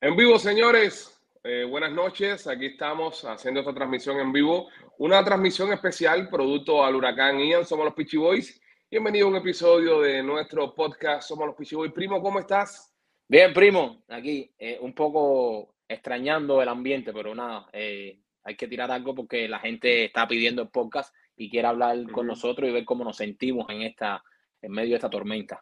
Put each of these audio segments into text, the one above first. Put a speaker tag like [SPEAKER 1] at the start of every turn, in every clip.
[SPEAKER 1] En vivo, señores. Eh, buenas noches. Aquí estamos haciendo esta transmisión en vivo. Una transmisión especial producto al huracán Ian. Somos los Pitchy Boys. Bienvenido a un episodio de nuestro podcast Somos los Pitchy Boys. Primo, ¿cómo estás?
[SPEAKER 2] Bien, primo. Aquí eh, un poco extrañando el ambiente, pero nada. eh, hay que tirar algo porque la gente está pidiendo el podcast y quiere hablar con
[SPEAKER 1] Ujú.
[SPEAKER 2] nosotros y ver cómo nos sentimos en esta en medio de esta tormenta.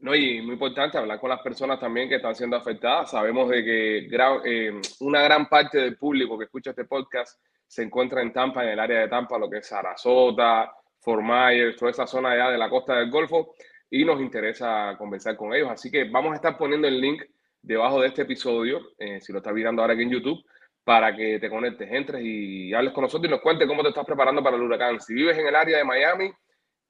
[SPEAKER 1] No, y muy importante hablar con las personas también que están siendo afectadas. Sabemos de que gra- eh, una gran parte del público que escucha este podcast se encuentra en Tampa, en el área de Tampa, lo que es Sarasota, Fort Myers, toda esa zona allá de la costa del Golfo, y nos interesa conversar con ellos. Así que vamos a estar poniendo el link debajo de este episodio, eh, si lo estás mirando ahora aquí en YouTube, para que te conectes, entres y hables con nosotros y nos cuentes cómo te estás preparando para el huracán. Si vives en el área de Miami,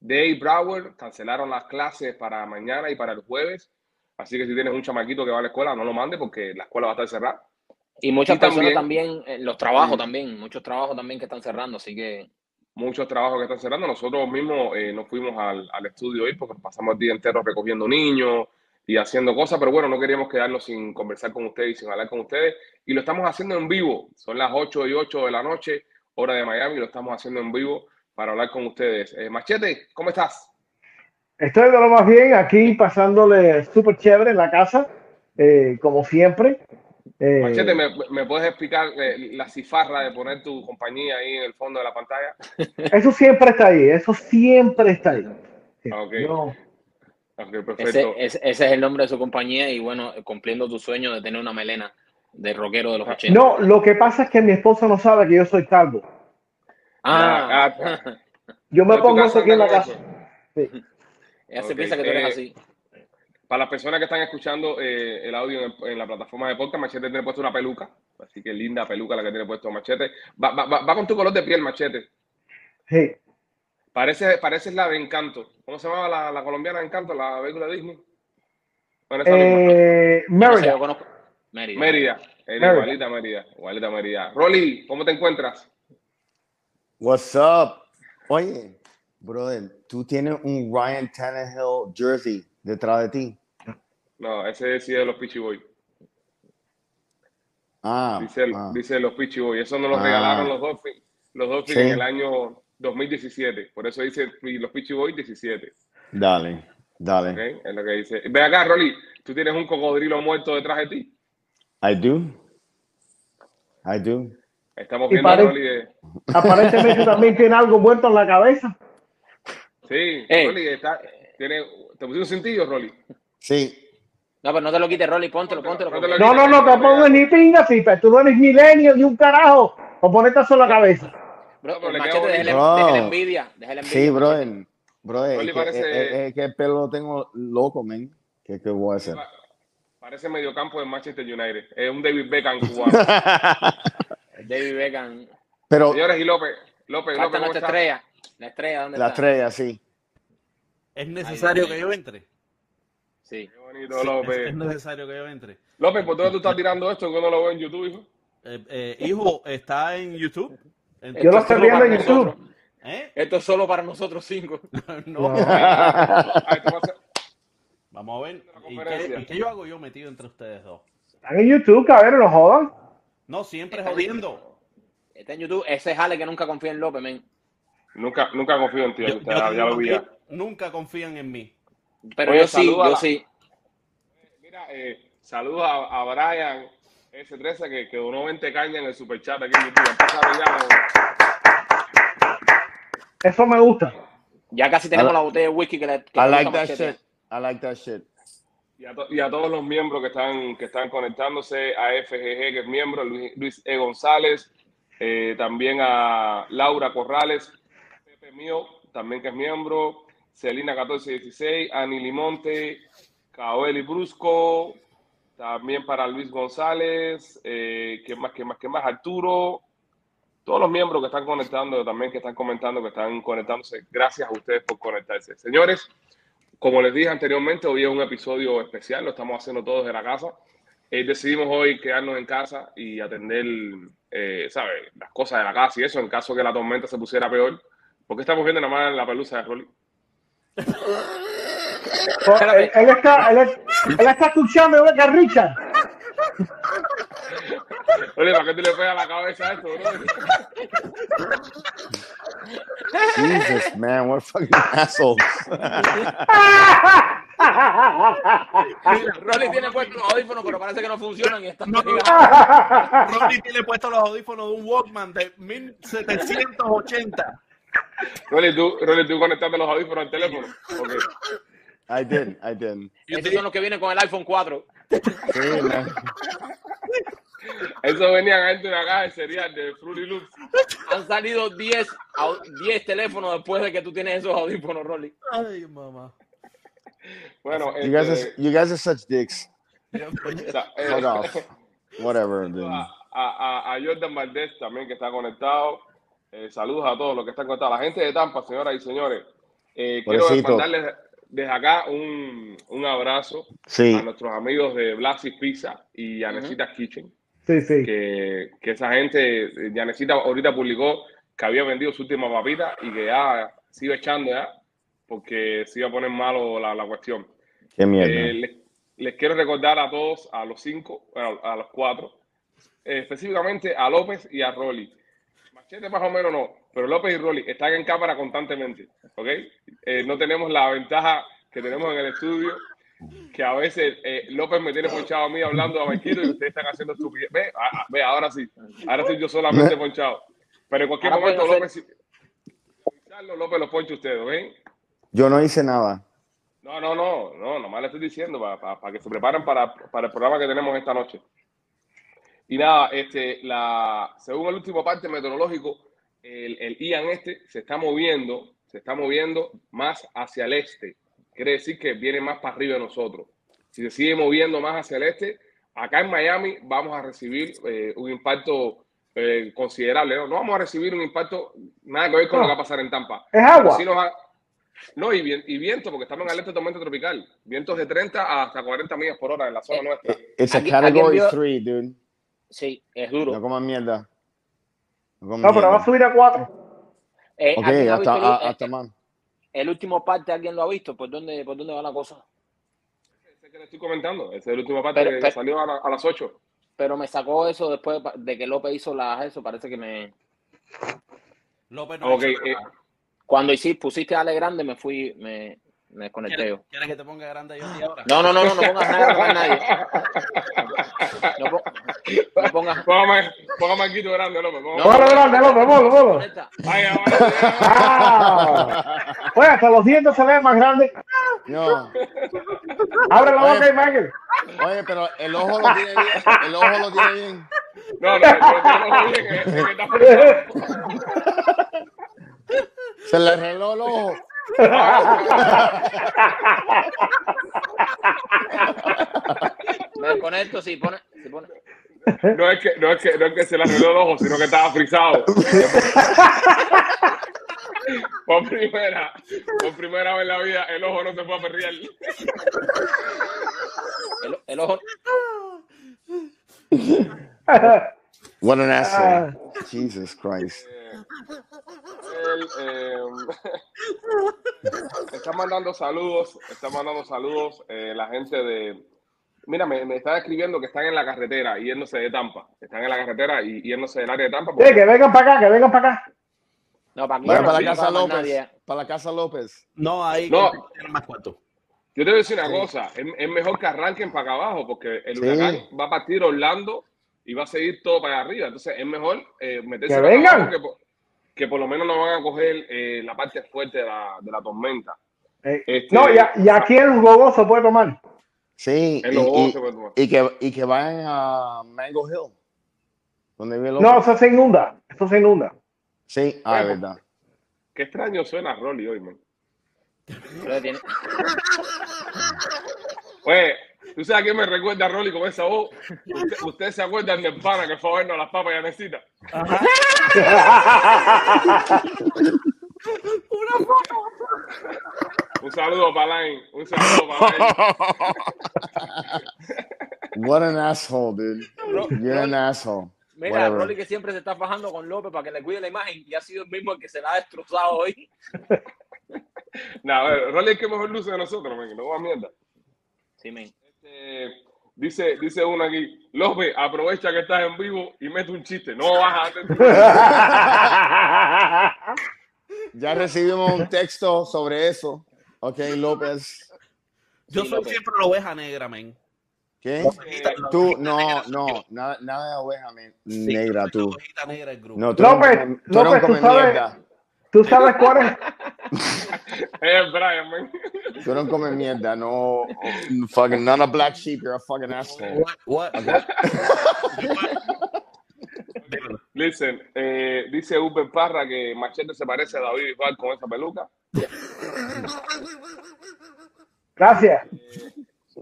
[SPEAKER 1] Dave Brower cancelaron las clases para mañana y para el jueves. Así que si tienes un chamaquito que va a la escuela, no lo mande porque la escuela va a estar cerrada.
[SPEAKER 2] Y muchas
[SPEAKER 1] Y
[SPEAKER 2] personas
[SPEAKER 1] también-
[SPEAKER 2] también, eh, los trabajos
[SPEAKER 1] Ujú.
[SPEAKER 2] también, muchos trabajos también que están cerrando, así que
[SPEAKER 1] Muchos trabajos que están cerrando. Nosotros mismos eh, nos fuimos al, al estudio hoy porque pasamos el día entero recogiendo niños y haciendo cosas, pero bueno, no queríamos quedarnos sin conversar con ustedes y sin hablar con ustedes. Y lo estamos haciendo en vivo. Son las 8 y 8 de la noche, hora de Miami, y lo estamos haciendo en vivo para hablar con ustedes. Eh, Machete, ¿cómo estás?
[SPEAKER 3] Estoy de lo más bien aquí pasándole súper chévere en la casa, eh, como siempre. Eh,
[SPEAKER 1] Machete, ¿me, me puedes explicar eh, la cifarra de poner tu compañía ahí en el fondo de la pantalla?
[SPEAKER 3] Eso siempre está ahí, eso siempre está ahí. Sí,
[SPEAKER 1] Ah, ok. Ah,
[SPEAKER 3] no,
[SPEAKER 1] Ok,
[SPEAKER 2] ese,
[SPEAKER 1] perfecto.
[SPEAKER 2] ese- ese es el nombre de su compañía y bueno, cumpliendo tu sueño de tener una melena de rockero de los
[SPEAKER 1] Ah,
[SPEAKER 2] 80.
[SPEAKER 3] no, lo que pasa es que mi esposa no sabe que yo soy calvo.
[SPEAKER 2] ah,
[SPEAKER 1] Ah, ah,
[SPEAKER 3] Yo me
[SPEAKER 1] ¿Tú
[SPEAKER 3] pongo
[SPEAKER 1] casa
[SPEAKER 3] eso aquí en la
[SPEAKER 1] andas
[SPEAKER 3] casa.
[SPEAKER 1] con
[SPEAKER 3] Sí.
[SPEAKER 2] ella se
[SPEAKER 1] ok,
[SPEAKER 2] piensa que tú eres
[SPEAKER 1] eh,
[SPEAKER 2] así.
[SPEAKER 1] Para las personas que están escuchando eh, el audio en, en la plataforma de podcast, Machete tiene puesto una peluca. Así que linda peluca la que tiene puesto Machete. Va, va- va- va con tu color de piel, Machete.
[SPEAKER 3] Sí.
[SPEAKER 1] Parece, pareces la de Encanto. ¿Cómo se llamaba la, la colombiana de Encanto, la película Disney? Bueno, esa misma.
[SPEAKER 3] Eh,
[SPEAKER 2] No sé,
[SPEAKER 3] Mérida,
[SPEAKER 2] yo conozco- Mérida.
[SPEAKER 1] Mérida. Era
[SPEAKER 3] Mérida.
[SPEAKER 1] Igualita Mérida. Igualita Mérida. Rolly, ¿cómo te encuentras?
[SPEAKER 4] What's up? Oye, brother, tú tienes un Ryan Tannehill jersey detrás de ti.
[SPEAKER 1] No, ese sí es de los Pichi Boy.
[SPEAKER 4] Ah,
[SPEAKER 1] Dice, el-
[SPEAKER 4] ah.
[SPEAKER 1] dice los Pichi Boys. Eso nos lo
[SPEAKER 4] Ah.
[SPEAKER 1] regalaron los Dolphins, los Dolphins
[SPEAKER 4] Sí.
[SPEAKER 1] en el año 2017. Por eso dice los Pichi Boys 17.
[SPEAKER 4] dale, dale.
[SPEAKER 1] ¿ok? Es lo que dice. Ve acá, Rolly. Tú tienes un cocodrilo muerto detrás de ti.
[SPEAKER 4] I do. I do.
[SPEAKER 1] Estamos
[SPEAKER 3] Y
[SPEAKER 1] viendo a
[SPEAKER 3] pare-
[SPEAKER 1] Rolly de.
[SPEAKER 3] aparentemente también tiene algo muerto en la cabeza.
[SPEAKER 1] Sí,
[SPEAKER 2] Ey.
[SPEAKER 1] Rolly está. Tiene... ¿Te pusiste un sentido, Rolly?
[SPEAKER 4] Sí.
[SPEAKER 2] No, pero no te lo quites, Rolly, póntelo, póntelo.
[SPEAKER 1] Póntelo,
[SPEAKER 2] póntelo.
[SPEAKER 1] póntelo.
[SPEAKER 3] No, no, no, te pongas ni pinga, Pipe. Tú no eres milenio ni un carajo. O ponerte eso en la cabeza.
[SPEAKER 2] Bro,
[SPEAKER 1] pero le
[SPEAKER 2] machete,
[SPEAKER 1] queda
[SPEAKER 2] déjale,
[SPEAKER 4] bonito.
[SPEAKER 2] déjale
[SPEAKER 4] No.
[SPEAKER 2] envidia. Déjale envidia.
[SPEAKER 4] Sí, brother. Brother,
[SPEAKER 1] Oli
[SPEAKER 4] es que,
[SPEAKER 1] parece-
[SPEAKER 4] es- es- es que el pelo lo tengo loco, man. ¿Qué, qué voy a hacer?
[SPEAKER 1] Parece mediocampo de Manchester United. Es un David Beckham cubano.
[SPEAKER 2] David Beckham.
[SPEAKER 4] Pero
[SPEAKER 1] Señores, y López. López, López,
[SPEAKER 2] Falta
[SPEAKER 1] ¿cómo
[SPEAKER 2] nuestra
[SPEAKER 1] estás?
[SPEAKER 2] estrella. La estrella, ¿dónde
[SPEAKER 4] la
[SPEAKER 2] está?
[SPEAKER 4] estrella, sí.
[SPEAKER 5] ¿Es necesario
[SPEAKER 2] Dios mío.
[SPEAKER 5] que yo entre?
[SPEAKER 2] Sí.
[SPEAKER 1] Qué bonito,
[SPEAKER 5] Sí, es,
[SPEAKER 1] López.
[SPEAKER 5] es necesario que yo entre.
[SPEAKER 1] López, ¿por dónde tú estás tirando esto? Que no lo veo en YouTube, hijo.
[SPEAKER 5] Eh, eh, hijo, está en YouTube. En
[SPEAKER 3] Yo lo
[SPEAKER 5] tu-
[SPEAKER 3] estoy
[SPEAKER 2] solo
[SPEAKER 3] viendo
[SPEAKER 2] para
[SPEAKER 3] en YouTube.
[SPEAKER 2] nosotros.
[SPEAKER 5] ¿Eh?
[SPEAKER 2] Esto es solo para nosotros cinco.
[SPEAKER 5] No.
[SPEAKER 1] Ah, esto va a ser-
[SPEAKER 5] Vamos a ver. ¿Y
[SPEAKER 1] conferencia.
[SPEAKER 5] qué, y qué yo hago yo metido entre ustedes dos?
[SPEAKER 3] Están en YouTube, cabrón, no jodan.
[SPEAKER 5] No, siempre jodiendo.
[SPEAKER 2] Está en YouTube. Ese jale que nunca confía en López, men.
[SPEAKER 1] Nunca, nunca confío en ti,
[SPEAKER 5] Yo-
[SPEAKER 1] ya,
[SPEAKER 5] yo
[SPEAKER 1] ya lo vi. ya.
[SPEAKER 5] nunca, nunca confían en mí.
[SPEAKER 2] Pero
[SPEAKER 1] Oye,
[SPEAKER 2] yo sí,
[SPEAKER 1] saluda a
[SPEAKER 2] yo
[SPEAKER 1] la-
[SPEAKER 2] sí.
[SPEAKER 1] Mira, eh, saludos a, a Brian S13 que, que donó 20 cañas en el superchat aquí en YouTube. Empezaron ya con-
[SPEAKER 3] Eso me gusta.
[SPEAKER 2] Ya casi tenemos
[SPEAKER 4] I
[SPEAKER 2] la botella de whisky que le que
[SPEAKER 4] I
[SPEAKER 2] le
[SPEAKER 4] like
[SPEAKER 2] gusta
[SPEAKER 4] that
[SPEAKER 2] Machete.
[SPEAKER 4] shit. I like that shit.
[SPEAKER 1] y, a to- y a todos los miembros que están, que están conectándose, a FGG que es miembro, Luis, Luis E. González, eh, también a Laura Corrales, Pepe Mío, también que es miembro, Celina 1416, Ani Limonte, Kaoeli Brusco, también para Luis González, eh, ¿qué más, qué más, qué más? Arturo, todos los miembros que están conectando, también que están comentando, que están conectándose, gracias a ustedes por conectarse. Señores, como les dije anteriormente, hoy es un episodio especial, lo estamos haciendo todos de la casa. Eh, decidimos hoy quedarnos en casa y atender, eh, ¿sabes? Las cosas de la casa y eso, en caso que la tormenta se pusiera peor. Porque estamos viendo nada más la pelusa de Rolly.
[SPEAKER 3] Oh, eh, Él, él está, él, él está escuchando, ¿verdad que Richard?
[SPEAKER 1] Oye, ¿para qué tú le pegas la cabeza a esto, bro?
[SPEAKER 4] Jesus, man, what fucking assholes.
[SPEAKER 2] Mira, Rolly tiene puesto los audífonos, pero parece que no funcionan y están
[SPEAKER 5] No, no,
[SPEAKER 2] pegados.
[SPEAKER 3] Ah,
[SPEAKER 5] Ronnie tiene puesto los audífonos de un Walkman de 1780.
[SPEAKER 1] Rolly, tú, Rolly, tú conectaste los audífonos al teléfono. Ok.
[SPEAKER 4] I didn't, I didn't.
[SPEAKER 5] Yo
[SPEAKER 2] Estos
[SPEAKER 5] te-
[SPEAKER 2] son los que vienen con el iPhone 4.
[SPEAKER 4] Sí, man.
[SPEAKER 1] Eso venían adentro de una caja de cereal de Fruity Loops.
[SPEAKER 2] Han salido 10, au- 10 teléfonos después de que tú tienes esos audífonos, Rolly.
[SPEAKER 5] Ay, mamá.
[SPEAKER 1] Bueno,
[SPEAKER 4] You guys,
[SPEAKER 1] este,
[SPEAKER 4] are, you guys are such dicks.
[SPEAKER 5] Ya, coño.
[SPEAKER 1] ta- eh,
[SPEAKER 4] Fuck off. Whatever. Dude.
[SPEAKER 1] a, a- a Jordan Valdés también que está conectado. Eh, saludos a todos los que están conectados. La gente de Tampa, señoras y señores. Eh, quiero
[SPEAKER 4] Pobrecito.
[SPEAKER 1] mandarles desde acá un, un abrazo a
[SPEAKER 4] Sí,
[SPEAKER 1] nuestros amigos de Blasis Pizza y Yanecita's Kitchen.
[SPEAKER 3] Sí, sí.
[SPEAKER 1] que, que esa gente, Yanecita ahorita publicó que había vendido su última papita y que ya se iba echando ya, porque se iba a poner malo la, la cuestión.
[SPEAKER 4] qué
[SPEAKER 1] Eh,
[SPEAKER 4] mierda.
[SPEAKER 1] les, les quiero recordar a todos, a los cinco, bueno, a los cuatro, eh, específicamente a López y a Rolly. Machete más o menos no, pero López y Rolly están en cámara constantemente, ¿ok? Eh, no tenemos la ventaja que tenemos en el estudio, que a veces eh, López me tiene ponchado a mí hablando a Marquito y ustedes están haciendo estupidez. Ve, ah, ah, ve, ahora sí, ahora estoy yo solamente ponchado. Pero en cualquier
[SPEAKER 2] Ahora
[SPEAKER 1] momento
[SPEAKER 2] pueden
[SPEAKER 1] López... y- López los poncha a ustedes, ¿ven?
[SPEAKER 4] Yo no hice nada.
[SPEAKER 1] No, no, no, no, nomás le estoy diciendo para que se preparen para, para el programa que tenemos esta noche. Y nada, este, la, según el último parte meteorológico, el, el Ian este se está moviendo, se está moviendo más hacia el este. Quiere decir que viene más para arriba de nosotros. Si se sigue moviendo más hacia el este, acá en Miami vamos a recibir eh, un impacto eh, considerable. ¿no? No vamos a recibir un impacto nada que ver con lo que va a pasar en Tampa.
[SPEAKER 3] Es agua.
[SPEAKER 1] Pero sí nos va- no, y, vien- y viento, porque estamos en alerta de tormenta tropical. Vientos de 30 hasta 40 millas por hora en la
[SPEAKER 2] Eh.
[SPEAKER 1] zona nuestra.
[SPEAKER 4] E, It's a
[SPEAKER 2] Alguien-
[SPEAKER 4] category
[SPEAKER 2] alguien vio-
[SPEAKER 4] three, dude.
[SPEAKER 2] Sí, es
[SPEAKER 4] No
[SPEAKER 2] duro.
[SPEAKER 4] coman mierda. No, coman
[SPEAKER 3] No, pero va
[SPEAKER 4] mierda.
[SPEAKER 3] a subir a cuatro.
[SPEAKER 2] Eh,
[SPEAKER 4] Ok,
[SPEAKER 2] ¿alguien ha
[SPEAKER 4] hasta,
[SPEAKER 2] visto eh, el-
[SPEAKER 4] a- hasta man.
[SPEAKER 2] el último parte, ¿alguien lo ha visto? ¿Por dónde, por dónde va la cosa?
[SPEAKER 1] Ese que le estoy comentando, ese es el último parte
[SPEAKER 2] Pero-
[SPEAKER 1] que
[SPEAKER 2] pero-
[SPEAKER 1] salió a, la- a las 8.
[SPEAKER 2] Pero me sacó eso después de pa- de que López hizo la eso, parece que me...
[SPEAKER 5] López no
[SPEAKER 1] Ok,
[SPEAKER 5] hizo
[SPEAKER 1] eh,
[SPEAKER 5] nada.
[SPEAKER 2] Cuando hiciste, pusiste a Ale Grande, me fui, me, me desconecté
[SPEAKER 5] ¿Quieres,
[SPEAKER 2] yo.
[SPEAKER 5] quieres que te ponga grande yo a ti ahora?
[SPEAKER 2] No, no, no, no, no pongas nada, no pongas nadie. No, po- no pongas...
[SPEAKER 1] póngame, póngame aquí tu grande, López. póngame.
[SPEAKER 2] No.
[SPEAKER 3] Ponlo grande, López, ponlo, ponlo.
[SPEAKER 2] Conecta.
[SPEAKER 1] Vaya, vaya, vaya.
[SPEAKER 3] Ah. Oye, hasta los dientes se ven más grandes.
[SPEAKER 4] No.
[SPEAKER 3] Abre la boca
[SPEAKER 4] Oye.
[SPEAKER 3] y Michael.
[SPEAKER 4] Oye, pero el ojo lo tiene bien. El ojo lo tiene bien.
[SPEAKER 1] No, no, no, no, no, oye, que- que está forzado.
[SPEAKER 4] Se le arregló el ojo.
[SPEAKER 2] Me desconecto si pone... Si pone...
[SPEAKER 1] No es que, no es que, no es que se le arregló el ojo, sino que estaba frisado. Por primera, por primera vez en la vida, el ojo no se fue a perrear.
[SPEAKER 2] El, el ojo...
[SPEAKER 4] What an
[SPEAKER 2] Ah.
[SPEAKER 4] asshole. Jesus Christ.
[SPEAKER 1] Él, eh, está mandando saludos, está mandando saludos eh, la gente de... Mira, me, me está escribiendo que están en la carretera y él no se de Tampa. Están en la carretera y, y él no se del área de Tampa.
[SPEAKER 3] Sí,
[SPEAKER 1] porque-
[SPEAKER 3] Eh, que vengan para acá, que vengan para acá.
[SPEAKER 2] No, para,
[SPEAKER 4] Vaya para
[SPEAKER 1] sí,
[SPEAKER 4] la casa
[SPEAKER 2] para más
[SPEAKER 4] López.
[SPEAKER 2] nadie.
[SPEAKER 4] Para la casa López.
[SPEAKER 5] No, ahí
[SPEAKER 1] No.
[SPEAKER 5] que tiene más cuarto.
[SPEAKER 1] Yo te voy a decir una cosa, es, es mejor que arranquen para acá abajo porque el
[SPEAKER 4] Sí.
[SPEAKER 1] huracán va a partir Orlando y va a seguir todo para arriba. Entonces es mejor eh, meterse
[SPEAKER 3] Que
[SPEAKER 1] para
[SPEAKER 3] vengan.
[SPEAKER 1] abajo que, por- que por lo menos no van a coger eh, la parte fuerte de la, de la tormenta.
[SPEAKER 3] Eh,
[SPEAKER 1] Este-
[SPEAKER 3] no, y, a- y aquí el gogo se puede tomar.
[SPEAKER 4] Sí.
[SPEAKER 1] Es
[SPEAKER 4] y-
[SPEAKER 1] lo
[SPEAKER 4] y-
[SPEAKER 1] otro, pero-
[SPEAKER 4] Y que, y que vayan a Mango Hill, donde vive López.
[SPEAKER 3] No, eso se inunda. Eso se inunda.
[SPEAKER 4] Sí, ah, es verdad.
[SPEAKER 1] Qué extraño suena Rolly hoy, man.
[SPEAKER 2] Pero tiene-
[SPEAKER 1] Oye, ¿tú sabes a quién me recuerda a Rolly con esa voz? Usted- ¿Ustedes se acuerdan del pana que fue a vernos a las papas y a Necita? Un saludo para Lain, un saludo para Lain.
[SPEAKER 4] What an asshole, dude. You're an asshole.
[SPEAKER 2] Mira,
[SPEAKER 4] Whatever.
[SPEAKER 2] Rolly que siempre se está fajando con López para que le cuide la imagen y ha sido el mismo el que se la ha destrozado hoy.
[SPEAKER 1] Nah, a ver, Rolly es que mejor luce de nosotros, man, no va a mierda.
[SPEAKER 2] Sí, men.
[SPEAKER 1] Este, Dice, dice uno aquí, López, aprovecha que estás en vivo y mete un chiste. No vas a
[SPEAKER 4] Ya recibimos un texto sobre eso. Ok, López.
[SPEAKER 5] Yo
[SPEAKER 2] Sí,
[SPEAKER 5] soy
[SPEAKER 2] López.
[SPEAKER 5] siempre la oveja negra, men.
[SPEAKER 4] ¿Qué? Eh, Tú, no, no, nada, nada de oveja ne-
[SPEAKER 5] Sí,
[SPEAKER 4] negra,
[SPEAKER 5] yo soy
[SPEAKER 4] tú.
[SPEAKER 5] La ovejita negra del grupo.
[SPEAKER 4] No, tú
[SPEAKER 3] López,
[SPEAKER 4] eres un- tú eres un
[SPEAKER 3] López, tú
[SPEAKER 4] come
[SPEAKER 3] sabes-
[SPEAKER 4] mierda.
[SPEAKER 3] ¿Tú sabes cuál es?
[SPEAKER 1] Es Brian, man.
[SPEAKER 4] Tú eres un come mierda, no. Fucking, not a black sheep, you're a fucking asshole.
[SPEAKER 5] What, what, what? Dímelo.
[SPEAKER 1] Listen, eh, dice Uber Parra que Machete se parece a David Bisbal con esa peluca.
[SPEAKER 3] Gracias.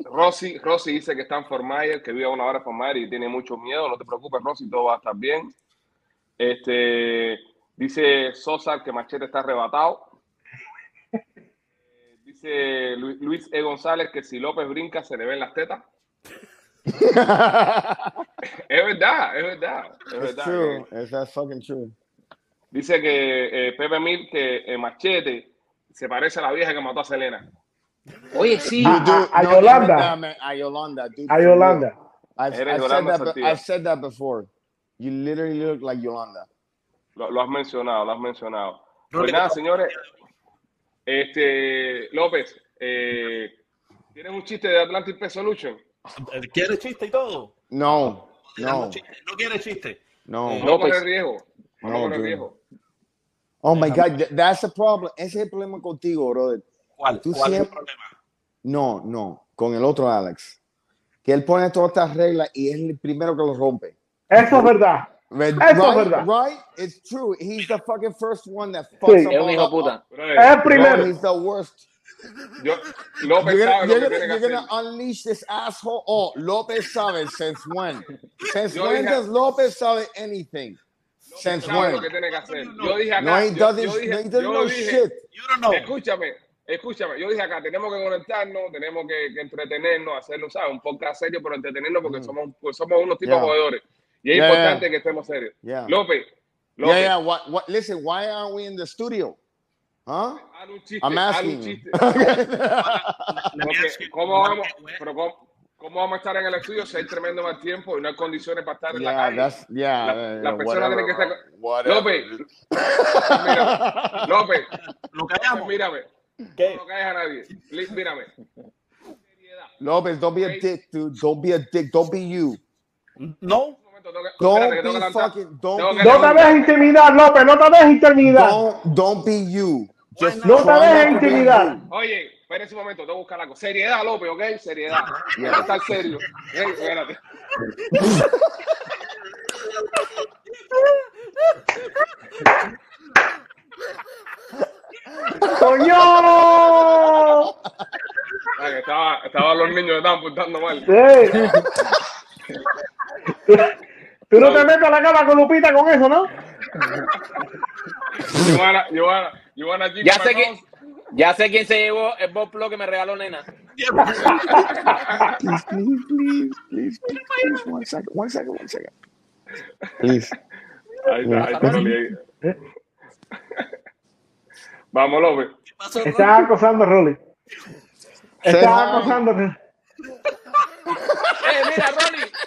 [SPEAKER 1] Rosy, Rosy dice que está en Fort Myers, que vive a una hora en Fort Myers y tiene mucho miedo. No te preocupes, Rosy, todo va a estar bien. Este, dice Sosa que Machete está arrebatado. Eh, Dice Lu- Luis E. González que si López brinca se le ven las tetas. Es verdad, es verdad. Es
[SPEAKER 4] It's
[SPEAKER 1] verdad. eh.
[SPEAKER 4] true. It's that fucking true.
[SPEAKER 1] Dice que eh, Pepe Mil, que eh, Machete se parece a la vieja que mató a Selena.
[SPEAKER 2] Oye, sí.
[SPEAKER 3] Ah,
[SPEAKER 4] Dude,
[SPEAKER 3] a- a
[SPEAKER 4] no,
[SPEAKER 3] Yolanda.
[SPEAKER 4] es verdad, man, A Yolanda. dude,
[SPEAKER 3] A Yolanda.
[SPEAKER 4] I've,
[SPEAKER 1] Eres
[SPEAKER 4] I've said
[SPEAKER 1] Yolanda
[SPEAKER 4] that, be-
[SPEAKER 1] Santiago.
[SPEAKER 4] I've said that before. You literally look like Yolanda.
[SPEAKER 1] Lo, lo has mencionado, lo has mencionado.
[SPEAKER 5] No
[SPEAKER 1] Pues
[SPEAKER 5] le-
[SPEAKER 1] nada, señores. Este, López, eh, ¿tienes un chiste de Atlantic Pest Solution?
[SPEAKER 5] ¿Quiere chiste y todo?
[SPEAKER 4] No, no,
[SPEAKER 5] Chiste. ¿No quiere chiste?
[SPEAKER 4] no.
[SPEAKER 1] No
[SPEAKER 2] López.
[SPEAKER 1] corres riesgo. No,
[SPEAKER 4] No,
[SPEAKER 1] corres
[SPEAKER 4] dude.
[SPEAKER 1] riesgo.
[SPEAKER 4] Oh my God, th- that's the problem. Ese es el problema contigo, brother.
[SPEAKER 5] ¿Cuál?
[SPEAKER 4] Tú
[SPEAKER 5] ¿Cuál es el
[SPEAKER 4] siempre-
[SPEAKER 5] problema?
[SPEAKER 4] No, no, con el otro Alex. Que él pone todas estas reglas y es el primero que lo rompe.
[SPEAKER 3] Eso es verdad.
[SPEAKER 4] Right,
[SPEAKER 3] es verdad.
[SPEAKER 4] right? It's true. He's the fucking first one that
[SPEAKER 3] Sí.
[SPEAKER 4] fucks
[SPEAKER 2] Es un
[SPEAKER 4] up.
[SPEAKER 2] hijo puta.
[SPEAKER 1] Brother,
[SPEAKER 3] Es el
[SPEAKER 4] No,
[SPEAKER 3] primero.
[SPEAKER 4] he's the worst.
[SPEAKER 1] yo- López sabe lo
[SPEAKER 4] You're gonna, you're
[SPEAKER 1] que
[SPEAKER 4] gonna-
[SPEAKER 1] tiene
[SPEAKER 4] you're
[SPEAKER 1] que
[SPEAKER 4] gonna
[SPEAKER 1] hacer.
[SPEAKER 4] unleash this asshole. Oh, Lopez sabe since when? Since
[SPEAKER 1] Yo
[SPEAKER 4] when
[SPEAKER 1] dije-
[SPEAKER 4] does Lopez sabe anything? Since
[SPEAKER 1] Sabe lo que
[SPEAKER 4] when?
[SPEAKER 1] tiene que hacer. Yo dije acá.
[SPEAKER 4] No, he
[SPEAKER 1] yo-
[SPEAKER 4] doesn't.
[SPEAKER 1] yo dije-
[SPEAKER 4] he doesn't
[SPEAKER 1] yo
[SPEAKER 4] know
[SPEAKER 1] dije-
[SPEAKER 4] shit.
[SPEAKER 5] You don't know.
[SPEAKER 1] Escúchame, escúchame. Yo dije acá, tenemos que conectarnos, tenemos que, que entretenernos, hacerlo, ¿sabes? Un podcast serio, pero entretenernos
[SPEAKER 4] Mm.
[SPEAKER 1] porque somos, pues somos unos tipos
[SPEAKER 4] Yeah.
[SPEAKER 1] jugadores. Y es
[SPEAKER 4] Yeah,
[SPEAKER 1] importante
[SPEAKER 4] yeah.
[SPEAKER 1] que estemos serios.
[SPEAKER 4] Yeah.
[SPEAKER 1] López, López,
[SPEAKER 4] Yeah, yeah. What? What? Listen. Why aren't we in the studio? Huh?
[SPEAKER 1] haz un chiste,
[SPEAKER 4] I'm
[SPEAKER 1] haz un
[SPEAKER 4] asking you.
[SPEAKER 1] chiste.
[SPEAKER 5] Let me
[SPEAKER 1] Porque,
[SPEAKER 5] ask you,
[SPEAKER 1] ¿cómo
[SPEAKER 5] what-
[SPEAKER 1] vamos,
[SPEAKER 5] what-
[SPEAKER 1] pero cómo, cómo vamos a estar en el estudio si hay tremendo mal tiempo y no hay condiciones para estar en la
[SPEAKER 4] yeah.
[SPEAKER 1] calle?
[SPEAKER 4] That's yeah.
[SPEAKER 1] La-
[SPEAKER 4] yeah,
[SPEAKER 1] la
[SPEAKER 4] yeah,
[SPEAKER 1] persona tiene que
[SPEAKER 4] whatever,
[SPEAKER 1] estar-
[SPEAKER 4] bro. Whatever.
[SPEAKER 1] López, mira, López,
[SPEAKER 5] Lo callamos.
[SPEAKER 1] mírame,
[SPEAKER 5] ¿Qué?
[SPEAKER 1] no caes a nadie, Liz, mírame.
[SPEAKER 4] Lopez, don't be a dick, dude. Don't be a dick. Don't be you.
[SPEAKER 5] No.
[SPEAKER 1] Un momento, tengo que-
[SPEAKER 4] Don't
[SPEAKER 1] espérate, que tengo que
[SPEAKER 4] be
[SPEAKER 1] lanzar.
[SPEAKER 4] fucking.
[SPEAKER 1] Tengo
[SPEAKER 4] Don't be.
[SPEAKER 1] que
[SPEAKER 3] No te dejes intimidar, López. No te dejes intimidar.
[SPEAKER 4] Don't don't be you. Just
[SPEAKER 3] No te
[SPEAKER 4] try
[SPEAKER 3] dejes
[SPEAKER 4] not to be
[SPEAKER 3] intimidar.
[SPEAKER 4] you.
[SPEAKER 1] Oye, espérense un momento, tengo que buscar algo. Seriedad, López, ¿ok? Seriedad.
[SPEAKER 4] Ya.
[SPEAKER 1] Hay que estar serio. Ey, espérate.
[SPEAKER 3] ¡Coño!
[SPEAKER 1] Ay, que estaba, estaban los niños que estaban apuntando mal.
[SPEAKER 3] Sí. Tú no te metes a la cama con Lupita con eso, ¿no?
[SPEAKER 1] Giovanna, Giovanna, Giovanna, Chico,
[SPEAKER 2] Ya sé,
[SPEAKER 1] perdón.
[SPEAKER 2] que, ya sé quién se llevó el Bob Pro que me regaló, nena.
[SPEAKER 4] Please, please, please, please, please, please, one second, one second, one second. Please.
[SPEAKER 1] Ahí está, ahí está, lo lié. Vamos, López.
[SPEAKER 3] Estás acosando a Rolly.
[SPEAKER 4] Say
[SPEAKER 3] Estás
[SPEAKER 4] hi.
[SPEAKER 3] acosando a Rolly.
[SPEAKER 2] Eh, mira, Rolly.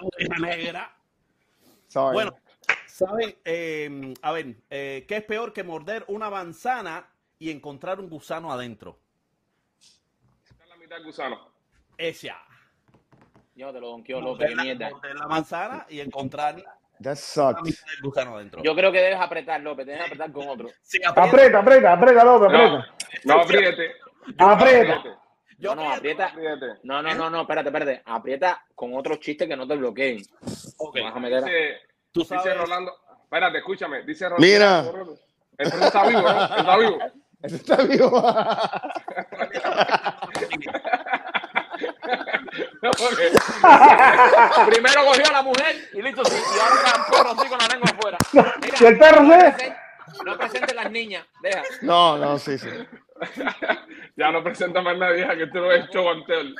[SPEAKER 5] oveja negra. La oveja negra.
[SPEAKER 4] Sorry.
[SPEAKER 5] Bueno, ¿saben? Eh, a ver, eh, ¿qué es peor que morder una manzana y encontrar un gusano adentro?
[SPEAKER 1] Está en la mitad del gusano.
[SPEAKER 5] Esa.
[SPEAKER 2] Yo te lo donqueo, López,
[SPEAKER 5] Morder
[SPEAKER 2] qué
[SPEAKER 5] la,
[SPEAKER 2] mierda.
[SPEAKER 5] morder la manzana y encontrar
[SPEAKER 4] that
[SPEAKER 5] la
[SPEAKER 4] sucked.
[SPEAKER 5] mitad del gusano adentro.
[SPEAKER 2] Yo creo que debes apretar, López. Debes apretar con otro.
[SPEAKER 5] Sí,
[SPEAKER 4] Ah,
[SPEAKER 5] aprieta.
[SPEAKER 3] aprieta, aprieta, aprieta, López,
[SPEAKER 1] No,
[SPEAKER 3] aprieta.
[SPEAKER 1] no apriete.
[SPEAKER 3] Aprieta.
[SPEAKER 5] Yo
[SPEAKER 2] No, no,
[SPEAKER 5] aprieto.
[SPEAKER 2] aprieta. No, no, no, no, espérate, espérate. Aprieta con otros chistes que no te bloqueen.
[SPEAKER 5] Ok.
[SPEAKER 2] Vas a meter a-
[SPEAKER 1] Dice,
[SPEAKER 5] Tú
[SPEAKER 1] dice
[SPEAKER 5] sabes.
[SPEAKER 1] Rolando. Espérate, escúchame. Dice Rolando.
[SPEAKER 4] Mira.
[SPEAKER 1] Este no está vivo, ¿no? Está vivo.
[SPEAKER 4] Eso está vivo.
[SPEAKER 2] No, porque- Primero cogió a la mujer y listo, sí, y ahora está el perro así con la lengua afuera. Mira,
[SPEAKER 3] ¿Y el perro
[SPEAKER 2] no
[SPEAKER 3] qué?
[SPEAKER 2] presente- No presente las niñas, deja.
[SPEAKER 4] No, no, sí, sí.
[SPEAKER 1] Ya no presenta más nadie, ya que esto no es show and tell.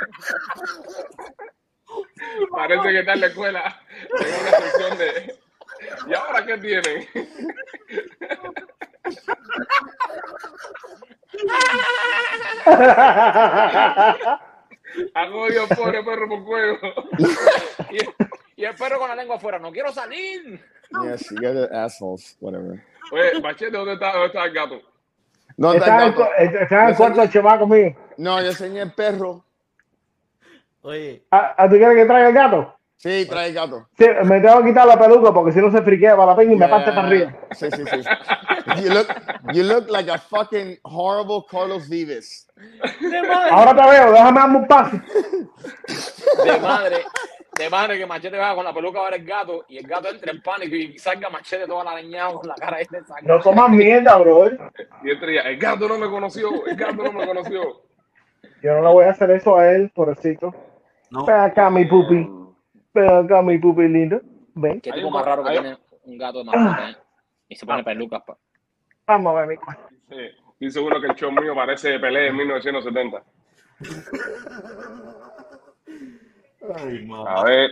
[SPEAKER 1] Parece que está en la escuela. En una sección de. ¿Y ahora qué tienen? Han oído pobre perro por juego.
[SPEAKER 2] Y, y el perro con la lengua afuera, no quiero salir.
[SPEAKER 4] Yes, you guys are assholes. Whatever.
[SPEAKER 1] Oye, Machete, ¿dónde está, dónde está el gato?
[SPEAKER 4] No,
[SPEAKER 3] Estaba en,
[SPEAKER 4] no,
[SPEAKER 3] el cu- estaba en el
[SPEAKER 4] Yo
[SPEAKER 3] cuarto
[SPEAKER 4] soy-
[SPEAKER 3] del chamaco mío.
[SPEAKER 4] no, yo enseñé el perro.
[SPEAKER 5] Oye,
[SPEAKER 3] ¿A, a Ah, tú quieres que traiga el gato?
[SPEAKER 4] Sí, trae gato.
[SPEAKER 3] Sí, me tengo que quitar la peluca porque si no se friquea para la pena y me parte
[SPEAKER 4] Yeah.
[SPEAKER 3] para arriba.
[SPEAKER 4] Sí, sí, sí. You look, you look like a fucking horrible Carlos Vives.
[SPEAKER 3] Ahora te veo, déjame darme un pase.
[SPEAKER 2] De madre, de madre que Machete va con la peluca ahora el gato y el gato entra en pánico y salga Machete toda la dañada con la cara ahí de sangre.
[SPEAKER 3] No comas mierda, bro.
[SPEAKER 1] Y entre ellas, el gato no me conoció, el gato no me conoció.
[SPEAKER 3] Yo no le voy a hacer eso a él, pobrecito.
[SPEAKER 5] No.
[SPEAKER 3] Ven acá, mi pupi. Ven acá, mi pupi lindo. Ven,
[SPEAKER 2] Qué
[SPEAKER 1] Hay
[SPEAKER 2] tipo
[SPEAKER 1] un Ah.
[SPEAKER 2] más
[SPEAKER 1] co-
[SPEAKER 2] raro que
[SPEAKER 1] hay-
[SPEAKER 2] tiene un gato de mascota, ¿eh? Y se pone pelucas. pa.
[SPEAKER 3] vamos a ver mi cuarto.
[SPEAKER 1] Sí, estoy seguro que el show mío parece de pelea en 1970. A
[SPEAKER 5] Ah,
[SPEAKER 1] ver.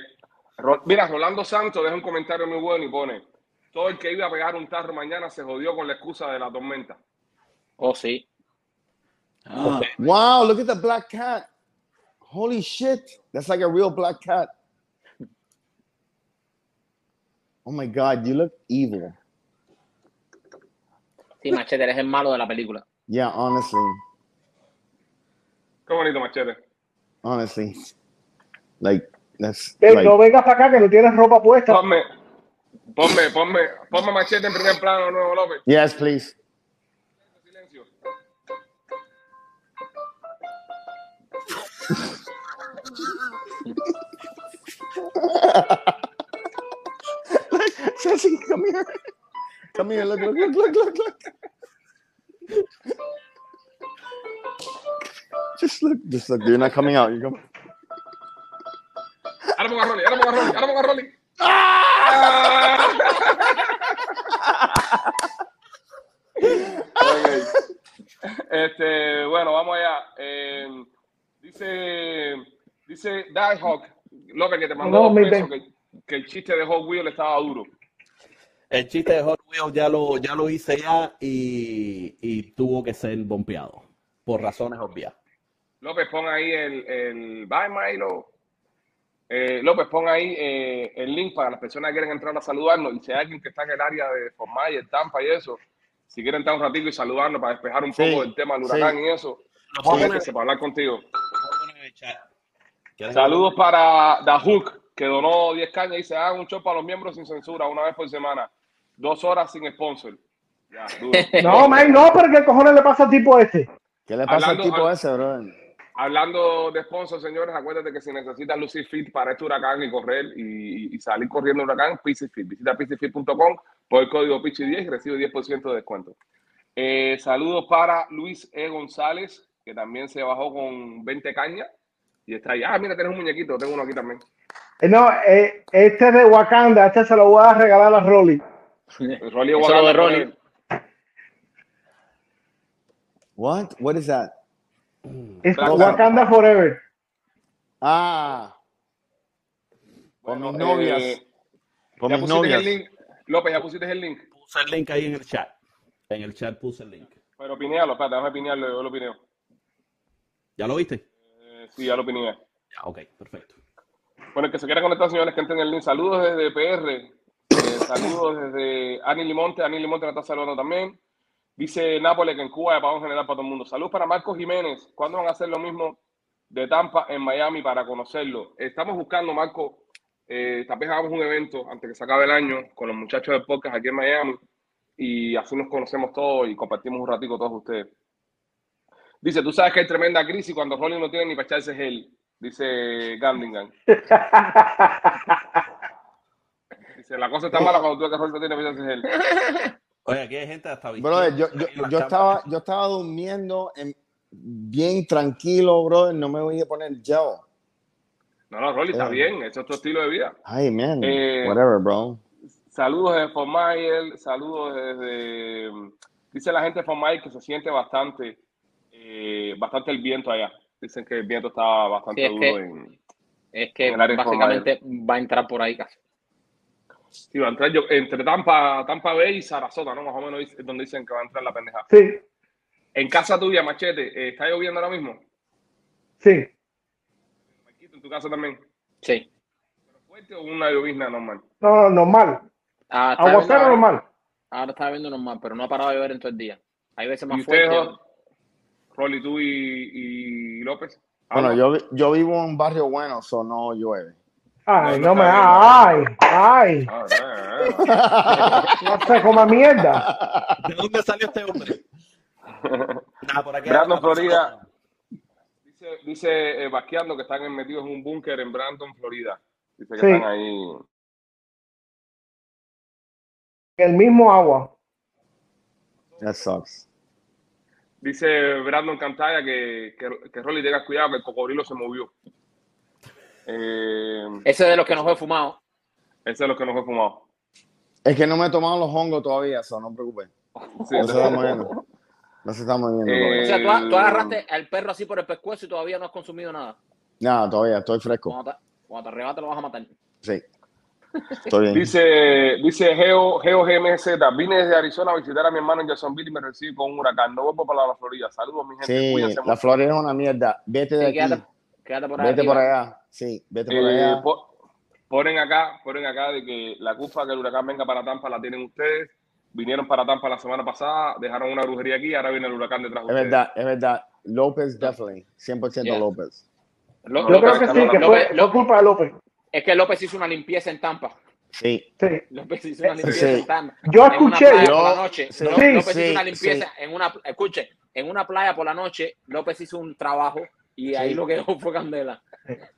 [SPEAKER 1] Ro- Mira, Rolando Santos deja un comentario muy bueno y pone: Todo el que iba a pegar un tarro mañana se jodió con la excusa de la tormenta.
[SPEAKER 2] Oh, sí.
[SPEAKER 4] Wow, look at the black cat. Holy shit. That's like a real black cat. Oh my God, you look evil.
[SPEAKER 2] Sí, Machete, eres el malo de la película.
[SPEAKER 4] Yeah, honestly.
[SPEAKER 1] Qué bonito, Machete.
[SPEAKER 4] Honestly. Like, that's.
[SPEAKER 3] Ven,
[SPEAKER 4] like-
[SPEAKER 3] no vengas para acá que no tienes ropa puesta.
[SPEAKER 1] Ponme, ponme, ponme, ponme Machete en primer plano, nuevo López.
[SPEAKER 4] yes, please.
[SPEAKER 1] Silencio.
[SPEAKER 4] Jesse, come here. Come here. Look, look, look, look, look, look. Just look, just look. You're not coming out. You're coming.
[SPEAKER 1] Ahora pongo a Rolly, ahora pongo a Rolly, ahora pongo a Rolly. ¡Ah! Ok. Este, bueno, vamos allá. Eh, dice, dice Die Hawk, López, que te mandó
[SPEAKER 3] No,
[SPEAKER 1] dos
[SPEAKER 3] mi
[SPEAKER 1] pesos,
[SPEAKER 3] pe-
[SPEAKER 1] que, que el chiste de Hot Wheels estaba duro.
[SPEAKER 5] el chiste de Hot Wheels ya lo, ya lo hice ya y, y tuvo que ser bombeado por razones obvias.
[SPEAKER 1] López, pon ahí el, el Bye Milo. Eh, López, pon ahí eh, el link para las personas que quieren entrar a saludarnos. Y si hay alguien que está en el área de Formá y el Tampa y eso, si quieren entrar un ratito y saludarnos para despejar un
[SPEAKER 4] Sí,
[SPEAKER 1] poco del tema del huracán y eso,
[SPEAKER 5] Los
[SPEAKER 1] conéctese para hablar contigo. Saludos para The Hook, que donó 10 cañas y se haga un show para los miembros sin censura una vez por semana. Dos horas sin sponsor. Ya, duro.
[SPEAKER 3] No, man, no, pero ¿qué cojones le pasa al tipo este?
[SPEAKER 4] ¿Qué le pasa al
[SPEAKER 1] Hablando-
[SPEAKER 4] tipo
[SPEAKER 1] hab-
[SPEAKER 4] ese, bro?
[SPEAKER 1] Hablando de sponsors, señores, acuérdate que si necesitas lucir fit para este huracán y correr y, y salir corriendo el huracán, Pizzi Fit. Visita pizzifit.com por el código PICHI10 y recibe 10% de descuento. Eh, saludos para Luis E. González, que también se bajó con 20 cañas y está ahí. Ah, mira, tienes un muñequito, tengo uno aquí también.
[SPEAKER 3] Eh, No, eh, este es de Wakanda, este se lo voy a regalar a Rolly.
[SPEAKER 1] Rolly
[SPEAKER 2] Eso
[SPEAKER 1] Guadalajara.
[SPEAKER 2] lo de Rolly.
[SPEAKER 4] What? What is that?
[SPEAKER 3] Es
[SPEAKER 1] Claro.
[SPEAKER 3] Wakanda Forever.
[SPEAKER 4] Ah, con
[SPEAKER 1] Bueno,
[SPEAKER 4] mis
[SPEAKER 1] eh,
[SPEAKER 4] novias. con
[SPEAKER 1] ya
[SPEAKER 4] mis
[SPEAKER 1] pusiste
[SPEAKER 4] novias.
[SPEAKER 1] el link. López, ya pusiste el link.
[SPEAKER 5] Puse el link ahí en el chat. En el chat puse el link.
[SPEAKER 1] Pero pinealo, espérate, déjame pinearlo, yo lo pineo.
[SPEAKER 5] ¿Ya lo viste?
[SPEAKER 1] Eh, sí, ya lo pineé.
[SPEAKER 5] Ya, ok, perfecto.
[SPEAKER 1] Bueno, el que se quiera conectar, señores, que entren en el link. Saludos desde PR. eh, saludos desde Ani Limonte. Ani Limonte nos está saludando también. Dice Nápoles que en Cuba hay apagón general para todo el mundo. Saludos para Marcos Jiménez. ¿Cuándo van a hacer lo mismo de Tampa en Miami para conocerlo? Estamos buscando, Marco. eh, tal vez hagamos un evento antes que se acabe el año con los muchachos del podcast aquí en Miami y así nos conocemos todos y compartimos un ratico todos ustedes. Dice, tú sabes que hay tremenda crisis cuando Rolling no tiene ni para echarse gel, dice Gandingan. Dice, la cosa está mala cuando tú ves que Rolly no tiene para echarse gel.
[SPEAKER 5] Oye, aquí hay gente hasta
[SPEAKER 4] Brother, yo,
[SPEAKER 5] vistiendo
[SPEAKER 4] yo,
[SPEAKER 5] ahí las
[SPEAKER 4] yo
[SPEAKER 5] cámaras.
[SPEAKER 4] estaba, yo estaba durmiendo en- bien tranquilo, brother. No me voy a poner gel.
[SPEAKER 1] No, no, Rolly, está bien. Eso es tu estilo de vida.
[SPEAKER 4] Hey, man.
[SPEAKER 1] Eh,
[SPEAKER 4] Whatever, bro.
[SPEAKER 1] Saludos desde Formayer, saludos desde... Dice la gente de Formayer que se siente bastante, eh, bastante el viento allá. Dicen que el viento está bastante
[SPEAKER 2] Sí, es
[SPEAKER 1] duro.
[SPEAKER 2] que-
[SPEAKER 1] en-
[SPEAKER 2] Es que
[SPEAKER 1] En el área
[SPEAKER 2] básicamente va a entrar por ahí casi.
[SPEAKER 1] sí, va a entrar yo- entre Tampa, Tampa Bay y Sarasota, ¿no? Más o menos dice- donde dicen que va a entrar la pendeja.
[SPEAKER 3] Sí,
[SPEAKER 1] En casa tuya, Machete, eh, ¿está lloviendo ahora mismo?
[SPEAKER 3] sí.
[SPEAKER 1] Marquito, en tu casa también.
[SPEAKER 2] Sí.
[SPEAKER 1] ¿Fuerte o una llovizna normal?
[SPEAKER 3] No, no, normal.
[SPEAKER 2] Ah, está
[SPEAKER 3] Aguacero
[SPEAKER 2] lloviendo ahora.
[SPEAKER 3] normal.
[SPEAKER 2] Ahora está viendo normal, pero no ha parado de llover en todo el día. Hay veces
[SPEAKER 1] ¿Y
[SPEAKER 2] más
[SPEAKER 1] ustedes,
[SPEAKER 2] fuerte.
[SPEAKER 1] dos? Rolly, tú y, y López? Ah,
[SPEAKER 4] Bueno,
[SPEAKER 1] Habla.
[SPEAKER 4] yo, vi- yo vivo en un barrio bueno, so no llueve.
[SPEAKER 3] Ay,
[SPEAKER 1] No, no
[SPEAKER 3] no me.
[SPEAKER 1] está
[SPEAKER 3] Ay, ay.
[SPEAKER 1] Ah, ah, ah.
[SPEAKER 3] No se coma mierda.
[SPEAKER 5] ¿De dónde salió este hombre? Nada, por aquí.
[SPEAKER 1] Brandon,
[SPEAKER 5] hay una persona-
[SPEAKER 1] Florida. Dice, dice eh, Basqueando que están en- metidos en un búnker en Brandon, Florida. Dice que
[SPEAKER 3] Sí.
[SPEAKER 1] están ahí.
[SPEAKER 3] El mismo agua.
[SPEAKER 4] That sucks.
[SPEAKER 1] Dice Brandon Cantaya que, que, que Rolly tenga cuidado que el cocodrilo se movió. Eh,
[SPEAKER 2] Ese es de los que nos he fumado.
[SPEAKER 1] ese es lo que nos he fumado.
[SPEAKER 4] Es que no me he tomado los hongos todavía, so no te preocupes.
[SPEAKER 1] Sí,
[SPEAKER 4] No se está
[SPEAKER 1] ese-
[SPEAKER 4] moviendo. No se está moviendo
[SPEAKER 1] Eh,
[SPEAKER 2] O
[SPEAKER 4] todavía.
[SPEAKER 2] sea, tú, a- tú agarraste al perro así por el pescuezo y todavía no has consumido nada.
[SPEAKER 4] Nada, todavía estoy fresco.
[SPEAKER 2] Cuando te, cuando te arrebate lo vas a matar.
[SPEAKER 4] Sí. Estoy bien.
[SPEAKER 1] Dice, dice Geo, Geo GMZ, vine desde Arizona a visitar a mi hermano en Jacksonville y me recibe con un huracán. No vuelvo para la Florida. Saludos, mi gente.
[SPEAKER 4] Sí,
[SPEAKER 1] Cuídense
[SPEAKER 4] la
[SPEAKER 1] mucho.
[SPEAKER 4] Florida es una mierda. Vete de
[SPEAKER 2] Sí,
[SPEAKER 4] aquí.
[SPEAKER 2] quédate, quédate por ahí.
[SPEAKER 4] Vete por allá. Sí, vete por
[SPEAKER 1] Eh,
[SPEAKER 4] allá.
[SPEAKER 1] po- ponen acá, ponen acá de que la culpa que el huracán venga para Tampa la tienen ustedes. Vinieron para Tampa la semana pasada, dejaron una brujería aquí, ahora viene el huracán detrás de
[SPEAKER 4] Es
[SPEAKER 1] ustedes.
[SPEAKER 4] verdad, es verdad. López, definitely. 100%
[SPEAKER 2] Yeah.
[SPEAKER 4] López.
[SPEAKER 1] No,
[SPEAKER 3] Yo creo que
[SPEAKER 1] está- eh. no,
[SPEAKER 3] sí,
[SPEAKER 1] no,
[SPEAKER 3] que
[SPEAKER 1] no,
[SPEAKER 3] fue,
[SPEAKER 2] López,
[SPEAKER 3] fue culpa de López.
[SPEAKER 2] Es que López hizo una limpieza en Tampa.
[SPEAKER 4] Sí.
[SPEAKER 3] Sí.
[SPEAKER 2] López hizo una
[SPEAKER 3] Sí.
[SPEAKER 2] limpieza en Tampa.
[SPEAKER 3] Yo
[SPEAKER 2] En una
[SPEAKER 3] escuché.
[SPEAKER 2] playa
[SPEAKER 4] Yo-
[SPEAKER 2] por la noche.
[SPEAKER 4] sí,
[SPEAKER 2] Ló-
[SPEAKER 4] sí,
[SPEAKER 2] López hizo una
[SPEAKER 4] sí.
[SPEAKER 2] limpieza en una. Escuche, en una playa por la noche, López hizo un trabajo y ahí
[SPEAKER 4] Sí.
[SPEAKER 2] lo que dejó fue candela.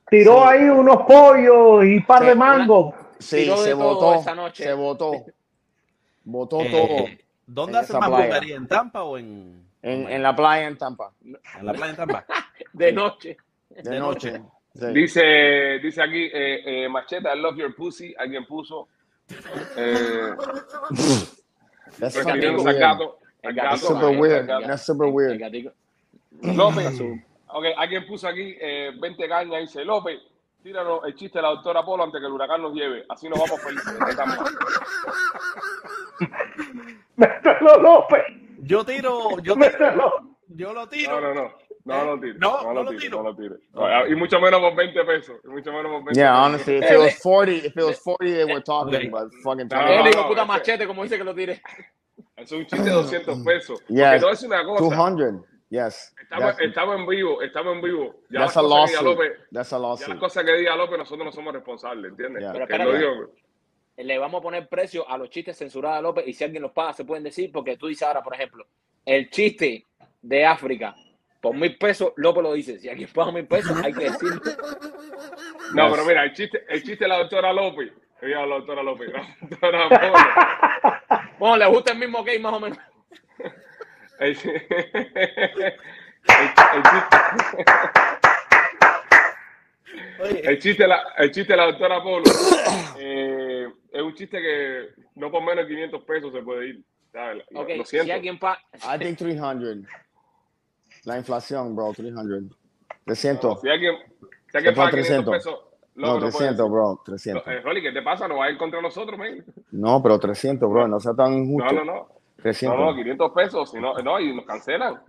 [SPEAKER 3] Tiró ahí unos pollos y par
[SPEAKER 4] Sí,
[SPEAKER 3] de
[SPEAKER 4] una-
[SPEAKER 3] mangos.
[SPEAKER 4] Sí,
[SPEAKER 2] Tiró de
[SPEAKER 4] se
[SPEAKER 2] todo
[SPEAKER 4] votó.
[SPEAKER 2] esa noche.
[SPEAKER 4] Se votó. Votó
[SPEAKER 5] Eh,
[SPEAKER 4] todo.
[SPEAKER 5] ¿Dónde
[SPEAKER 4] en
[SPEAKER 5] hace
[SPEAKER 4] esa
[SPEAKER 5] más
[SPEAKER 4] playa.
[SPEAKER 5] brujería? ¿En Tampa o en.?
[SPEAKER 1] eh.
[SPEAKER 4] En, en la playa en Tampa.
[SPEAKER 5] en la playa en Tampa.
[SPEAKER 2] De noche.
[SPEAKER 4] De noche. Sí.
[SPEAKER 1] Dice, dice aquí, eh, eh, Macheta, I love your pussy. Alguien puso. Eh,
[SPEAKER 4] That's
[SPEAKER 2] El
[SPEAKER 4] fucking
[SPEAKER 1] refiriéndose al
[SPEAKER 2] gatito.
[SPEAKER 4] weird.
[SPEAKER 1] gato. al
[SPEAKER 2] El
[SPEAKER 1] gato,
[SPEAKER 4] That's
[SPEAKER 2] gatito,
[SPEAKER 1] al
[SPEAKER 4] super
[SPEAKER 1] gato,
[SPEAKER 4] weird.
[SPEAKER 1] al gato.
[SPEAKER 4] That's super
[SPEAKER 2] El
[SPEAKER 4] weird.
[SPEAKER 2] gatico.
[SPEAKER 1] López. Ok, alguien puso aquí eh, 20 cañas. Dice López, tíranos el chiste de la doctora Polo antes que el huracán nos lleve. Así nos vamos felices. de Tampa.
[SPEAKER 3] Mételo, López.
[SPEAKER 5] Yo tiro, yo tiro,
[SPEAKER 3] Mételo.
[SPEAKER 5] yo lo
[SPEAKER 1] No,
[SPEAKER 5] tiro.
[SPEAKER 1] no,
[SPEAKER 5] ¿Eh?
[SPEAKER 1] no. No lo tires.
[SPEAKER 5] No,
[SPEAKER 1] No,
[SPEAKER 5] no
[SPEAKER 1] lo
[SPEAKER 5] lo
[SPEAKER 1] tires.
[SPEAKER 5] tiro.
[SPEAKER 1] No lo tires. No, ah, Y mucho menos por 20 pesos. Y mucho menos por 20
[SPEAKER 4] Yeah,
[SPEAKER 1] pesos.
[SPEAKER 4] honestly, if it was
[SPEAKER 1] Eh,
[SPEAKER 4] 40, if it was 40, they were
[SPEAKER 5] Okay.
[SPEAKER 4] talking, but fucking
[SPEAKER 1] No,
[SPEAKER 2] El
[SPEAKER 4] 20.
[SPEAKER 2] hijo Eh, puta
[SPEAKER 1] ese-
[SPEAKER 2] machete, como dice que lo tire.
[SPEAKER 1] Eso es un chiste de 200 pesos.
[SPEAKER 4] Mm. Yeah.
[SPEAKER 1] Porque te voy a decir una cosa.
[SPEAKER 4] 200. Yes.
[SPEAKER 1] Estamos,
[SPEAKER 4] That's,
[SPEAKER 1] estamos en vivo. Estamos en vivo. Ya las
[SPEAKER 4] that's a
[SPEAKER 1] cosas que diga
[SPEAKER 4] lawsuit.
[SPEAKER 1] López,
[SPEAKER 4] That's a
[SPEAKER 1] ya las
[SPEAKER 4] lawsuit.
[SPEAKER 1] cosas que diga López, nosotros no somos responsables, ¿entiendes?
[SPEAKER 4] Yeah.
[SPEAKER 2] Pero
[SPEAKER 1] Que
[SPEAKER 2] espérate.
[SPEAKER 1] lo digo.
[SPEAKER 2] le vamos a poner precio a los chistes censurados a López y si alguien los paga se pueden decir porque tú dices ahora, por ejemplo, el chiste de África por mil pesos, López lo dice. Si alguien paga mil pesos, hay que decirlo.
[SPEAKER 1] No,
[SPEAKER 4] Yes.
[SPEAKER 1] pero mira, el chiste, el chiste de la doctora López. Yo digo la doctora López. La doctora Polo.
[SPEAKER 2] Bueno, le gusta el mismo game más o menos.
[SPEAKER 1] El, chi- el chiste,
[SPEAKER 5] Oye,
[SPEAKER 1] el chiste de la, el chiste de la doctora Polo eh, es un chiste que no por menos de 500 pesos se puede ir. ¿sabes? Lo-
[SPEAKER 2] Ok,
[SPEAKER 1] lo
[SPEAKER 2] si
[SPEAKER 1] siento.
[SPEAKER 2] alguien paga...
[SPEAKER 4] I think 300. La inflación, bro, 300.
[SPEAKER 1] No,
[SPEAKER 4] 300.
[SPEAKER 1] si alguien, si alguien
[SPEAKER 4] Se
[SPEAKER 1] paga
[SPEAKER 4] pone
[SPEAKER 1] 500
[SPEAKER 4] 300.
[SPEAKER 1] pesos,
[SPEAKER 4] No,
[SPEAKER 1] loco, no puede
[SPEAKER 4] 300, bro,
[SPEAKER 1] decir.
[SPEAKER 4] 300.
[SPEAKER 1] Eh, Rolly, ¿qué te pasa? ¿No va a ir contra nosotros, men?
[SPEAKER 4] No, pero 300, bro, no sea tan
[SPEAKER 1] No, no,
[SPEAKER 4] injusto.
[SPEAKER 1] no. No, no,
[SPEAKER 4] 300.
[SPEAKER 1] 500 pesos, si no, no, y nos cancelan.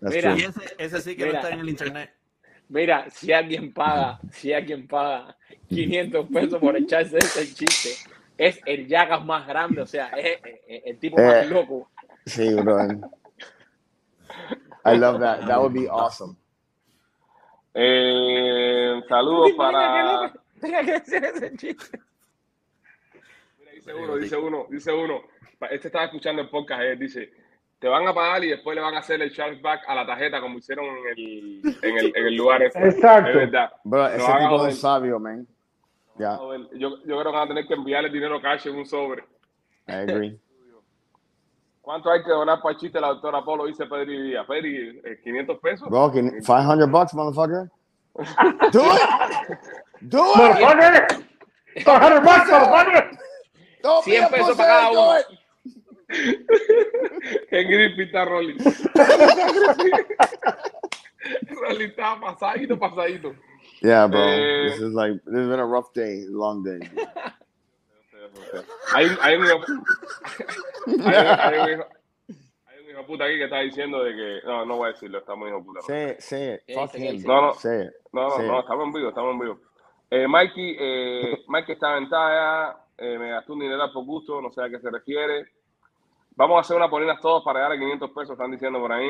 [SPEAKER 4] That's
[SPEAKER 2] Mira.
[SPEAKER 4] true.
[SPEAKER 5] y ese, ese sí que
[SPEAKER 2] Mira.
[SPEAKER 5] no está en el internet.
[SPEAKER 2] Mira, si alguien paga, si alguien paga 500 pesos por echarse ese chiste, es el Yagas más grande, o sea, es el, el- el tipo más
[SPEAKER 4] Eh.
[SPEAKER 2] loco.
[SPEAKER 4] Sí, bro. I love that. That would be awesome.
[SPEAKER 1] Eh, saludos para.
[SPEAKER 2] Tenga que decir ese chiste.
[SPEAKER 1] Mira, dice uno, dice uno, dice uno. Pa- Este estaba escuchando el podcast, eh, dice, te van a pagar y después le van a hacer el chargeback a la tarjeta como hicieron en el, en el, en el lugar ese.
[SPEAKER 3] Exacto.
[SPEAKER 1] Es verdad.
[SPEAKER 4] Bro,
[SPEAKER 1] Lo
[SPEAKER 4] ese
[SPEAKER 1] van a
[SPEAKER 4] tipo es
[SPEAKER 1] joder.
[SPEAKER 4] un sabio, man. Yeah,
[SPEAKER 1] Joder, Yo, yo creo que van a tener que enviarle dinero cash en un sobre.
[SPEAKER 4] I agree.
[SPEAKER 1] ¿Cuánto hay que donar para el chiste de la doctora Polo? Dice Pedri Díaz. Pedri, eh, 500 pesos.
[SPEAKER 4] Bro, can- 500 bucks, motherfucker. Do it. Do it.
[SPEAKER 3] ¡Motherfucker! ¡200 bucks, motherfucker!
[SPEAKER 4] Don't be
[SPEAKER 2] 100
[SPEAKER 4] a
[SPEAKER 2] pesos
[SPEAKER 4] pussy
[SPEAKER 2] para cada
[SPEAKER 4] and do
[SPEAKER 2] uno.
[SPEAKER 4] it.
[SPEAKER 1] Que Griffith está Rolling. Rolling está pasadito, pasadito.
[SPEAKER 4] Yeah, bro.
[SPEAKER 1] Eh.
[SPEAKER 4] This is like this has been a rough day, long day.
[SPEAKER 1] Hay, un- hay un hijo, hay, un- hay un hijo, hay un hijo puta aquí que está diciendo de que. No, no voy a decirlo, estamos hijo puta.
[SPEAKER 4] Say it, say it.
[SPEAKER 2] Yeah,
[SPEAKER 4] Fuck
[SPEAKER 2] say it,
[SPEAKER 4] him.
[SPEAKER 2] say
[SPEAKER 1] it.
[SPEAKER 4] Say it.
[SPEAKER 1] No, no,
[SPEAKER 4] Sí.
[SPEAKER 1] no, estamos en vivo, estamos en vivo. Eh, Mikey, eh, Mikey está en talla, eh, me gastó un dinero por gusto, no sé a qué se refiere. Vamos a hacer una polina todos para llegar a 500 pesos, están diciendo por ahí.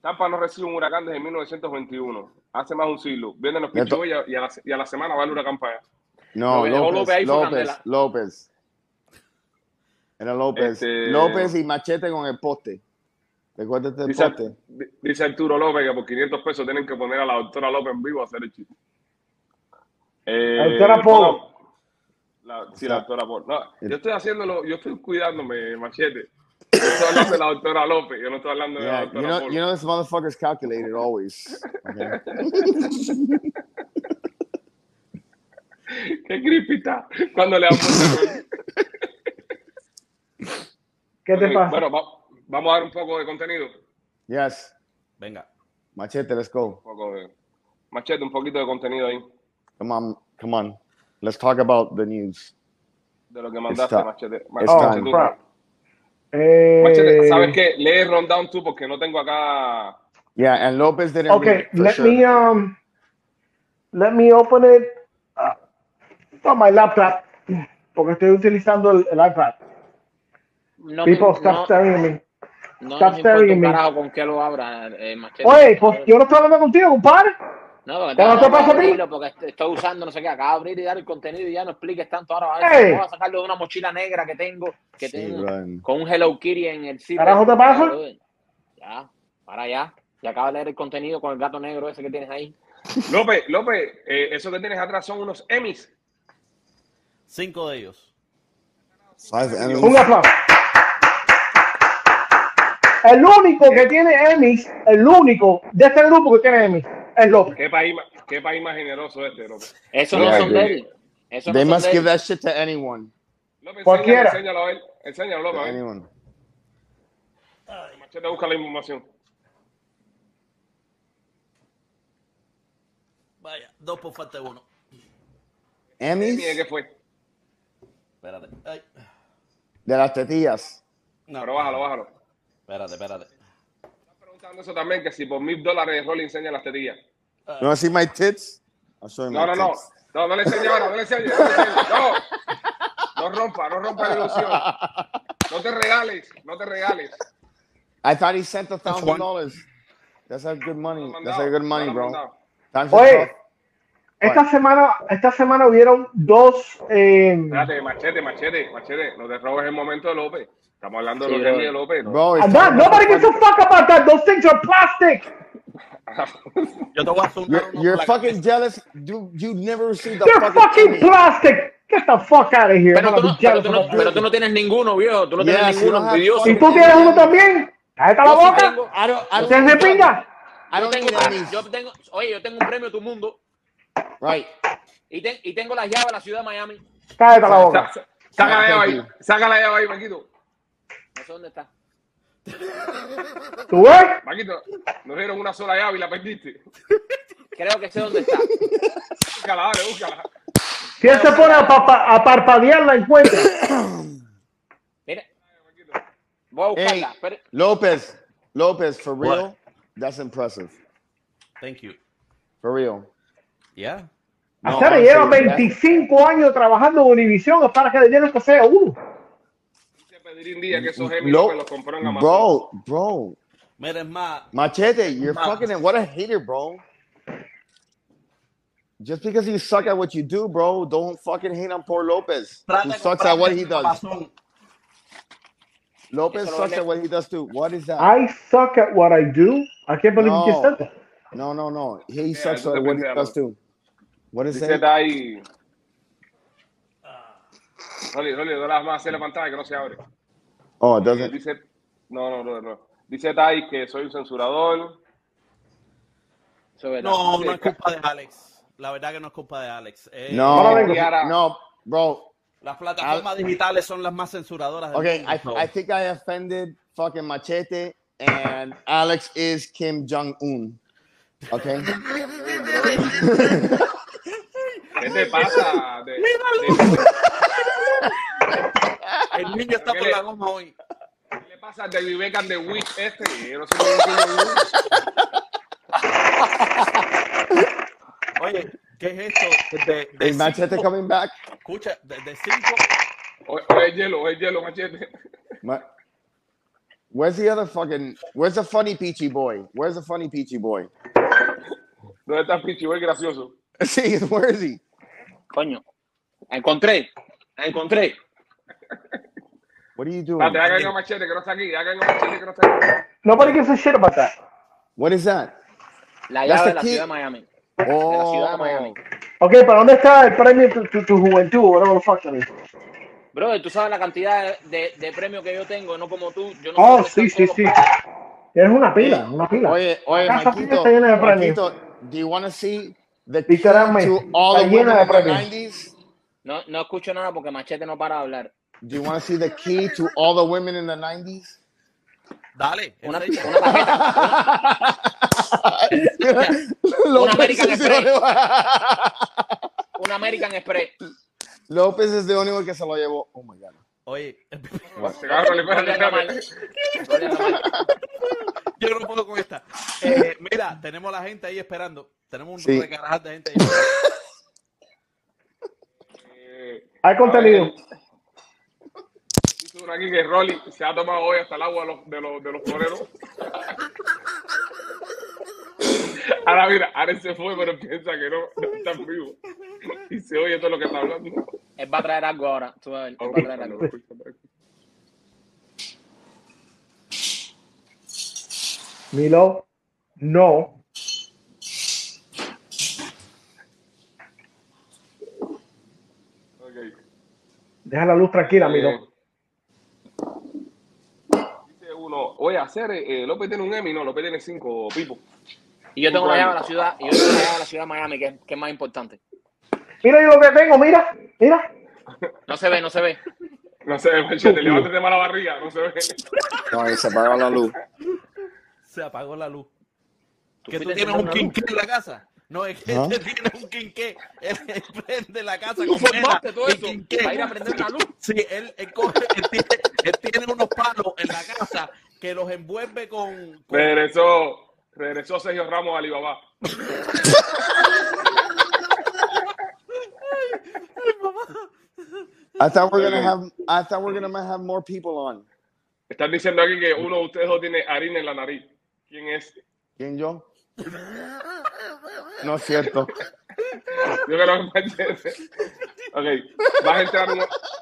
[SPEAKER 1] Tampa no recibe un huracán desde 1921, hace más de un siglo. Vienen los
[SPEAKER 4] Ya
[SPEAKER 1] pinchos
[SPEAKER 4] to-
[SPEAKER 1] y, a- y a la, se- y a la semana va el huracán para allá.
[SPEAKER 4] No,
[SPEAKER 2] Lo
[SPEAKER 1] eh,
[SPEAKER 2] que dejó López ahí
[SPEAKER 4] López,
[SPEAKER 2] fue
[SPEAKER 4] López,
[SPEAKER 2] Candela.
[SPEAKER 4] López. Era López.
[SPEAKER 1] Este-
[SPEAKER 4] López y machete con el poste. Recuérdate el
[SPEAKER 1] Dice,
[SPEAKER 4] poste.
[SPEAKER 1] di- dice Arturo López que por 500 pesos tienen que poner a la doctora López en vivo a hacer el chiste. Eh,
[SPEAKER 3] Doctora Paul.
[SPEAKER 1] La, sí, la doctora Paul. No, yo estoy haciéndolo, yo estoy cuidándome, machete. Yo estoy hablando de la doctora López, yo no estoy hablando de la
[SPEAKER 4] Yeah, you
[SPEAKER 1] doctora
[SPEAKER 4] know,
[SPEAKER 1] Paul.
[SPEAKER 4] you know this motherfucker's calculated always. Okay.
[SPEAKER 1] Qué gripita. Cuando le damos
[SPEAKER 3] ¿Qué te pasa?
[SPEAKER 1] Bueno, va- vamos a dar un poco de contenido. Un
[SPEAKER 4] Yes,
[SPEAKER 5] Venga.
[SPEAKER 4] machete, let's go.
[SPEAKER 1] poco de- Machete, un poquito de contenido ahí.
[SPEAKER 4] Come on, come on. Let's talk about the news.
[SPEAKER 1] De lo que mandaste,
[SPEAKER 4] Está-
[SPEAKER 1] Machete.
[SPEAKER 4] está-
[SPEAKER 3] oh,
[SPEAKER 1] Machete, tú-
[SPEAKER 3] crap. Eh,
[SPEAKER 1] Machete, ¿sabes qué? Lee Rundown tú porque no tengo acá.
[SPEAKER 4] Yeah, and Lopez didn't. read
[SPEAKER 3] Okay,
[SPEAKER 4] it, for
[SPEAKER 3] let
[SPEAKER 4] sure.
[SPEAKER 3] me um, let me open it uh, on my laptop porque estoy utilizando el, el iPad.
[SPEAKER 2] No, me-
[SPEAKER 3] People, stop
[SPEAKER 2] no-
[SPEAKER 3] staring at me.
[SPEAKER 2] no
[SPEAKER 3] stop
[SPEAKER 2] nos importa
[SPEAKER 3] staring
[SPEAKER 2] un
[SPEAKER 3] me.
[SPEAKER 2] carajo con qué lo abra, eh, machete.
[SPEAKER 3] Oye, pues yo no estoy hablando contigo, compadre.
[SPEAKER 2] No, porque
[SPEAKER 3] Cuando
[SPEAKER 2] tengo
[SPEAKER 3] te
[SPEAKER 2] que
[SPEAKER 3] pasa a ti.
[SPEAKER 2] abrirlo porque est- estoy usando, no sé qué, acabo de abrir y dar el contenido y ya no expliques tanto ahora. A ver,
[SPEAKER 3] Ey.
[SPEAKER 2] si voy a sacarlo de una mochila negra que tengo, que
[SPEAKER 4] Sí,
[SPEAKER 2] tengo
[SPEAKER 4] brother.
[SPEAKER 2] con un Hello Kitty en el sitio.
[SPEAKER 3] Carajo, ¿te pasa?
[SPEAKER 2] Ya, para ya. Y acabo de leer el contenido con el gato negro ese que tienes ahí.
[SPEAKER 1] López, López, eh, eso que tienes atrás son unos Emmys.
[SPEAKER 5] Cinco de ellos.
[SPEAKER 4] Five enemies.
[SPEAKER 3] Un aplauso. El único que tiene Emmys, el único de este grupo que tiene Emmys, es López.
[SPEAKER 1] ¿Qué país, ma- qué país más generoso este, López?
[SPEAKER 2] Eso
[SPEAKER 4] Yeah,
[SPEAKER 2] no son
[SPEAKER 4] dude.
[SPEAKER 2] de él. Eso
[SPEAKER 4] They
[SPEAKER 2] no
[SPEAKER 4] must
[SPEAKER 2] son de
[SPEAKER 4] give
[SPEAKER 2] él.
[SPEAKER 4] that shit to anyone.
[SPEAKER 1] López,
[SPEAKER 3] Cualquiera.
[SPEAKER 1] enséñalo, enséñalo a él. Enséñalo,
[SPEAKER 4] To
[SPEAKER 1] López. a ver.
[SPEAKER 4] anyone.
[SPEAKER 1] Machete busca la información.
[SPEAKER 5] Vaya, dos por falta de uno.
[SPEAKER 1] Emmy, ¿de qué
[SPEAKER 4] Emmys
[SPEAKER 1] fue?
[SPEAKER 5] Espérate. Ay.
[SPEAKER 4] de las tetillas.
[SPEAKER 5] No.
[SPEAKER 1] Pero bájalo, bájalo. Están
[SPEAKER 5] Espérate, espérate.
[SPEAKER 1] preguntando eso también, que si por mil dólares Rolly enseña las tetillas.
[SPEAKER 4] You want to see my tits? I'll show you my
[SPEAKER 1] No, no, no.
[SPEAKER 4] tits.
[SPEAKER 1] No, no le enseñe ahora, no le enseñe. No, le enseñe. no. No rompa, no rompa la ilusión. No te regales, no te regales.
[SPEAKER 4] I thought he sent a thousand
[SPEAKER 5] one.
[SPEAKER 4] dollars. That's a good money.
[SPEAKER 1] Mandado,
[SPEAKER 4] That's a good money,
[SPEAKER 1] no lo han
[SPEAKER 4] bro.
[SPEAKER 1] mandado.
[SPEAKER 4] Times are
[SPEAKER 3] Oye,
[SPEAKER 4] tough.
[SPEAKER 3] esta semana, esta semana hubieron dos. em,
[SPEAKER 1] Espérate, machete, machete, machete. No te robes el momento de López. Estamos hablando de
[SPEAKER 2] Sí,
[SPEAKER 1] los
[SPEAKER 2] bro.
[SPEAKER 1] Emmys de López. ¿no?
[SPEAKER 4] Bro,
[SPEAKER 3] that,
[SPEAKER 4] it's not-
[SPEAKER 3] Ah, nobody gives a fuck about that. Those things are plastic.
[SPEAKER 5] Yo te voy a zumbar
[SPEAKER 4] You're,
[SPEAKER 5] unos
[SPEAKER 4] you're
[SPEAKER 5] placa-
[SPEAKER 4] fucking jealous. You, you never received a
[SPEAKER 3] They're
[SPEAKER 4] fucking
[SPEAKER 3] fucking
[SPEAKER 4] penny.
[SPEAKER 3] plastic. Get the fuck out of here.
[SPEAKER 2] Pero
[SPEAKER 3] I'm gonna
[SPEAKER 2] tú, no,
[SPEAKER 3] be
[SPEAKER 2] pero,
[SPEAKER 3] jealous
[SPEAKER 2] tú no,
[SPEAKER 3] about
[SPEAKER 2] pero
[SPEAKER 3] you.
[SPEAKER 2] tú no tienes ninguno, viejo. Tú no tienes
[SPEAKER 4] Yes, you
[SPEAKER 2] ninguno,
[SPEAKER 4] don't have
[SPEAKER 2] envidioso.
[SPEAKER 4] fucking-
[SPEAKER 3] ¿Y tú tienes uno también? ¡Cállate la
[SPEAKER 4] Yo sí
[SPEAKER 3] boca!
[SPEAKER 4] tengo- I don't, I don't,
[SPEAKER 3] ¡Ustedes de pinga!
[SPEAKER 4] I
[SPEAKER 2] Yo
[SPEAKER 4] don't
[SPEAKER 2] tengo,
[SPEAKER 4] need Emmys.
[SPEAKER 2] yo tengo, oye, yo tengo un premio Tu Mundo
[SPEAKER 4] Right.
[SPEAKER 2] y, ten- y tengo las llaves de la ciudad de Miami.
[SPEAKER 3] ¡Cállate la boca!
[SPEAKER 1] Sácala de ahí, sácala de ahí, Maquito.
[SPEAKER 2] No sé dónde está.
[SPEAKER 3] ¿Tú ves?
[SPEAKER 1] Paquito, nos dieron una sola llave y la perdiste.
[SPEAKER 2] Creo que sé dónde está.
[SPEAKER 1] Búscala, dale, búscala.
[SPEAKER 3] Si él se pone a, papa- a parpadear, la encuentra.
[SPEAKER 2] Mira, voy a buscarla.
[SPEAKER 4] Hey.
[SPEAKER 2] pero-
[SPEAKER 4] Lopez, Lopez, for
[SPEAKER 5] What?
[SPEAKER 4] real, that's impressive.
[SPEAKER 5] Thank you.
[SPEAKER 4] For real.
[SPEAKER 5] Yeah.
[SPEAKER 4] No,
[SPEAKER 3] Hasta le
[SPEAKER 4] honestly,
[SPEAKER 3] lleva
[SPEAKER 4] that-
[SPEAKER 3] 25 años trabajando en Univision es para que le llene que sea uno.
[SPEAKER 1] Te pediré un día que esos Emmy
[SPEAKER 4] Lo-
[SPEAKER 1] López los compró en Amazon.
[SPEAKER 4] bro, bro,
[SPEAKER 5] Mira, es más.
[SPEAKER 4] Machete, you're
[SPEAKER 5] Ma-
[SPEAKER 4] fucking what a hater, bro. Just because you suck at what you do, bro, don't fucking hate on poor Lopez. Who
[SPEAKER 5] Trata de
[SPEAKER 4] sucks at what he
[SPEAKER 5] comprarme
[SPEAKER 4] does.
[SPEAKER 5] Amazon.
[SPEAKER 4] Lopez
[SPEAKER 2] Eso lo
[SPEAKER 4] sucks
[SPEAKER 2] vende.
[SPEAKER 4] at what he does too. What is that?
[SPEAKER 3] I suck at what I do. I can't believe you
[SPEAKER 4] No.
[SPEAKER 3] just said that.
[SPEAKER 4] No, no, no. He
[SPEAKER 1] Yeah,
[SPEAKER 4] sucks
[SPEAKER 1] eso
[SPEAKER 4] at
[SPEAKER 1] te
[SPEAKER 4] what he
[SPEAKER 1] pendejo.
[SPEAKER 4] does too. What is
[SPEAKER 1] Dice
[SPEAKER 4] that?
[SPEAKER 1] ahí. Rolly, Rolly, no las más a hacer la pantalla que no se abre.
[SPEAKER 4] Oh, it doesn't.
[SPEAKER 1] Dice, no, no, no, no. Dice Tai que soy un censurador.
[SPEAKER 2] Eso es verdad.
[SPEAKER 5] No,
[SPEAKER 2] Sí,
[SPEAKER 5] no es culpa de Alex. La verdad que no es culpa de Alex. Eh,
[SPEAKER 4] No,
[SPEAKER 3] vengo.
[SPEAKER 4] no, bro.
[SPEAKER 5] Las plataformas digitales son las más censuradoras. del
[SPEAKER 4] Okay, I,
[SPEAKER 5] mundo.
[SPEAKER 4] I think I offended fucking Machete, and Alex is Kim Jong Un. Okay.
[SPEAKER 1] ¿Qué te pasa? De- de-
[SPEAKER 5] El niño está por la goma hoy.
[SPEAKER 1] ¿Qué le pasa al de Vivekan de Witch este? Yo no sé cómo decirlo, Witch.
[SPEAKER 5] Oye, ¿qué es esto? De, de
[SPEAKER 4] Is Machete
[SPEAKER 5] cinco-
[SPEAKER 4] coming back?
[SPEAKER 5] Escucha, de, de cinco.
[SPEAKER 1] O, o es hielo, o es hielo, machete.
[SPEAKER 4] Ma- Where's the other fucking? Where's the funny peachy boy? Where's the funny peachy boy?
[SPEAKER 1] ¿Dónde está Pichi? Es gracioso.
[SPEAKER 4] See, where is he?
[SPEAKER 2] Coño. La encontré. La encontré.
[SPEAKER 4] What are you doing?
[SPEAKER 1] Date, hagan a machete que no está aquí. Hagan a machete que no está aquí.
[SPEAKER 3] Nobody gives a shit about that.
[SPEAKER 4] What is that?
[SPEAKER 2] La
[SPEAKER 4] That's
[SPEAKER 2] llave
[SPEAKER 4] the
[SPEAKER 2] de la
[SPEAKER 4] key.
[SPEAKER 2] ciudad de Miami. ciudad de
[SPEAKER 4] Oh,
[SPEAKER 2] Miami.
[SPEAKER 3] Ok, pero ¿dónde está el premio tu, tu, tu juventud? Whatever the fuck that is.
[SPEAKER 2] Bro, tú sabes la cantidad de, de premios que yo tengo, no como tú. Yo no
[SPEAKER 3] Oh,
[SPEAKER 2] puedo
[SPEAKER 3] sí, sí,
[SPEAKER 2] estar
[SPEAKER 3] sí.
[SPEAKER 2] solo.
[SPEAKER 3] Tienes una pila, una pila.
[SPEAKER 4] oye, oye,
[SPEAKER 3] Casa
[SPEAKER 4] Marquito,
[SPEAKER 3] está llena de premios.
[SPEAKER 4] Marquito, do you want to see the key
[SPEAKER 3] Literalmente,
[SPEAKER 4] to all
[SPEAKER 3] está
[SPEAKER 4] the
[SPEAKER 3] llena
[SPEAKER 4] women
[SPEAKER 3] de
[SPEAKER 4] in the
[SPEAKER 3] premios.
[SPEAKER 4] 90s?
[SPEAKER 2] No, no escucho nada porque Machete no para de hablar.
[SPEAKER 4] Do you want to see the key to all the women in the 90s?
[SPEAKER 5] Dale.
[SPEAKER 2] Una,
[SPEAKER 5] enseña.
[SPEAKER 2] una tarjeta.
[SPEAKER 4] López
[SPEAKER 2] American
[SPEAKER 4] es el
[SPEAKER 2] Express.
[SPEAKER 4] único-
[SPEAKER 2] Un American Express.
[SPEAKER 4] López es el único que se lo llevó. Oh my God.
[SPEAKER 5] Oye,
[SPEAKER 1] Agárrale, espérate,
[SPEAKER 2] Ponle la mano.
[SPEAKER 1] espérate.
[SPEAKER 2] Ponle la mano.
[SPEAKER 5] yo no puedo con esta. Eh, mira, tenemos la gente ahí esperando. Tenemos un
[SPEAKER 4] Sí.
[SPEAKER 5] recarajal de gente ahí.
[SPEAKER 1] Eh,
[SPEAKER 3] Hay contenido.
[SPEAKER 1] dice uno aquí que Rolly se ha tomado hoy hasta el agua de los, de los, de los floreros. Ahora mira, ahora él se fue, pero piensa que no, no está vivo. Y se oye todo lo que está hablando.
[SPEAKER 2] Él va a traer algo ahora. Tú vas a ver. Él va a traer algo.
[SPEAKER 3] Milo, no.
[SPEAKER 1] Ok.
[SPEAKER 3] Deja la luz tranquila, Milo.
[SPEAKER 1] Eh, Dice uno, oye, hacer, eh, López tiene un Emmy, no, López tiene cinco, Pipo.
[SPEAKER 2] Y yo tengo la llave de la ciudad. Y yo tengo la llave de la ciudad de Miami, que, es- que es más importante.
[SPEAKER 3] Mira yo lo que tengo, mira, mira.
[SPEAKER 2] No se ve, no se ve.
[SPEAKER 1] No se ve, machete, levántate más la barriga, no se ve.
[SPEAKER 4] No, se apagó la luz.
[SPEAKER 5] Se apagó la luz.
[SPEAKER 2] Tú
[SPEAKER 5] ¿Que tú
[SPEAKER 2] fuiste
[SPEAKER 5] tienes
[SPEAKER 2] a
[SPEAKER 5] un
[SPEAKER 2] encender
[SPEAKER 5] quinqué en la casa? No, es que
[SPEAKER 4] ¿Ah?
[SPEAKER 5] tú tienes un quinqué. Él prende la casa
[SPEAKER 2] Tú
[SPEAKER 5] con vela
[SPEAKER 2] formaste todo
[SPEAKER 5] y
[SPEAKER 2] eso
[SPEAKER 5] quinqué.
[SPEAKER 2] para ir a prender la luz.
[SPEAKER 5] Sí, él, él coge, él tiene, él tiene unos palos en la casa que los envuelve con... con-
[SPEAKER 1] Regresó, regresó Sergio Ramos a Alibaba.
[SPEAKER 4] I thought we're gonna have I thought we're gonna have more people on.
[SPEAKER 1] Están diciendo aquí que uno de ustedes dos tiene harina en la nariz. ¿Quién es?
[SPEAKER 4] ¿Quién yo? No es cierto.
[SPEAKER 1] Yo creo que machete. Ok, vas a entrar, un-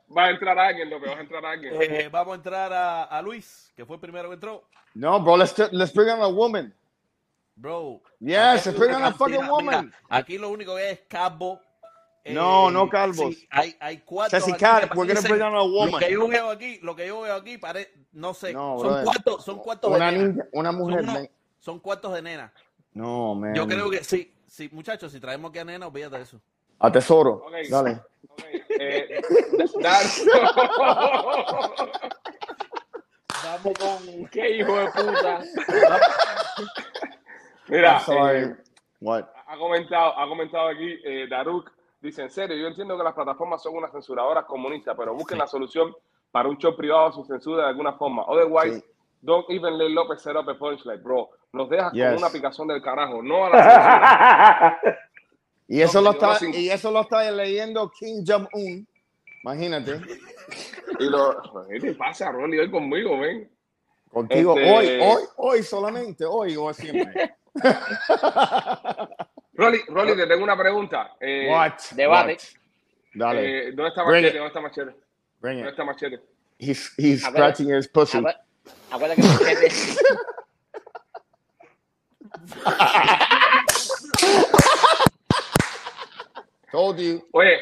[SPEAKER 1] vas a entrar alguien, López, vas a entrar alguien.
[SPEAKER 5] Eh, vamos a entrar a, a Luis, que fue el primero que entró.
[SPEAKER 4] No, bro, let's let's bring on a woman.
[SPEAKER 5] Bro.
[SPEAKER 4] Yes,
[SPEAKER 5] acá
[SPEAKER 4] se pegan
[SPEAKER 5] hay
[SPEAKER 4] a fucking
[SPEAKER 5] cantidad.
[SPEAKER 4] woman.
[SPEAKER 5] Mira, aquí lo único que es calvo. Eh,
[SPEAKER 4] No, no calvos.
[SPEAKER 5] sí, hay, hay cuatro.
[SPEAKER 4] Sassy Cat,
[SPEAKER 5] que
[SPEAKER 4] we're gonna
[SPEAKER 5] parecen-
[SPEAKER 4] bring on a
[SPEAKER 5] Lo
[SPEAKER 4] woman.
[SPEAKER 5] que yo veo aquí, lo que yo veo aquí, pare- no sé.
[SPEAKER 4] No,
[SPEAKER 5] son
[SPEAKER 4] brother.
[SPEAKER 5] cuartos, son cuartos
[SPEAKER 4] Una
[SPEAKER 5] de nena.
[SPEAKER 4] niña, una mujer.
[SPEAKER 5] son, uno-
[SPEAKER 4] ven.
[SPEAKER 5] son cuartos de nena.
[SPEAKER 4] No, man.
[SPEAKER 5] Yo creo que sí, sí, muchachos, si traemos aquí a nena, olvídate de eso.
[SPEAKER 4] A tesoro.
[SPEAKER 1] Ok.
[SPEAKER 4] Dale.
[SPEAKER 1] Ok, eh, Darso.
[SPEAKER 5] Vamos con.
[SPEAKER 2] ¡Qué hijo de puta!
[SPEAKER 1] Mira,
[SPEAKER 4] I'm sorry.
[SPEAKER 1] eh,
[SPEAKER 4] What?
[SPEAKER 1] ha comentado, ha comentado aquí eh, Daruk, dice, en serio, yo entiendo que las plataformas son unas censuradoras comunistas, pero busquen la solución para un show privado sin censura de alguna forma. Otherwise,
[SPEAKER 4] Sí.
[SPEAKER 1] don't even let López set up a punchline, bro. Nos dejas
[SPEAKER 4] Yes.
[SPEAKER 1] con una picazón del carajo, no a la censura.
[SPEAKER 4] Y eso,
[SPEAKER 1] No,
[SPEAKER 4] lo
[SPEAKER 1] me quedó
[SPEAKER 4] está,
[SPEAKER 1] sin-
[SPEAKER 4] y eso lo está leyendo King Jong-un. Imagínate.
[SPEAKER 1] y lo, ¿Qué te pasa, Rolly, hoy conmigo, ven?
[SPEAKER 4] Contigo
[SPEAKER 1] Este-
[SPEAKER 4] hoy, hoy, hoy solamente, hoy o siempre.
[SPEAKER 1] Rolly, Rolly, te tengo una pregunta. Eh,
[SPEAKER 4] What?
[SPEAKER 2] Debate.
[SPEAKER 4] What? Dale.
[SPEAKER 1] eh, ¿Dónde está
[SPEAKER 4] Bring
[SPEAKER 1] Machete?
[SPEAKER 4] it.
[SPEAKER 1] ¿Dónde está Machete?
[SPEAKER 4] Bring
[SPEAKER 1] ¿Dónde
[SPEAKER 4] it.
[SPEAKER 1] está Machete?
[SPEAKER 4] He's, he's
[SPEAKER 2] A ver.
[SPEAKER 4] scratching his pussy.
[SPEAKER 2] Acuérdate, acuérdate que Machete...
[SPEAKER 4] Told you.
[SPEAKER 1] Oye,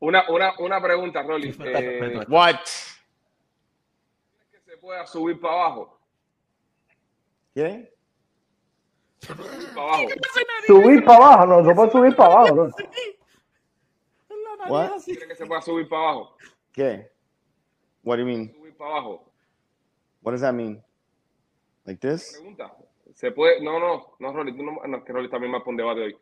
[SPEAKER 1] una, una, una pregunta, Rolly. Eh,
[SPEAKER 4] What?
[SPEAKER 1] ¿Se puede subir para abajo?
[SPEAKER 4] ¿Qué?
[SPEAKER 1] Para abajo.
[SPEAKER 3] Subir para abajo, no, no puedes subir para abajo. No.
[SPEAKER 4] What?
[SPEAKER 1] ¿Creen que se pueda subir para abajo?
[SPEAKER 4] ¿Qué? What do you mean?
[SPEAKER 1] Subir para abajo.
[SPEAKER 4] What does that mean? Like this?
[SPEAKER 1] Pregunta. Se puede. No, no, no, Rolly, tú no, no, que Rolly también más por un debate hoy.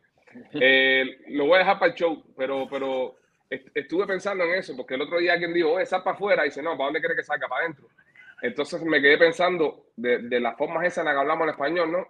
[SPEAKER 1] Eh, lo voy a dejar para el show, pero, pero est- estuve pensando en eso, porque el otro día alguien dijo, oye, sal para afuera, y dice, no, ¿para dónde crees que salga? Para adentro. Entonces me quedé pensando de, de las formas esas en las que hablamos en español, ¿no?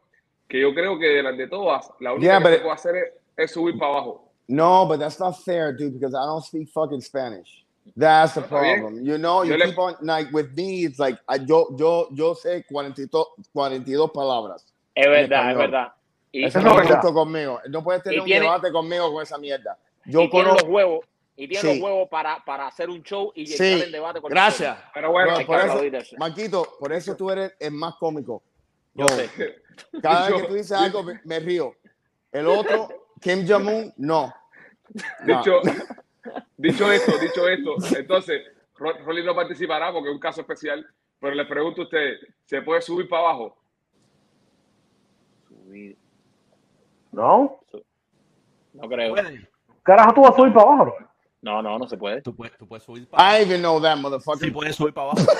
[SPEAKER 1] Que yo creo que de las de todas, la única
[SPEAKER 4] Yeah,
[SPEAKER 1] que
[SPEAKER 4] but-
[SPEAKER 1] se puede hacer es, es subir para abajo.
[SPEAKER 4] No, but that's not fair, dude, because I don't speak fucking Spanish. That's the
[SPEAKER 1] Está bien.
[SPEAKER 4] problem. You know, you
[SPEAKER 1] Yo le-
[SPEAKER 4] keep on like with me, it's like I yo yo yo sé 42, 42 palabras.
[SPEAKER 2] Es verdad, es
[SPEAKER 4] español.
[SPEAKER 2] verdad. Y,
[SPEAKER 4] Eso
[SPEAKER 3] es
[SPEAKER 4] no es
[SPEAKER 3] verdad.
[SPEAKER 4] justo conmigo. No puedes tener
[SPEAKER 2] Y
[SPEAKER 4] un
[SPEAKER 2] tiene-
[SPEAKER 4] debate conmigo con esa mierda.
[SPEAKER 2] y
[SPEAKER 4] Yo
[SPEAKER 2] tiene los
[SPEAKER 4] conozco.
[SPEAKER 2] huevos, y tiene
[SPEAKER 4] Sí.
[SPEAKER 2] los huevos para, para hacer un show y
[SPEAKER 4] Sí.
[SPEAKER 2] llegar en debate con
[SPEAKER 4] Gracias.
[SPEAKER 1] Pero bueno,
[SPEAKER 4] Bueno,
[SPEAKER 2] Hay que
[SPEAKER 4] por eso,
[SPEAKER 2] aplaudir eso.
[SPEAKER 4] Marquito, por eso tú eres el más cómico.
[SPEAKER 2] nosotros. Yo sé.
[SPEAKER 4] Cada vez
[SPEAKER 1] Yo-
[SPEAKER 4] que tú dices algo, me, me río. El otro, Kim Jong-un, no. No.
[SPEAKER 1] Dicho, dicho esto, dicho esto, entonces, Ro- Rolly no participará porque es un caso especial, pero les pregunto a ustedes, ¿se puede subir para abajo?
[SPEAKER 2] Subir,
[SPEAKER 3] No.
[SPEAKER 2] No creo.
[SPEAKER 5] Puede.
[SPEAKER 3] Carajo, tú vas a subir para abajo. bro.
[SPEAKER 2] No, no, no se puede.
[SPEAKER 5] Tú puedes, tú puedes subir para
[SPEAKER 4] I even know that
[SPEAKER 5] abajo. Sí
[SPEAKER 4] motherfucker.
[SPEAKER 5] puedes subir para abajo.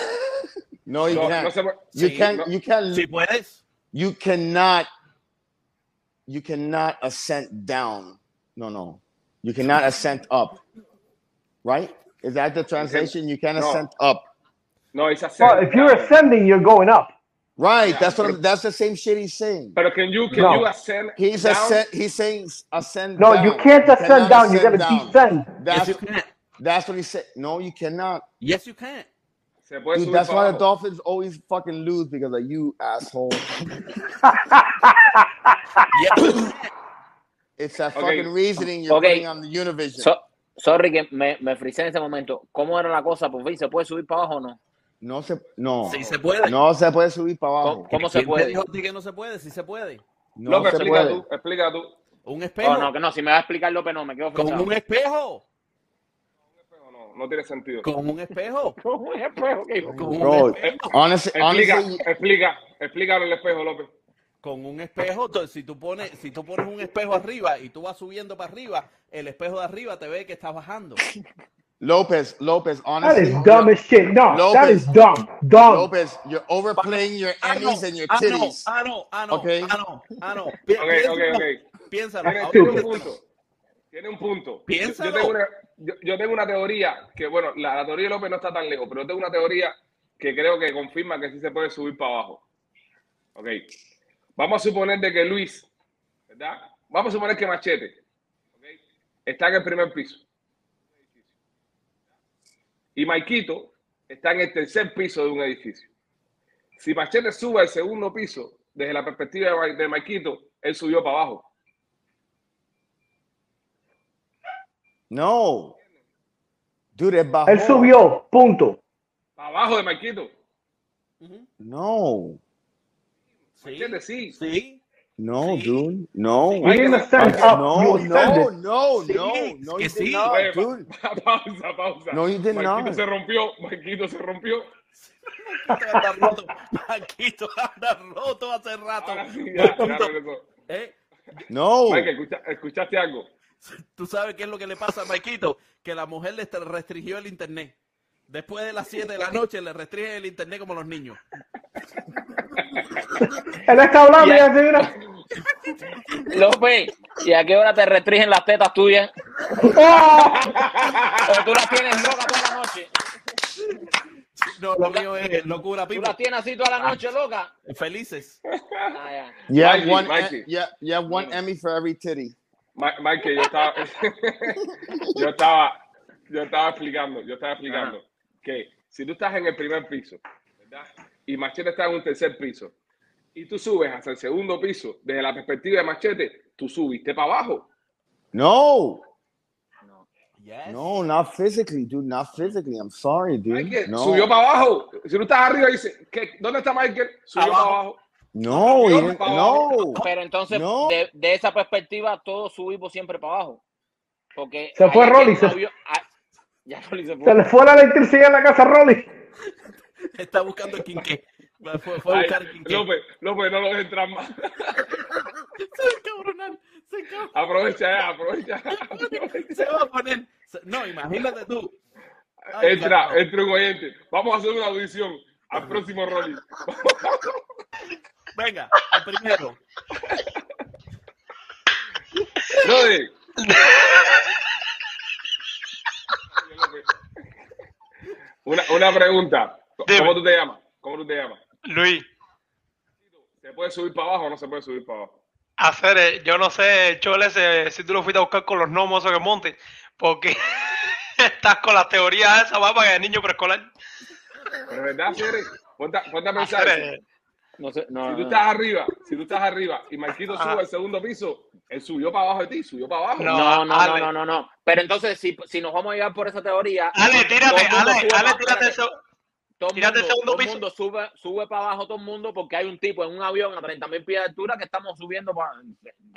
[SPEAKER 4] No, you
[SPEAKER 1] No, no
[SPEAKER 4] can't.
[SPEAKER 1] se puede.
[SPEAKER 4] You
[SPEAKER 5] Sí,
[SPEAKER 4] can't.
[SPEAKER 1] no.
[SPEAKER 4] You can't.
[SPEAKER 5] Sí puedes.
[SPEAKER 4] You cannot. You cannot ascend down. No, no. You cannot ascend up. Right? Is that the translation? You can't
[SPEAKER 1] No.
[SPEAKER 4] ascend up.
[SPEAKER 1] No, es hacer.
[SPEAKER 3] Well, if you're ascending, you're going up.
[SPEAKER 4] Right. that's what. I'm- that's the same shit he's saying.
[SPEAKER 1] Pero can you, can
[SPEAKER 3] No.
[SPEAKER 1] you ascend
[SPEAKER 4] He's
[SPEAKER 1] down?
[SPEAKER 4] ascend. He's saying ascend.
[SPEAKER 3] No,
[SPEAKER 4] down.
[SPEAKER 3] you can't ascend
[SPEAKER 4] cannot
[SPEAKER 3] down. You gotta
[SPEAKER 4] ascend down.
[SPEAKER 3] descend.
[SPEAKER 5] Yes,
[SPEAKER 4] That's
[SPEAKER 5] you can.
[SPEAKER 4] that's what he said. No, you cannot.
[SPEAKER 5] Yes, you can.
[SPEAKER 1] Se puede
[SPEAKER 4] Dude,
[SPEAKER 1] subir
[SPEAKER 4] that's
[SPEAKER 1] para
[SPEAKER 4] why the
[SPEAKER 1] abajo.
[SPEAKER 4] Dolphins always fucking lose because of you, asshole.
[SPEAKER 5] Yes, you can.
[SPEAKER 4] It's that
[SPEAKER 1] Okay.
[SPEAKER 4] fucking reasoning you're
[SPEAKER 2] Okay.
[SPEAKER 4] putting on the Univision.
[SPEAKER 2] So- sorry que me, me frisé en ese momento. ¿Cómo era la cosa? Por fin, ¿se puede subir para abajo o no?
[SPEAKER 4] no se, no,
[SPEAKER 5] Sí se puede.
[SPEAKER 4] no se puede subir para abajo.
[SPEAKER 2] ¿Cómo se
[SPEAKER 5] ¿Quién te
[SPEAKER 2] puede?
[SPEAKER 5] dijo a ti que no se puede? Sí se puede.
[SPEAKER 4] No
[SPEAKER 1] López,
[SPEAKER 4] se
[SPEAKER 1] explica
[SPEAKER 4] puede.
[SPEAKER 1] tú, explica tú.
[SPEAKER 5] Un espejo.
[SPEAKER 2] Oh, no, que no, si me va a explicar López, no, me quedo
[SPEAKER 5] Con
[SPEAKER 2] frisado.
[SPEAKER 5] un espejo.
[SPEAKER 1] Pero No, no tiene sentido.
[SPEAKER 5] Con un espejo.
[SPEAKER 2] Con un espejo, que hijo.
[SPEAKER 5] Con un
[SPEAKER 4] Bro,
[SPEAKER 5] espejo.
[SPEAKER 4] honestly,
[SPEAKER 1] Explica,
[SPEAKER 4] honestly,
[SPEAKER 1] explica, explícalo el espejo, López.
[SPEAKER 5] Con un espejo, tú- si tú pones, si tú pones un espejo arriba y tú vas subiendo para arriba, el espejo de arriba te ve que estás bajando.
[SPEAKER 4] Lopez, Lopez,
[SPEAKER 3] That is
[SPEAKER 4] honestly,
[SPEAKER 3] dumb as shit. No, that
[SPEAKER 4] Lopez.
[SPEAKER 3] is dumb. Dumb.
[SPEAKER 4] Lopez, you're overplaying your
[SPEAKER 5] Ah, no,
[SPEAKER 4] Emmys and your
[SPEAKER 5] ah, no,
[SPEAKER 4] titties.
[SPEAKER 5] Ah, no, ah, no,
[SPEAKER 4] Ok.
[SPEAKER 5] ah, no, ah, no. Pi-
[SPEAKER 1] Ok,
[SPEAKER 5] piénsalo,
[SPEAKER 1] ok, ok. Tiene,
[SPEAKER 5] Piénsalo. ahora
[SPEAKER 1] tiene un
[SPEAKER 5] piénsalo.
[SPEAKER 1] punto. Tiene un punto. Yo,
[SPEAKER 5] Piénsalo.
[SPEAKER 1] yo tengo una, yo, yo tengo una teoría que, bueno, la, la teoría de López no está tan lejos, pero yo tengo una teoría que creo que confirma que sí se puede subir para abajo. Ok. Vamos a suponer de que Luis, ¿verdad? Vamos a suponer que Machete ¿ok? está en el primer piso. Y Maikito está en el tercer piso de un edificio. Si Machete sube al segundo piso, desde la perspectiva de Ma- de Maikito, él subió para abajo.
[SPEAKER 4] No. Dude, es bajo.
[SPEAKER 3] Él subió, punto.
[SPEAKER 1] Para abajo de Marquito.
[SPEAKER 5] Ujú,
[SPEAKER 4] No.
[SPEAKER 5] Sí,
[SPEAKER 1] ¿Entiendes? Sí.
[SPEAKER 5] sí.
[SPEAKER 4] No,
[SPEAKER 5] Sí.
[SPEAKER 4] dude. No.
[SPEAKER 3] You didn't ascend up. you
[SPEAKER 4] No, no,
[SPEAKER 3] ascended.
[SPEAKER 4] no,
[SPEAKER 5] Sí,
[SPEAKER 4] no,
[SPEAKER 5] es
[SPEAKER 4] no,
[SPEAKER 5] que
[SPEAKER 4] you
[SPEAKER 5] sí.
[SPEAKER 4] did not,
[SPEAKER 1] Oye, pa-
[SPEAKER 4] dude.
[SPEAKER 1] pa- pausa, pausa.
[SPEAKER 4] No, you did
[SPEAKER 1] Marquito
[SPEAKER 4] not.
[SPEAKER 1] se rompió. Marquito se rompió.
[SPEAKER 5] Marquito anda roto. Marquito anda roto hace rato.
[SPEAKER 1] Ahora sí, ya, ya regresó.
[SPEAKER 5] ¿Eh?
[SPEAKER 4] No.
[SPEAKER 1] Mike, escucha- ¿escuchaste algo?
[SPEAKER 5] ¿Tú sabes qué es lo que le pasa a Marquito? Que la mujer le tra- restringió el internet. Después de las 7 de la noche le restringen el internet como los niños.
[SPEAKER 3] Él está hablando
[SPEAKER 2] Yeah.
[SPEAKER 3] y hace una.
[SPEAKER 2] López, ¿y a qué hora te restringen las tetas tuyas? O tú las tienes locas toda la noche.
[SPEAKER 5] No, lo mío es locura,
[SPEAKER 2] Tú
[SPEAKER 5] pipa.
[SPEAKER 2] las tienes así toda la noche, loca.
[SPEAKER 5] Felices.
[SPEAKER 2] Ah, ya.
[SPEAKER 4] You have
[SPEAKER 1] Mikey,
[SPEAKER 4] one.
[SPEAKER 1] Mikey.
[SPEAKER 4] Yeah, you have one Emmy for every titty.
[SPEAKER 1] Ma- Mike, yo estaba. yo estaba. Yo estaba explicando. Yo estaba explicando que si tú estás en el primer piso, ¿verdad? Y Machete está en un tercer piso. Y tú subes hasta el segundo piso, desde la perspectiva de Machete, tú subiste para abajo.
[SPEAKER 4] No.
[SPEAKER 5] Yes.
[SPEAKER 4] No, not physically, dude. Not physically. I'm sorry, dude.
[SPEAKER 1] Michael
[SPEAKER 4] No.
[SPEAKER 1] subió para abajo. Si tú estás arriba y dices, ¿qué? ¿dónde está Michael? Subió
[SPEAKER 5] Abajo.
[SPEAKER 1] para abajo.
[SPEAKER 4] No,
[SPEAKER 1] Subió
[SPEAKER 4] you didn't-
[SPEAKER 1] para
[SPEAKER 4] no.
[SPEAKER 2] Pero entonces,
[SPEAKER 4] No.
[SPEAKER 2] de, de esa perspectiva, todos subimos siempre para abajo. Porque
[SPEAKER 3] Se fue
[SPEAKER 2] ahí
[SPEAKER 3] Rolly,
[SPEAKER 2] no
[SPEAKER 3] se-
[SPEAKER 2] vio- ah, ya Rolly se
[SPEAKER 3] Se le
[SPEAKER 2] fue.
[SPEAKER 3] fue la electricidad en la casa, Rolly.
[SPEAKER 5] Está buscando el quinqué. Fue, fue a
[SPEAKER 1] Ay,
[SPEAKER 5] buscar el quinqué.
[SPEAKER 1] López, López, no lo dejes entrar más.
[SPEAKER 5] Se encabronan, se encabronan.
[SPEAKER 1] Aprovecha, eh, aprovecha.
[SPEAKER 5] Se va a poner. se- No, imagínate tú. Ay,
[SPEAKER 1] Entra,
[SPEAKER 5] cabrón.
[SPEAKER 1] entra un oyente. Vamos a hacer una audición al próximo Rolly.
[SPEAKER 5] Venga, el primero.
[SPEAKER 1] Brother. Una, una pregunta.
[SPEAKER 6] Dime.
[SPEAKER 1] ¿Cómo tú te llamas? ¿Cómo tú te llamas?
[SPEAKER 6] Luis,
[SPEAKER 1] ¿Se puede subir para abajo o no se puede subir para abajo?
[SPEAKER 6] hacer, eh, yo no sé, Chole, ese, si tú lo fuiste a buscar con los gnomos esos que monte, porque estás con las teorías esas, papá, que de niño preescolar.
[SPEAKER 1] Pero verdad, Cere, ponte, a-
[SPEAKER 5] Ah,
[SPEAKER 1] ponte a
[SPEAKER 2] Pues,
[SPEAKER 1] pensar.
[SPEAKER 6] Hacer, eh,
[SPEAKER 2] No sé, no,
[SPEAKER 1] Si tú
[SPEAKER 2] no.
[SPEAKER 1] estás arriba, si tú estás arriba y Marquito sube
[SPEAKER 6] Ajá.
[SPEAKER 1] al segundo piso, él subió para abajo de ti, subió para abajo.
[SPEAKER 6] No,
[SPEAKER 2] No, no, no,
[SPEAKER 6] Ale.
[SPEAKER 2] no, no, no. Pero entonces, si, si nos vamos a llevar por esa teoría.
[SPEAKER 6] Ale,
[SPEAKER 2] todo
[SPEAKER 6] tírate,
[SPEAKER 2] el mundo sube
[SPEAKER 6] Ale, Ale,
[SPEAKER 2] pa-
[SPEAKER 6] tírate
[SPEAKER 2] espérate,
[SPEAKER 6] eso.
[SPEAKER 2] todo el
[SPEAKER 6] tírate el
[SPEAKER 2] mundo-
[SPEAKER 6] segundo
[SPEAKER 2] todo el
[SPEAKER 6] piso.
[SPEAKER 2] mundo sube, sube para abajo todo el mundo porque hay un tipo en un avión a 30.000 pies de altura que estamos subiendo para.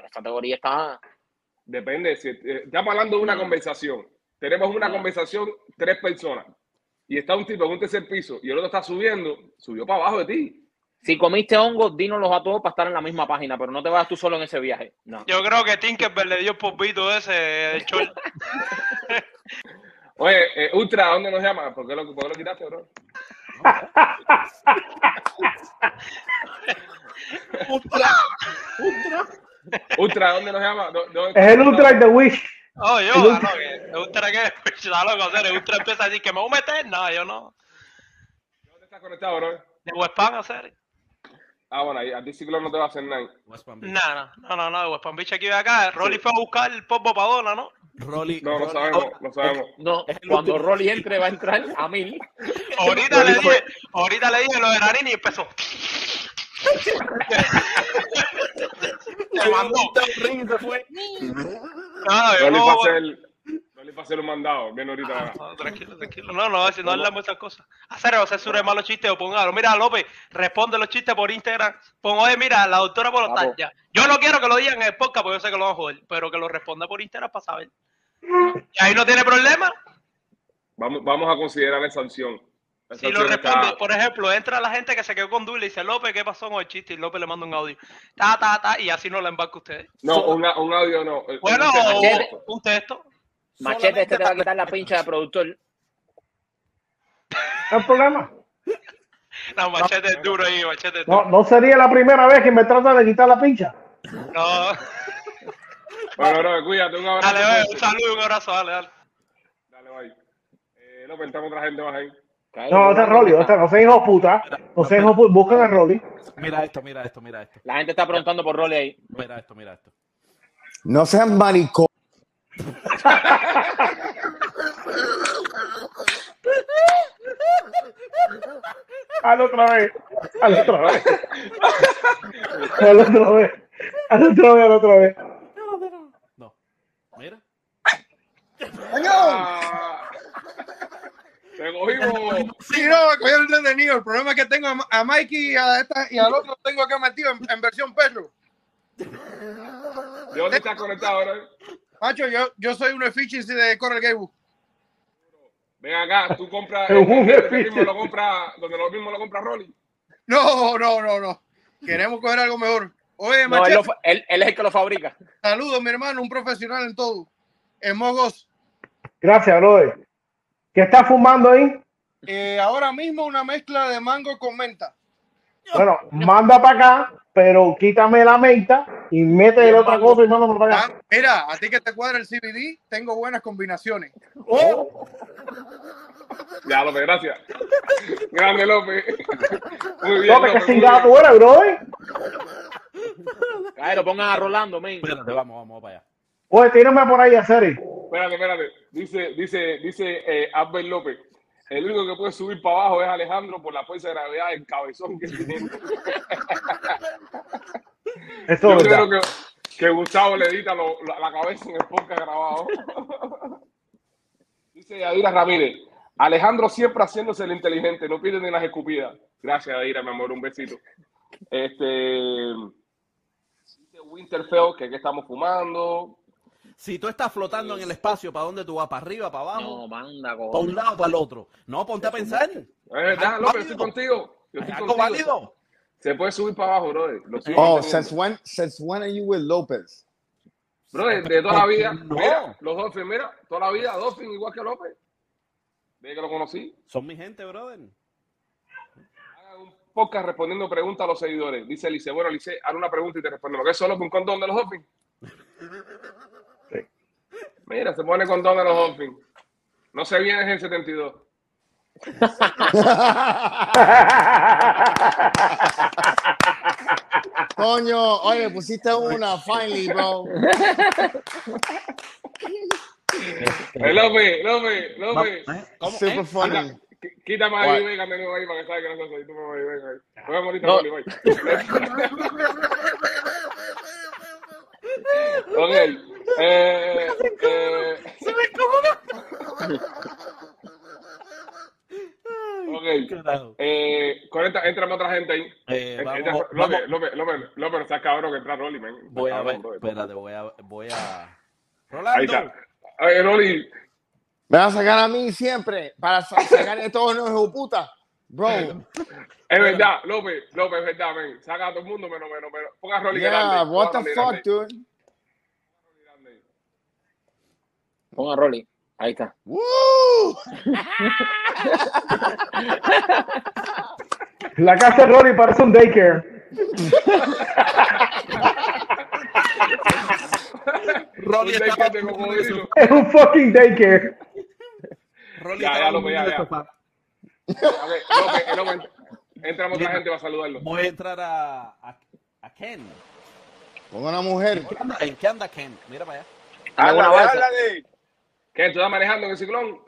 [SPEAKER 2] Esa teoría está.
[SPEAKER 1] Depende, si eh, estamos hablando de una
[SPEAKER 6] Mm.
[SPEAKER 1] conversación. Tenemos una conversación, tres personas, y está un tipo en un tercer piso y el otro está subiendo, subió para abajo de ti.
[SPEAKER 2] Si comiste hongos, dínoslos a todos para estar en la misma página, pero no te vayas tú solo en ese viaje. No.
[SPEAKER 6] Yo creo que Tinkerbell le dio el popito ese, el Chole.
[SPEAKER 1] Oye, eh, Ultra, ¿a dónde nos llaman? ¿Por qué lo, por qué lo quitaste, bro?
[SPEAKER 5] Ultra, ultra.
[SPEAKER 1] Ultra, ¿a dónde nos llaman? ¿Dó- dónde-
[SPEAKER 3] Es el Ultra de Wish.
[SPEAKER 6] Oh,
[SPEAKER 3] El
[SPEAKER 6] yo, ah,
[SPEAKER 3] ultra.
[SPEAKER 6] no, que el ultra que está loco, hacer, el ultra empieza a decir que me voy a meter, no, yo no.
[SPEAKER 1] ¿Dónde estás conectado, bro?
[SPEAKER 6] De Westpan hacer.
[SPEAKER 1] Ah, bueno, ahí, a ti ciclo no te va a hacer nada.
[SPEAKER 5] West Palm Beach.
[SPEAKER 6] No, no, no, no, no, de West Palm Beach aquí de acá. Rolly fue a buscar el polvo Padona, ¿no?
[SPEAKER 5] Rolly,
[SPEAKER 1] No, no
[SPEAKER 5] Rolly-
[SPEAKER 1] sabemos, no sabemos.
[SPEAKER 2] No,
[SPEAKER 5] Es el
[SPEAKER 2] cuando
[SPEAKER 5] último.
[SPEAKER 2] Rolly entre, va a entrar a mil.
[SPEAKER 6] Ahorita le dije, ahorita le dije lo de Narini y empezó. Se mandó.
[SPEAKER 5] Oh, Ring se fue.
[SPEAKER 6] No, yo
[SPEAKER 1] Rolly va a
[SPEAKER 6] no,
[SPEAKER 1] hacer, Rolly va a hacer un mandado, bien ahorita. ahora.
[SPEAKER 6] no, tranquilo, tranquilo. No, no, si no hablamos esas cosas. Hacer o censure malos chistes o póngalo. Mira, López, responde los chistes por Instagram. Pon, oye, mira, la doctora por
[SPEAKER 2] Vamos.
[SPEAKER 6] ya. Yo no quiero que lo digan en el podcast porque yo sé que lo van a joder, pero que lo responda por Instagram para saber. Y ahí no tiene problema.
[SPEAKER 1] Vamos, vamos a considerar esa opción. Esa
[SPEAKER 6] Si lo
[SPEAKER 1] opción está-
[SPEAKER 6] responde, pues, por ejemplo, entra la gente que se quedó con Dui y le dice, López, ¿qué pasó con el chiste? Y López le manda un audio. Ta, ta, ta, y así no la embarca ustedes.
[SPEAKER 1] No, un, a- un audio no. eh,
[SPEAKER 6] Bueno,
[SPEAKER 1] un texto.
[SPEAKER 2] Machete.
[SPEAKER 6] un texto.
[SPEAKER 2] Machete, este te va a quitar la pincha de productor.
[SPEAKER 3] No hay problema.
[SPEAKER 6] No, machete es duro ahí, machete es
[SPEAKER 3] No,
[SPEAKER 6] duro.
[SPEAKER 3] no sería la primera vez que me tratan de quitar la pincha.
[SPEAKER 6] No.
[SPEAKER 1] Bueno, bro, cuídate, un abrazo.
[SPEAKER 6] Dale, oye, un saludo y un abrazo, dale, dale.
[SPEAKER 1] Dale, bye. Eh, López, estamos otra gente más ahí.
[SPEAKER 3] No, este es Rolly, este no seas hijo de puta. No seas hijo de puta. Buscan a Rolly.
[SPEAKER 5] Mira esto, mira esto, mira esto.
[SPEAKER 2] La gente está preguntando por Rolly ahí.
[SPEAKER 5] Mira esto, mira esto.
[SPEAKER 4] No sean maricón.
[SPEAKER 3] Al otra vez. Al otra vez. Al otra vez. Al otra vez, al otra vez.
[SPEAKER 5] No. Mira.
[SPEAKER 1] ¡Venga! Te cogimos.
[SPEAKER 7] Sí, no, yo lo he detenido. El problema es que tengo a- a Mikey y, a esta, y al otro tengo acá metido en, en versión perro.
[SPEAKER 1] ¿De dónde estás conectado ahora?
[SPEAKER 7] Macho, yo, yo soy un efficiency de Coral Gable.
[SPEAKER 1] Ven acá, tú compras.
[SPEAKER 3] Es un
[SPEAKER 1] eh,
[SPEAKER 3] jefe.
[SPEAKER 1] donde mismo lo compra, donde lo mismo lo compra Rolly.
[SPEAKER 7] No, no, no, no. Queremos coger algo mejor. Oye,
[SPEAKER 2] No, él,
[SPEAKER 7] Machete,
[SPEAKER 2] lo fa- él- él es el que lo fabrica.
[SPEAKER 7] saludos, mi hermano, un profesional en todo. En Mogos.
[SPEAKER 3] Gracias, brother. ¿Qué estás fumando ahí?
[SPEAKER 7] Eh, ahora mismo una mezcla de mango con menta.
[SPEAKER 3] Bueno, manda para acá, pero quítame la menta y mete la otra cosa y manda para
[SPEAKER 7] Ah,
[SPEAKER 3] acá.
[SPEAKER 7] mira, a ti que te cuadra el CBD, tengo buenas combinaciones.
[SPEAKER 1] Oh, Ya, López, gracias. Grande, López. Muy bien.
[SPEAKER 3] López, qué
[SPEAKER 1] muy
[SPEAKER 3] cingado
[SPEAKER 1] bien.
[SPEAKER 3] tú eres, brother.
[SPEAKER 2] Claro, pongan a Rolando, men.
[SPEAKER 5] Espérate, vamos, vamos para allá.
[SPEAKER 3] Oye, tírame por ahí a serie.
[SPEAKER 1] Espérate, espérate. Dice, dice, dice eh, Albert López. El único que puede subir para abajo es Alejandro por la fuerza de gravedad del cabezón que tiene.
[SPEAKER 3] Eso
[SPEAKER 1] Yo
[SPEAKER 3] es verdad.
[SPEAKER 1] creo que, que Gustavo le edita lo- la, la cabeza en el podcast grabado. Dice Yadira Ramírez. Alejandro siempre haciéndose el inteligente, no pide ni las escupidas. Gracias, Yadira, mi amor, un besito. Este. Dice Winterfell, que aquí estamos fumando.
[SPEAKER 5] Si tú estás flotando en el espacio, ¿para dónde tú vas? ¿Para arriba, para abajo?
[SPEAKER 2] No, manda,
[SPEAKER 5] ¿Para un
[SPEAKER 2] cojones.
[SPEAKER 5] lado, para el otro? No, ponte a pensar.
[SPEAKER 1] Es verdad,
[SPEAKER 5] Algo
[SPEAKER 1] López, estoy
[SPEAKER 5] válido.
[SPEAKER 1] contigo. Eh, Yo
[SPEAKER 5] ¿Hay
[SPEAKER 1] estoy
[SPEAKER 5] algo
[SPEAKER 1] contigo.
[SPEAKER 5] válido?
[SPEAKER 1] Se puede subir para abajo, brother. Lo sigo
[SPEAKER 4] Oh,
[SPEAKER 1] manteniendo.
[SPEAKER 4] since when? Since when are you with Lopez?
[SPEAKER 1] Brother, de toda la vida.
[SPEAKER 5] No.
[SPEAKER 1] Mira, los Dolphins, mira, toda la vida, Dolphins igual que López. Desde que lo conocí.
[SPEAKER 5] Son mi gente, brother.
[SPEAKER 1] Hagan un podcast respondiendo preguntas a los seguidores. Dice Lice, bueno, Lice, haz una pregunta y te respondo. ¿Lo que es solo un condón de los Dolphins? Mira, se pone condón de los Dolphins. No se viene desde el 72.
[SPEAKER 4] Coño, oye, pusiste una finally, bro.
[SPEAKER 1] Eh, López, López, López.
[SPEAKER 5] ¿eh?
[SPEAKER 4] Super funny.
[SPEAKER 1] Qu- Quítame a
[SPEAKER 4] Guay.
[SPEAKER 1] David Beckham de nuevo ahí para que salga que no soy tú, mamá, David Beckham ahí. Juega bonito con Levi. Con él. Eh, eh, ok.
[SPEAKER 5] Carajo.
[SPEAKER 1] Eh, conecta, entrame otra gente ahí.
[SPEAKER 5] Eh,
[SPEAKER 1] Entra-
[SPEAKER 5] vamos,
[SPEAKER 1] López,
[SPEAKER 5] vamos.
[SPEAKER 1] López, López, López, no seas cabrón que entra Rolly, man. Estás
[SPEAKER 5] Voy a ver,
[SPEAKER 1] cabrón, brother.
[SPEAKER 5] espérate, voy a, voy a...
[SPEAKER 1] Ahí
[SPEAKER 5] Rolando,
[SPEAKER 1] está. Oye, Rolly,
[SPEAKER 4] Me vas a sacar a mí siempre para sa- sacar de todos los hijos de puta. Bro,
[SPEAKER 1] es verdad, López, López, es verdad, man. Saca a todo el mundo menos, menos, menos. Ponga a Rolly
[SPEAKER 4] yeah,
[SPEAKER 1] grande.
[SPEAKER 4] what
[SPEAKER 1] Ponga a
[SPEAKER 4] the
[SPEAKER 1] Rolly
[SPEAKER 4] fuck,
[SPEAKER 1] grande.
[SPEAKER 4] dude?
[SPEAKER 2] Pon a Rolly. Ahí está.
[SPEAKER 4] Woo!
[SPEAKER 3] La casa de Rory parece un daycare.
[SPEAKER 5] Rolly
[SPEAKER 1] Un
[SPEAKER 5] estaba
[SPEAKER 1] daycare de
[SPEAKER 5] durmiendo en el
[SPEAKER 1] cocodrilo.
[SPEAKER 3] Es un fucking daycare.
[SPEAKER 5] Rolly
[SPEAKER 1] Ya,
[SPEAKER 5] estaba
[SPEAKER 1] ya, López, ya,
[SPEAKER 5] durmiendo en el
[SPEAKER 1] ya.
[SPEAKER 5] sofá.
[SPEAKER 1] Ok, López, eh, López, entramos otra gente para saludarlo.
[SPEAKER 5] Voy a entrar a, a, a Ken.
[SPEAKER 4] Con una mujer.
[SPEAKER 5] ¿Qué anda- ¿En qué anda Ken? Mira para allá.
[SPEAKER 2] Anda en una balsa.
[SPEAKER 8] háblale.
[SPEAKER 1] ¿Qué? ¿Tú estás manejando en el ciclón?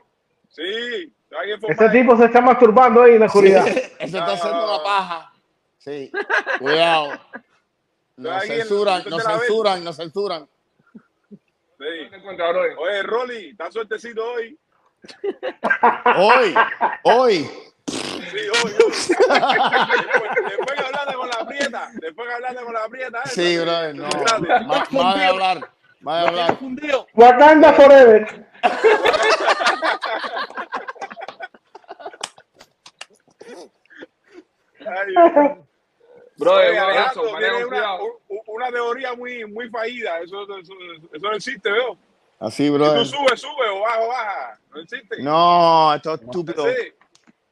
[SPEAKER 8] Sí, está bien
[SPEAKER 3] Ese
[SPEAKER 8] formado.
[SPEAKER 3] tipo se está masturbando ahí en la oscuridad.
[SPEAKER 4] Eso
[SPEAKER 8] No,
[SPEAKER 4] está haciendo
[SPEAKER 8] no,
[SPEAKER 4] la
[SPEAKER 8] no.
[SPEAKER 4] paja. Sí, cuidado. Nos
[SPEAKER 8] Ahí en-
[SPEAKER 4] censuran,
[SPEAKER 8] usted
[SPEAKER 4] nos
[SPEAKER 8] te la ve.
[SPEAKER 4] censuran, nos censuran.
[SPEAKER 1] ¿Dónde te
[SPEAKER 8] Sí.
[SPEAKER 1] encuentras, brother?
[SPEAKER 8] Oye, Rolly, está suertecito hoy.
[SPEAKER 4] Hoy, hoy.
[SPEAKER 8] Sí, hoy, hoy. después, después que hablaste con la prieta, después que hablaste con la prieta. esa,
[SPEAKER 4] Sí, brother, no.
[SPEAKER 8] Espérate.
[SPEAKER 4] Más de hablar, más de hablar.
[SPEAKER 5] Fundido.
[SPEAKER 3] Wakanda Forever.
[SPEAKER 8] Ay,
[SPEAKER 1] Brother,
[SPEAKER 8] oye,
[SPEAKER 1] un abrazo,
[SPEAKER 8] Alejandro,
[SPEAKER 1] maneja
[SPEAKER 8] tiene
[SPEAKER 1] con
[SPEAKER 8] una,
[SPEAKER 1] cuidado.
[SPEAKER 8] u- una teoría muy, muy fallida. Eso, eso, eso no existe, veo.
[SPEAKER 4] Así,
[SPEAKER 8] Si tú
[SPEAKER 4] brother.
[SPEAKER 8] subes, sube o baja, o baja. No existe.
[SPEAKER 4] No, estos estúpidos
[SPEAKER 8] Sí.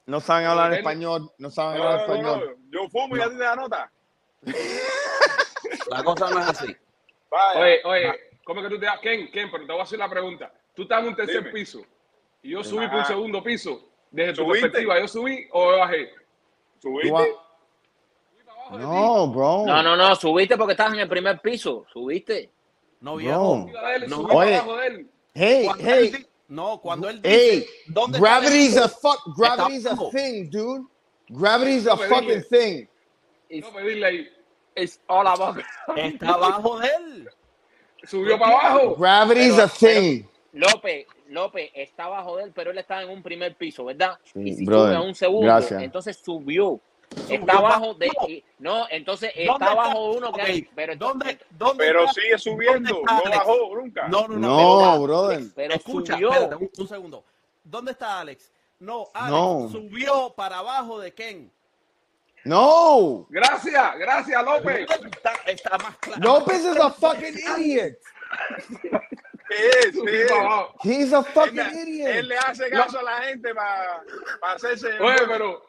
[SPEAKER 4] no saben hablar español, no saben
[SPEAKER 8] No,
[SPEAKER 4] hablar
[SPEAKER 8] no, no,
[SPEAKER 4] español.
[SPEAKER 8] no. Yo fumo y a ti te da nota.
[SPEAKER 5] La cosa no es así.
[SPEAKER 8] Vaya.
[SPEAKER 1] Oye, oye, ¿cómo que tú te das? Ken, Ken, pero te voy a hacer la pregunta. Tú estás en un tercer
[SPEAKER 8] Dime.
[SPEAKER 1] piso y yo subí por un
[SPEAKER 8] Ajá.
[SPEAKER 1] segundo piso. Desde tu
[SPEAKER 8] ¿Subiste?
[SPEAKER 1] perspectiva, ¿yo subí o bajé?
[SPEAKER 4] Tú
[SPEAKER 8] ¿Subiste?
[SPEAKER 4] vas- No, bro.
[SPEAKER 2] No, no, no, subiste porque estabas en el primer piso. Subiste.
[SPEAKER 5] No,
[SPEAKER 4] Bro.
[SPEAKER 5] viejo.
[SPEAKER 1] Iba a él,
[SPEAKER 5] No,
[SPEAKER 1] subí para
[SPEAKER 4] oye.
[SPEAKER 1] abajo de él.
[SPEAKER 4] Hey,
[SPEAKER 5] Cuando él
[SPEAKER 4] hey,
[SPEAKER 5] di- no, cuando él dice,
[SPEAKER 4] hey.
[SPEAKER 5] ¿dónde está
[SPEAKER 4] Gravity's
[SPEAKER 5] el-
[SPEAKER 4] a fuck. Gravity's a
[SPEAKER 5] loco.
[SPEAKER 4] thing, dude. Gravity's
[SPEAKER 1] No
[SPEAKER 4] a
[SPEAKER 1] me
[SPEAKER 4] fucking
[SPEAKER 1] digas.
[SPEAKER 4] thing.
[SPEAKER 1] No pedirle ahí.
[SPEAKER 2] Es hola, boca.
[SPEAKER 5] Está abajo de él.
[SPEAKER 1] Subió para abajo.
[SPEAKER 4] Gravity's a thing.
[SPEAKER 2] López, López está abajo de él, pero él estaba en un primer piso, ¿verdad? y si
[SPEAKER 4] brother,
[SPEAKER 2] sube a un segundo,
[SPEAKER 4] gracias.
[SPEAKER 2] entonces subió.
[SPEAKER 5] Subió
[SPEAKER 2] Está abajo de.
[SPEAKER 5] más-
[SPEAKER 2] y- No, entonces
[SPEAKER 5] ¿Dónde
[SPEAKER 2] está abajo de uno que
[SPEAKER 5] Ok,
[SPEAKER 2] hay. Pero,
[SPEAKER 5] ¿Dónde, dónde
[SPEAKER 8] Pero
[SPEAKER 5] está-
[SPEAKER 8] sigue subiendo,
[SPEAKER 5] ¿dónde está
[SPEAKER 8] no
[SPEAKER 5] Alex?
[SPEAKER 8] bajó nunca.
[SPEAKER 5] No, no, no. pero-
[SPEAKER 4] No, brother.
[SPEAKER 2] pero
[SPEAKER 5] Escucha,
[SPEAKER 2] subió.
[SPEAKER 5] espérate, un, un segundo. ¿Dónde está Alex? No, Alex
[SPEAKER 4] No.
[SPEAKER 5] subió para abajo de Ken.
[SPEAKER 4] No.
[SPEAKER 1] Gracias, gracias, López.
[SPEAKER 5] Está, está más claro.
[SPEAKER 4] Lopez is a fucking idiot.
[SPEAKER 8] ¿Qué es?
[SPEAKER 1] Subí
[SPEAKER 8] ¿Qué es?
[SPEAKER 1] para abajo.
[SPEAKER 4] He's a fucking
[SPEAKER 8] Él, él
[SPEAKER 4] idiot.
[SPEAKER 8] le hace caso a la gente para hacerse.
[SPEAKER 1] Oye, pero,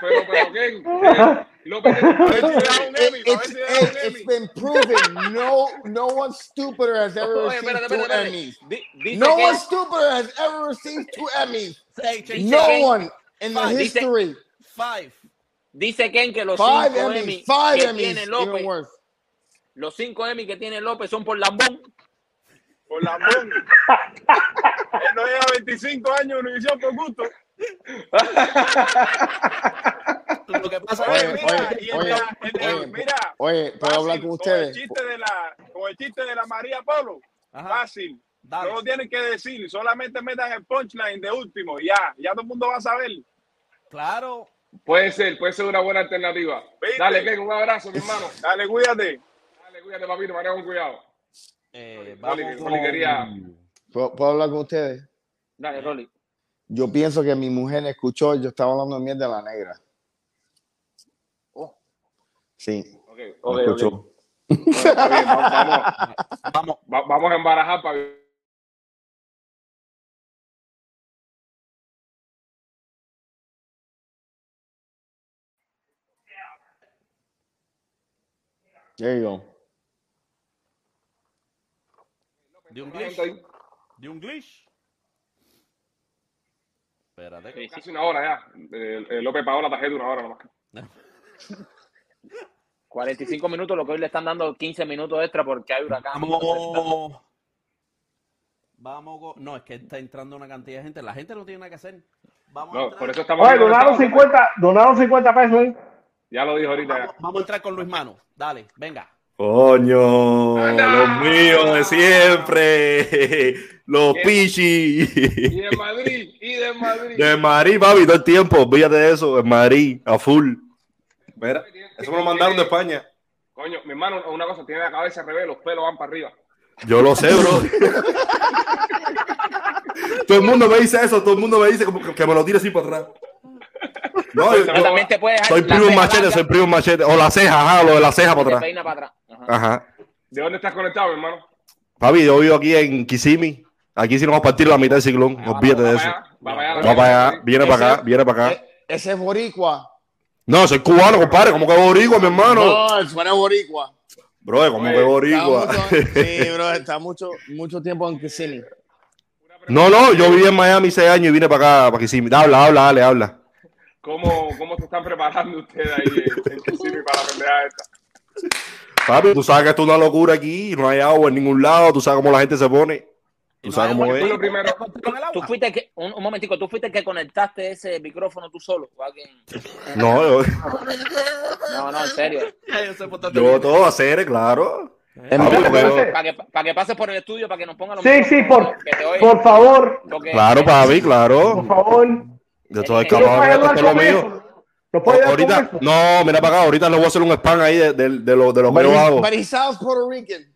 [SPEAKER 1] pero, pero, Ken, Ken, López,
[SPEAKER 4] It- it's, it- it's been proven no no one stupider has ever
[SPEAKER 2] Oye,
[SPEAKER 4] received
[SPEAKER 2] espérate,
[SPEAKER 4] two
[SPEAKER 2] espérate, espérate.
[SPEAKER 4] Emmys.
[SPEAKER 2] Di- dice
[SPEAKER 4] No
[SPEAKER 2] que-
[SPEAKER 4] one stupider has ever received two Emmys.
[SPEAKER 5] Seis, seis,
[SPEAKER 4] No
[SPEAKER 2] Ken-
[SPEAKER 4] one in the
[SPEAKER 5] Fine,
[SPEAKER 2] dice-
[SPEAKER 4] history.
[SPEAKER 5] five.
[SPEAKER 2] Dice Ken que los
[SPEAKER 4] Five
[SPEAKER 2] cinco
[SPEAKER 4] Emmys.
[SPEAKER 2] Emmy
[SPEAKER 4] Five
[SPEAKER 2] que
[SPEAKER 4] Emmys.
[SPEAKER 2] tiene
[SPEAKER 4] Even
[SPEAKER 2] López,
[SPEAKER 4] worse.
[SPEAKER 2] los cinco Emmy que tiene López son por lambón.
[SPEAKER 8] Por la mon. Él no lleva 25 años en Univisión por gusto.
[SPEAKER 5] Lo que pasa
[SPEAKER 8] Oye,
[SPEAKER 4] Oye,
[SPEAKER 5] es
[SPEAKER 8] mira,
[SPEAKER 4] oye,
[SPEAKER 8] y
[SPEAKER 4] oye,
[SPEAKER 8] ella- ella-
[SPEAKER 4] oye,
[SPEAKER 8] mira,
[SPEAKER 4] Oye, puedo hablar
[SPEAKER 8] fácil,
[SPEAKER 4] con
[SPEAKER 8] Con el
[SPEAKER 4] ustedes.
[SPEAKER 8] chiste de la, con el chiste de la María Polo.
[SPEAKER 5] Ajá.
[SPEAKER 8] Fácil.
[SPEAKER 5] Dale.
[SPEAKER 8] No lo tienen que decir, solamente metan el punchline de último, ya, ya todo el mundo va a saber.
[SPEAKER 5] claro.
[SPEAKER 1] Puede ser, puede ser una buena alternativa.
[SPEAKER 8] ¿Viste?
[SPEAKER 1] Dale, Ken, un abrazo, mi hermano.
[SPEAKER 8] Dale, cuídate.
[SPEAKER 1] Dale, cuídate, papito, maneja con cuidado.
[SPEAKER 5] Eh,
[SPEAKER 1] Rolly,
[SPEAKER 5] vamos
[SPEAKER 1] Rolly quería-
[SPEAKER 5] con...
[SPEAKER 4] ¿Puedo, puedo hablar con ustedes?
[SPEAKER 2] Dale, Rolly.
[SPEAKER 4] Yo pienso
[SPEAKER 5] Oh.
[SPEAKER 4] que mi mujer escuchó, yo estaba hablando mierda de la negra. Sí.
[SPEAKER 1] Ok, ok,
[SPEAKER 4] me
[SPEAKER 1] ok.
[SPEAKER 4] escucho.
[SPEAKER 1] Bueno, está bien, vamos, vamos-
[SPEAKER 5] Vamos,
[SPEAKER 1] va- vamos a embarajar para
[SPEAKER 4] There you go.
[SPEAKER 5] de un glitch.
[SPEAKER 1] casi
[SPEAKER 5] De un glitch. Espérate.
[SPEAKER 1] una hora ya. Eh, eh, López pagó la tarjeta una hora nomás.
[SPEAKER 2] 45 minutos, lo que hoy le están dando 15 minutos extra porque hay huracán.
[SPEAKER 5] Vamos. Vamos. go- No, es que está entrando una cantidad de gente. La gente no tiene nada que hacer. Vamos, a,
[SPEAKER 1] No,
[SPEAKER 5] entrar,
[SPEAKER 1] por eso estamos.
[SPEAKER 3] Oye,
[SPEAKER 1] aquí
[SPEAKER 3] donaron
[SPEAKER 1] conectados.
[SPEAKER 3] 50, donaron 50 pesos ahí.
[SPEAKER 1] Ya lo dijo ahorita. ya.
[SPEAKER 5] vamos, vamos a entrar con Luis Mano. Dale, venga.
[SPEAKER 9] Coño, los míos de siempre, los pichis
[SPEAKER 1] Y de Madrid, y de Madrid.
[SPEAKER 9] de Madrid, papi, todo el tiempo, olvídate de eso, en Madrid, a full. Mira, eso me lo mandaron de España.
[SPEAKER 1] Coño, mi hermano, una cosa, tiene la cabeza al revés, los pelos van para arriba.
[SPEAKER 9] Yo lo sé, bro. todo el mundo me dice eso, todo el mundo me dice como que, que me lo tire así para atrás. No, yo-
[SPEAKER 2] Pero también te puedes dejar
[SPEAKER 9] soy
[SPEAKER 2] la
[SPEAKER 9] primo
[SPEAKER 2] ceja
[SPEAKER 9] machete,
[SPEAKER 2] larga
[SPEAKER 9] soy primo machete. O la ceja, ajá, lo de la ceja
[SPEAKER 2] y te
[SPEAKER 9] para atrás.
[SPEAKER 2] peina para atrás. Ajá.
[SPEAKER 9] Ajá.
[SPEAKER 1] ¿De dónde estás conectado, mi hermano?
[SPEAKER 9] Papi, yo vivo aquí en Kissimmee. Aquí sí nos vamos a partir la mitad del ciclón. Olvídate de eso.
[SPEAKER 1] Ah, Va para allá.
[SPEAKER 9] Va para allá, viene para acá, viene para acá.
[SPEAKER 4] E- ese es boricua.
[SPEAKER 9] No, soy cubano, compadre. ¿Cómo que boricua, mi hermano?
[SPEAKER 4] No, suena boricua.
[SPEAKER 9] Bro, ¿cómo que
[SPEAKER 1] Está
[SPEAKER 4] Está
[SPEAKER 9] boricua?
[SPEAKER 4] mucho- sí, bro, está mucho, mucho tiempo en Kissimmee.
[SPEAKER 9] No, no, yo viví en Miami seis años y vine para acá, para Kissimmee. Habla, habla, dale, habla.
[SPEAKER 1] ¿Cómo, ¿Cómo se están preparando ustedes ahí en- en Kissimmee para la pendeja esta?
[SPEAKER 9] Papi, tú sabes que esto es una locura aquí, no hay agua en ningún lado, tú sabes cómo la gente se pone. Tú sabes
[SPEAKER 1] ¿Qué
[SPEAKER 9] cómo
[SPEAKER 1] fue
[SPEAKER 9] es.
[SPEAKER 1] lo primero?
[SPEAKER 5] Con el
[SPEAKER 9] Ah.
[SPEAKER 2] Tú
[SPEAKER 5] agua.
[SPEAKER 2] fuiste el que, un, un momentico, tú fuiste el que conectaste ese micrófono tú solo. o alguien-
[SPEAKER 9] No, yo,
[SPEAKER 2] No, no, en serio.
[SPEAKER 5] Ya, yo sé por dónde
[SPEAKER 9] yo
[SPEAKER 5] viene.
[SPEAKER 9] todo hacer, claro.
[SPEAKER 4] Es
[SPEAKER 9] Papi,
[SPEAKER 4] más,
[SPEAKER 9] porque yo-
[SPEAKER 2] Para que, pa' que pases por el estudio, para que nos pongan los
[SPEAKER 3] Sí, sí, por,
[SPEAKER 2] micrófonos, que te oigan,
[SPEAKER 3] por favor,
[SPEAKER 2] porque-
[SPEAKER 9] Claro, papi,
[SPEAKER 3] por
[SPEAKER 9] claro.
[SPEAKER 3] favor.
[SPEAKER 9] Yo estoy
[SPEAKER 2] Pero
[SPEAKER 3] ¿Puedo
[SPEAKER 9] cabrón,
[SPEAKER 3] ayudar
[SPEAKER 9] esto es Mm. lo
[SPEAKER 3] con
[SPEAKER 9] mío.
[SPEAKER 3] eso? ¿Lo puedo ayudar con
[SPEAKER 9] ahorita,
[SPEAKER 3] eso?
[SPEAKER 9] no, mira para acá, ahorita le voy a hacer un spam ahí de, de, de lo, de lo que
[SPEAKER 4] But,
[SPEAKER 9] yo
[SPEAKER 4] he-
[SPEAKER 9] hago.
[SPEAKER 4] but he sounds Puerto Rican.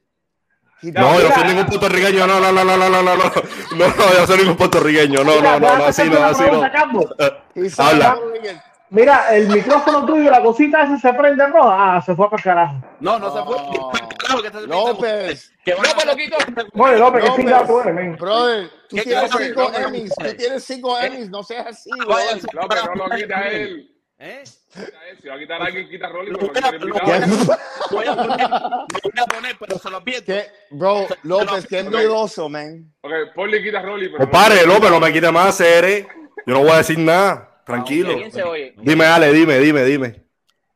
[SPEAKER 4] He
[SPEAKER 9] No,
[SPEAKER 4] does.
[SPEAKER 9] yo no soy ningún puertorriqueño, no, no, no, no, no, no, no, no, no, yo soy ningún puertorriqueño, no,
[SPEAKER 3] Mira,
[SPEAKER 9] no, no, no,
[SPEAKER 3] déjame
[SPEAKER 9] así
[SPEAKER 3] hacerte
[SPEAKER 9] no, Eh,
[SPEAKER 3] una
[SPEAKER 9] así
[SPEAKER 3] pregunta,
[SPEAKER 9] no.
[SPEAKER 3] Carlos.
[SPEAKER 4] He sounds
[SPEAKER 9] Habla.
[SPEAKER 4] Puerto Rican.
[SPEAKER 3] Mira, el micrófono tuyo, la cosita esa se prende roja. Ah, se fue para carajo.
[SPEAKER 5] No, no se
[SPEAKER 4] No.
[SPEAKER 5] fue. Claro, que está
[SPEAKER 4] López,
[SPEAKER 5] Que van a-
[SPEAKER 2] López, loquito.
[SPEAKER 3] Bueno, López, qué
[SPEAKER 4] López.
[SPEAKER 3] pingado tú eres, men.
[SPEAKER 4] brother, tú
[SPEAKER 5] ¿Qué
[SPEAKER 4] tienes
[SPEAKER 5] clase de
[SPEAKER 4] cinco
[SPEAKER 5] brother?
[SPEAKER 4] Emmys, tú tienes cinco Emmys, no seas así,
[SPEAKER 5] Vaya,
[SPEAKER 4] brother.
[SPEAKER 1] López, no lo quita a él.
[SPEAKER 5] ¿Eh?
[SPEAKER 1] Quita a él. Si va a quitar a alguien, quita a Rolly.
[SPEAKER 5] Lo
[SPEAKER 1] porque
[SPEAKER 5] voy
[SPEAKER 1] lo
[SPEAKER 5] a,
[SPEAKER 1] tiene
[SPEAKER 5] lo voy a-
[SPEAKER 1] invitado.
[SPEAKER 5] lo voy a poner, lo voy a poner, pero se lo advierto.
[SPEAKER 9] Eh,
[SPEAKER 4] Que, bro, López, que es miedoso, man.
[SPEAKER 1] Ok, ponle y quita a Rolly. pero-
[SPEAKER 9] Compadre, Pues López, no me quite más hacer, eh. Yo no voy a decir nada, tranquilo.
[SPEAKER 2] Bien se oye.
[SPEAKER 9] Dime, Ale, dime, dime, dime.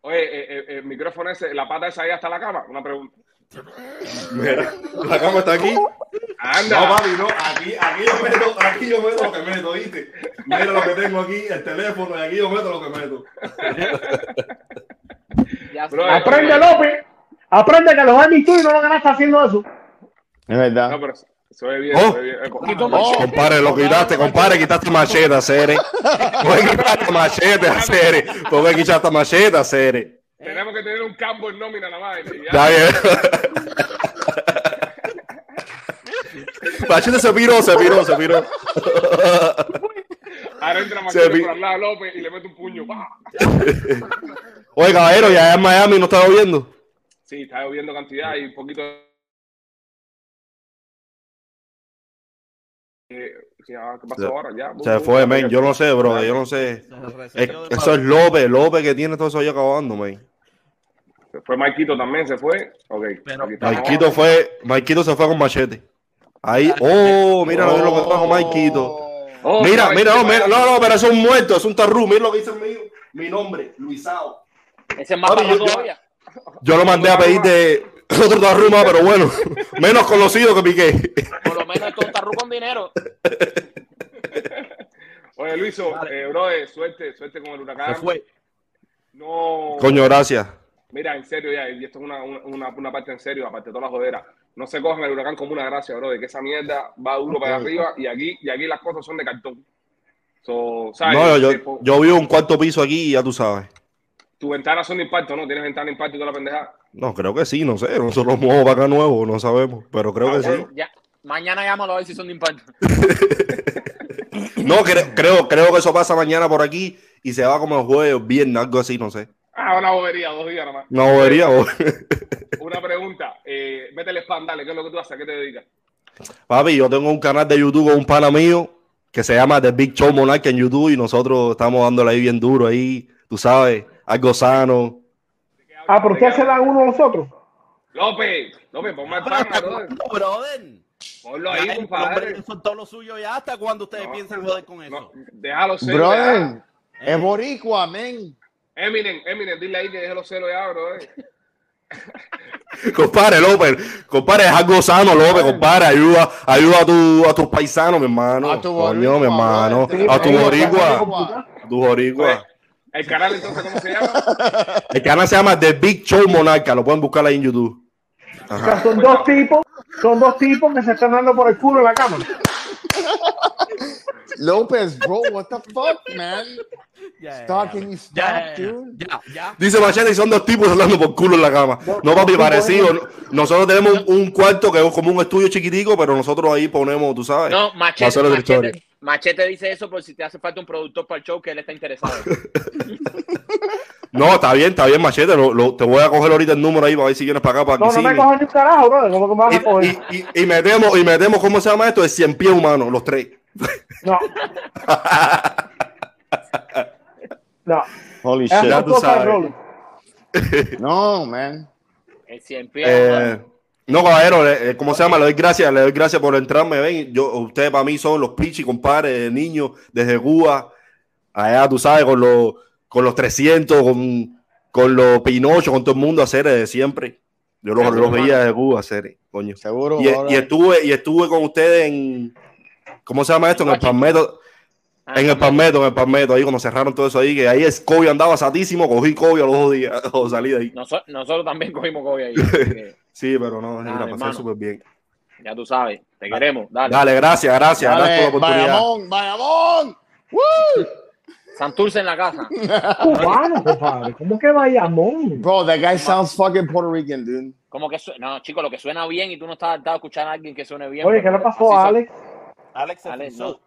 [SPEAKER 1] Oye, eh, eh, el micrófono ese, la pata esa ahí hasta la cama. Una pregunta.
[SPEAKER 9] Mira, la cama está aquí.
[SPEAKER 1] Anda.
[SPEAKER 9] no, aquí, aquí yo meto, aquí yo meto lo que meto, ¿viste? Mira lo que tengo aquí, el teléfono, y aquí yo meto lo que meto.
[SPEAKER 2] Ya
[SPEAKER 1] Bro,
[SPEAKER 2] se-
[SPEAKER 3] Aprende, López. Aprende que los Emmys tuyos no lo ganaste haciendo eso.
[SPEAKER 4] Es verdad.
[SPEAKER 1] no, pero se ve bien,
[SPEAKER 9] Oh.
[SPEAKER 1] se ve bien. Eh,
[SPEAKER 4] Oh.
[SPEAKER 9] Compadre, lo quitaste, compadre, quitaste machete, Cere. Porque quitaste machete, Cere. Porque quitaste machete, Cere.
[SPEAKER 1] Tenemos que tener un campo en nómina nada más. y ya.
[SPEAKER 9] Ya bien. Machete se piró, se piró, se piró.
[SPEAKER 1] Ahora entra
[SPEAKER 9] Se
[SPEAKER 1] Machete
[SPEAKER 9] vi- Mm.
[SPEAKER 1] por al lado de López y le mete un puño. ¡Bah!
[SPEAKER 9] Oye, caballero, ya en Miami no está lloviendo.
[SPEAKER 1] Sí, está lloviendo cantidad y un poquito. Eh, ya, ¿Qué pasó
[SPEAKER 9] Se-
[SPEAKER 1] ahora? Ya,
[SPEAKER 9] Se fue, men. Yo no sé, bro. Yo no sé.
[SPEAKER 5] Se resetió
[SPEAKER 9] Es-
[SPEAKER 5] de
[SPEAKER 9] Eso es López, López que tiene todo eso ahí acabando, men.
[SPEAKER 1] Se fue Maikito también, se fue. Ok,
[SPEAKER 5] Pero-
[SPEAKER 1] aquí estamos.
[SPEAKER 9] Maikito fue, Maikito se fue con machete. Ahí, oh, mira lo- lo que trajo Maikito.
[SPEAKER 1] Oh,
[SPEAKER 9] Mira,
[SPEAKER 1] no,
[SPEAKER 9] mira,
[SPEAKER 1] Maikito,
[SPEAKER 9] no, mira,
[SPEAKER 1] vaya.
[SPEAKER 9] no, no, pero es un muerto, es un tarru. Mira lo que dice el mío. Mi nombre, Luisao.
[SPEAKER 2] Ese es más
[SPEAKER 9] Ahora,
[SPEAKER 2] para
[SPEAKER 9] yo- yo-
[SPEAKER 2] todavía.
[SPEAKER 9] Yo lo mandé a pedir de otro tarru más, pero bueno, menos conocido que Piqué.
[SPEAKER 2] Por lo menos esto es un tarru con dinero.
[SPEAKER 1] Oye, Luiso, eh, bro, eh, suerte, suerte con el huracán.
[SPEAKER 5] Se fue.
[SPEAKER 1] No.
[SPEAKER 9] Coño, gracias.
[SPEAKER 1] Mira, en serio, ya, y esto es una, una, una parte en serio, aparte de toda la jodera. No se cojan el huracán como una gracia, bro, de que esa mierda va duro para arriba y aquí, y aquí las cosas son de cartón. So, ¿sabes?
[SPEAKER 9] No, yo,
[SPEAKER 1] Tipo,
[SPEAKER 9] yo vivo un cuarto piso aquí y ya tú sabes.
[SPEAKER 1] Tu ventana son de impacto, ¿no? Tienes ventana de impacto y toda la pendejada.
[SPEAKER 9] No, creo que sí, no sé. Nosotros movemos para acá nuevo, no sabemos, pero creo que sí.
[SPEAKER 2] Eh, Ya. Mañana llámalo a ver si son de impacto.
[SPEAKER 9] No, creo, creo, creo que eso pasa mañana por aquí y se va como el jueves, viernes, algo así, no sé.
[SPEAKER 1] Ah, una bobería, dos días nomás.
[SPEAKER 9] No bobería. bo-
[SPEAKER 1] Una pregunta. Eh, métele spam, dale, ¿qué es lo que tú haces? ¿A qué te dedicas?
[SPEAKER 9] Papi, yo tengo un canal de YouTube con un pana mío que se llama The Big Show Monarch en YouTube y nosotros estamos dándole ahí bien duro ahí, tú sabes, algo sano.
[SPEAKER 3] Ah, pero ustedes se dan uno a los otros.
[SPEAKER 1] López, López, ponme el pana, brother.
[SPEAKER 5] No, brother.
[SPEAKER 1] Ponlo
[SPEAKER 5] Ya,
[SPEAKER 1] ahí,
[SPEAKER 5] el hombre
[SPEAKER 1] compadre.
[SPEAKER 5] hizo todo lo suyo ya hasta cuando ustedes piensan joder con eso. Eh,
[SPEAKER 1] Déjalo ser. ya.
[SPEAKER 4] Brother, es boricua, men.
[SPEAKER 1] Eminem, Eminem, dile ahí que deje los celos ya, brother.
[SPEAKER 9] Compare, López, compare, es algo sano, López, compare, ayuda, ayuda a, tu, a tus paisanos, mi hermano.
[SPEAKER 4] A tu
[SPEAKER 9] Coño, mi
[SPEAKER 4] boricua, este brother.
[SPEAKER 9] hermano. A tu
[SPEAKER 4] Sí,
[SPEAKER 9] boricua.
[SPEAKER 4] boricua.
[SPEAKER 9] A tu boricua.
[SPEAKER 1] Pues, El canal entonces, ¿cómo se llama?
[SPEAKER 9] El canal se llama The Big Show Monarca, lo pueden buscar ahí en YouTube.
[SPEAKER 3] O sea, son dos tipos, son dos tipos que se están dando por el culo en la cama.
[SPEAKER 4] Lopez, bro, what the fuck, man?
[SPEAKER 5] Ya,
[SPEAKER 4] Stop,
[SPEAKER 5] ya,
[SPEAKER 4] can you stop,
[SPEAKER 5] ya, ya,
[SPEAKER 4] dude?
[SPEAKER 5] ya, ya.
[SPEAKER 9] Dice Machete y son dos tipos hablando por culo en la cama. No, papi, parecido. no- Nosotros tenemos un un cuarto que es como un estudio chiquitico, pero nosotros ahí ponemos, tú sabes.
[SPEAKER 2] No,
[SPEAKER 9] Va a
[SPEAKER 2] Machete,
[SPEAKER 9] ser otra historia.
[SPEAKER 2] Machete, Machete dice eso por si te hace falta un productor para el show que él está interesado.
[SPEAKER 9] No, está bien, está bien, Machete. lo- lo- te voy a coger ahorita el número ahí para ver si vienes para acá. Para
[SPEAKER 3] No, no me
[SPEAKER 9] Kissimmee.
[SPEAKER 3] cogen ni un carajo, brother. ¿Cómo que me vas a
[SPEAKER 9] y,
[SPEAKER 3] coger?
[SPEAKER 9] y, y- y metemos, y metemos, ¿cómo se llama esto? El 100 pies humano, los tres.
[SPEAKER 3] No. No.
[SPEAKER 4] Holy
[SPEAKER 3] Esas
[SPEAKER 9] Ya
[SPEAKER 3] son
[SPEAKER 9] tú
[SPEAKER 3] cosas de
[SPEAKER 9] sabes.
[SPEAKER 3] Rolly.
[SPEAKER 4] Ah, No, man.
[SPEAKER 2] El cien pies,
[SPEAKER 9] Eh,
[SPEAKER 2] hermano.
[SPEAKER 9] no, caballero, le- eh, ¿cómo se llama? Le doy gracias, le doy gracias por entrarme. Ven, yo, ustedes para mí son los pichis, compadre, niños, desde Cuba, allá, tú sabes, con los, con los 300, con, con los Pinocho, con todo el mundo, hacer de siempre. Yo los,
[SPEAKER 2] Seguro,
[SPEAKER 9] los veía
[SPEAKER 2] mano.
[SPEAKER 9] desde Cuba, hacer, coño.
[SPEAKER 4] Seguro.
[SPEAKER 9] Y,
[SPEAKER 4] ahora-
[SPEAKER 9] y este estuve, y estuve con ustedes en, ¿cómo se llama esto? En el Palmetto.
[SPEAKER 2] Ah,
[SPEAKER 9] En el palmeto, en el palmeto, ahí cuando cerraron todo eso ahí, que ahí es Kobe andaba satísimo, cogí Kobe a los dos días, o salí de ahí.
[SPEAKER 2] noso- nosotros también cogimos COVID ahí. así que
[SPEAKER 9] Sí, pero no,
[SPEAKER 2] Ah,
[SPEAKER 9] la pasé
[SPEAKER 2] hermano.
[SPEAKER 9] súper bien.
[SPEAKER 2] ya tú sabes, te queremos. Dale.
[SPEAKER 9] Dale, gracias, gracias, gracias por la
[SPEAKER 4] Dale,
[SPEAKER 9] oportunidad.
[SPEAKER 4] Bayamón, Bayamón. Woo!
[SPEAKER 2] Santurce en la casa.
[SPEAKER 3] Cubano, compadre. ¿Cómo que Bayamón?
[SPEAKER 4] Bro, that guy sounds fucking Puerto Rican, dude.
[SPEAKER 2] Como que su- no, chico, lo que suena bien y tú no estás adaptado a escuchar a alguien que suene bien.
[SPEAKER 3] Oye, ¿qué le
[SPEAKER 2] porque
[SPEAKER 3] pasó a
[SPEAKER 2] así
[SPEAKER 3] Alex?
[SPEAKER 5] Alex se
[SPEAKER 2] Alex,
[SPEAKER 5] frizó.
[SPEAKER 2] son-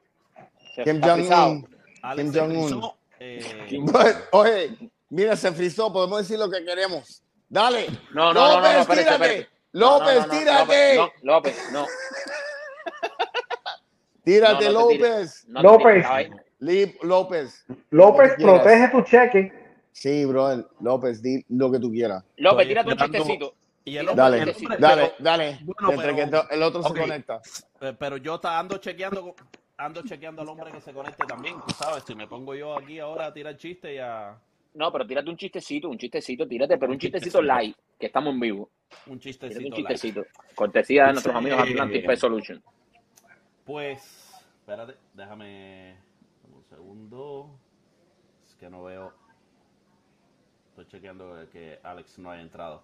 [SPEAKER 2] se
[SPEAKER 4] Kim
[SPEAKER 2] está frisado.
[SPEAKER 4] Jong-un.
[SPEAKER 5] Alex
[SPEAKER 4] Kim
[SPEAKER 5] se
[SPEAKER 4] Jong-un.
[SPEAKER 5] frizó. Eh,
[SPEAKER 4] But, Oye, mira, se frizó, podemos decir lo que queremos. Dale.
[SPEAKER 2] No, no, no, no, no, espérate,
[SPEAKER 4] tírate.
[SPEAKER 2] espérate.
[SPEAKER 4] López,
[SPEAKER 2] No, no, no,
[SPEAKER 4] tírate.
[SPEAKER 2] López, no, López, no.
[SPEAKER 4] Tírate,
[SPEAKER 2] No, no te tires.
[SPEAKER 4] López.
[SPEAKER 2] no te
[SPEAKER 3] López.
[SPEAKER 2] tires, ahí.
[SPEAKER 4] Lip- López.
[SPEAKER 3] López,
[SPEAKER 4] Lo que quieras.
[SPEAKER 3] protege tu cheque.
[SPEAKER 4] Sí, bro, López, di lo que tú quieras.
[SPEAKER 2] López,
[SPEAKER 5] Estoy
[SPEAKER 2] tírate un
[SPEAKER 5] esperando-
[SPEAKER 2] chistecito.
[SPEAKER 5] y el
[SPEAKER 2] López,
[SPEAKER 4] Dale,
[SPEAKER 5] el
[SPEAKER 2] hombre,
[SPEAKER 4] dale,
[SPEAKER 5] pero-
[SPEAKER 4] dale.
[SPEAKER 5] Bueno,
[SPEAKER 4] Entre
[SPEAKER 5] pero-
[SPEAKER 4] que to- el otro
[SPEAKER 5] ok.
[SPEAKER 4] se conecta.
[SPEAKER 5] Eh, pero yo ta- ando chequeando con- ando chequeando al hombre que se conecte también, tú sabes, si me pongo yo aquí ahora a tirar chiste y a
[SPEAKER 2] No, pero tírate un chistecito, un chistecito, tírate, pero
[SPEAKER 5] Un
[SPEAKER 2] un chistecito
[SPEAKER 5] chistecito.
[SPEAKER 2] live, que estamos en vivo.
[SPEAKER 5] un
[SPEAKER 2] Tírate un
[SPEAKER 5] chistecito. light.
[SPEAKER 2] chistecito. Cortesía de nuestros
[SPEAKER 5] Sí.
[SPEAKER 2] amigos Atlantic Pest Solution.
[SPEAKER 5] Pues, espérate, déjame dame un segundo. Es que no veo. Estoy chequeando que Alex no haya entrado.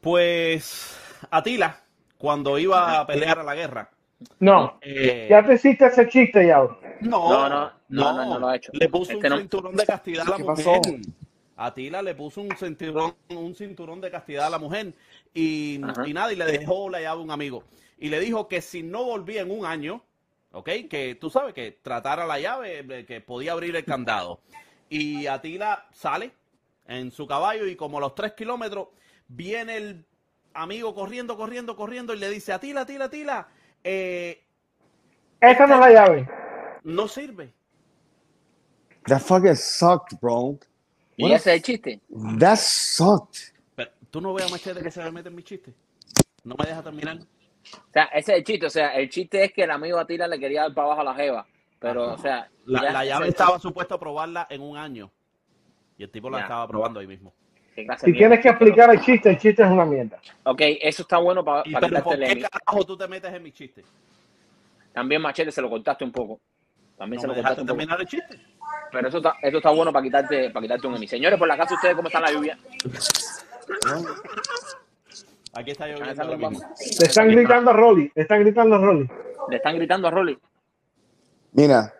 [SPEAKER 5] Pues, Atila, cuando iba a pelear a la guerra.
[SPEAKER 3] No.
[SPEAKER 5] eh,
[SPEAKER 3] Ya te hiciste ese chiste ya. bro.
[SPEAKER 5] No,
[SPEAKER 2] No, no, no, no, no lo ha hecho.
[SPEAKER 5] Le puso
[SPEAKER 2] Este
[SPEAKER 5] un
[SPEAKER 2] no.
[SPEAKER 5] cinturón de castidad a la
[SPEAKER 4] ¿Qué
[SPEAKER 5] mujer.
[SPEAKER 4] pasó?
[SPEAKER 5] Atila le puso un cinturón, un cinturón de castidad a la mujer y,
[SPEAKER 2] Ajá.
[SPEAKER 5] y nada, y le dejó la llave a un amigo. Y le dijo que si no volvía en un año, ¿ok? Que tú sabes que tratara la llave, eh, que podía abrir el candado. Y Atila sale en su caballo y como a los tres kilómetros viene el amigo corriendo, corriendo, corriendo y le dice, Atila, Atila, Atila, eh,
[SPEAKER 3] Esta no es la llave.
[SPEAKER 5] no sirve.
[SPEAKER 4] That fucking sucked, bro.
[SPEAKER 2] Y ese es el chiste.
[SPEAKER 4] That sucked.
[SPEAKER 5] Pero, ¿Tú no veas machete que se me mete en mi chiste? No me deja terminar.
[SPEAKER 2] O sea, ese es el chiste. O sea, el chiste es que el amigo Atila le quería dar para abajo a la Jeva. Pero, o sea.
[SPEAKER 5] Ah, La,
[SPEAKER 2] ya
[SPEAKER 5] la
[SPEAKER 2] ese
[SPEAKER 5] llave
[SPEAKER 2] es el
[SPEAKER 5] estaba supuesta a probarla en un año. Y el tipo la
[SPEAKER 2] Ya.
[SPEAKER 5] estaba probando ahí mismo.
[SPEAKER 2] chiste. Qué clase
[SPEAKER 3] Si
[SPEAKER 2] de
[SPEAKER 3] tienes que
[SPEAKER 2] mierda.
[SPEAKER 3] explicar el chiste, el chiste es una mierda.
[SPEAKER 2] Ok, eso está bueno para,
[SPEAKER 5] Y,
[SPEAKER 2] para
[SPEAKER 5] pero ¿por
[SPEAKER 2] quitarte
[SPEAKER 5] qué
[SPEAKER 2] el
[SPEAKER 5] carajo tú te metes en mi chiste?
[SPEAKER 2] También Machete se lo cortaste un poco. También
[SPEAKER 5] No
[SPEAKER 2] se
[SPEAKER 5] me
[SPEAKER 2] lo cortaste
[SPEAKER 5] dejaste
[SPEAKER 2] un poco.
[SPEAKER 5] terminar el chiste.
[SPEAKER 2] Pero eso está, eso está bueno para quitarte, para quitarte un Emmy. Señores, por la casa, ¿ustedes cómo está la lluvia?
[SPEAKER 5] Aquí está
[SPEAKER 2] Ah,
[SPEAKER 5] lloviendo
[SPEAKER 2] esa
[SPEAKER 5] ahora
[SPEAKER 2] no
[SPEAKER 5] mismo.
[SPEAKER 2] pasa.
[SPEAKER 3] Le están gritando a Rolly. Le están gritando a Rolly.
[SPEAKER 2] Le están gritando a Rolly.
[SPEAKER 4] Mira,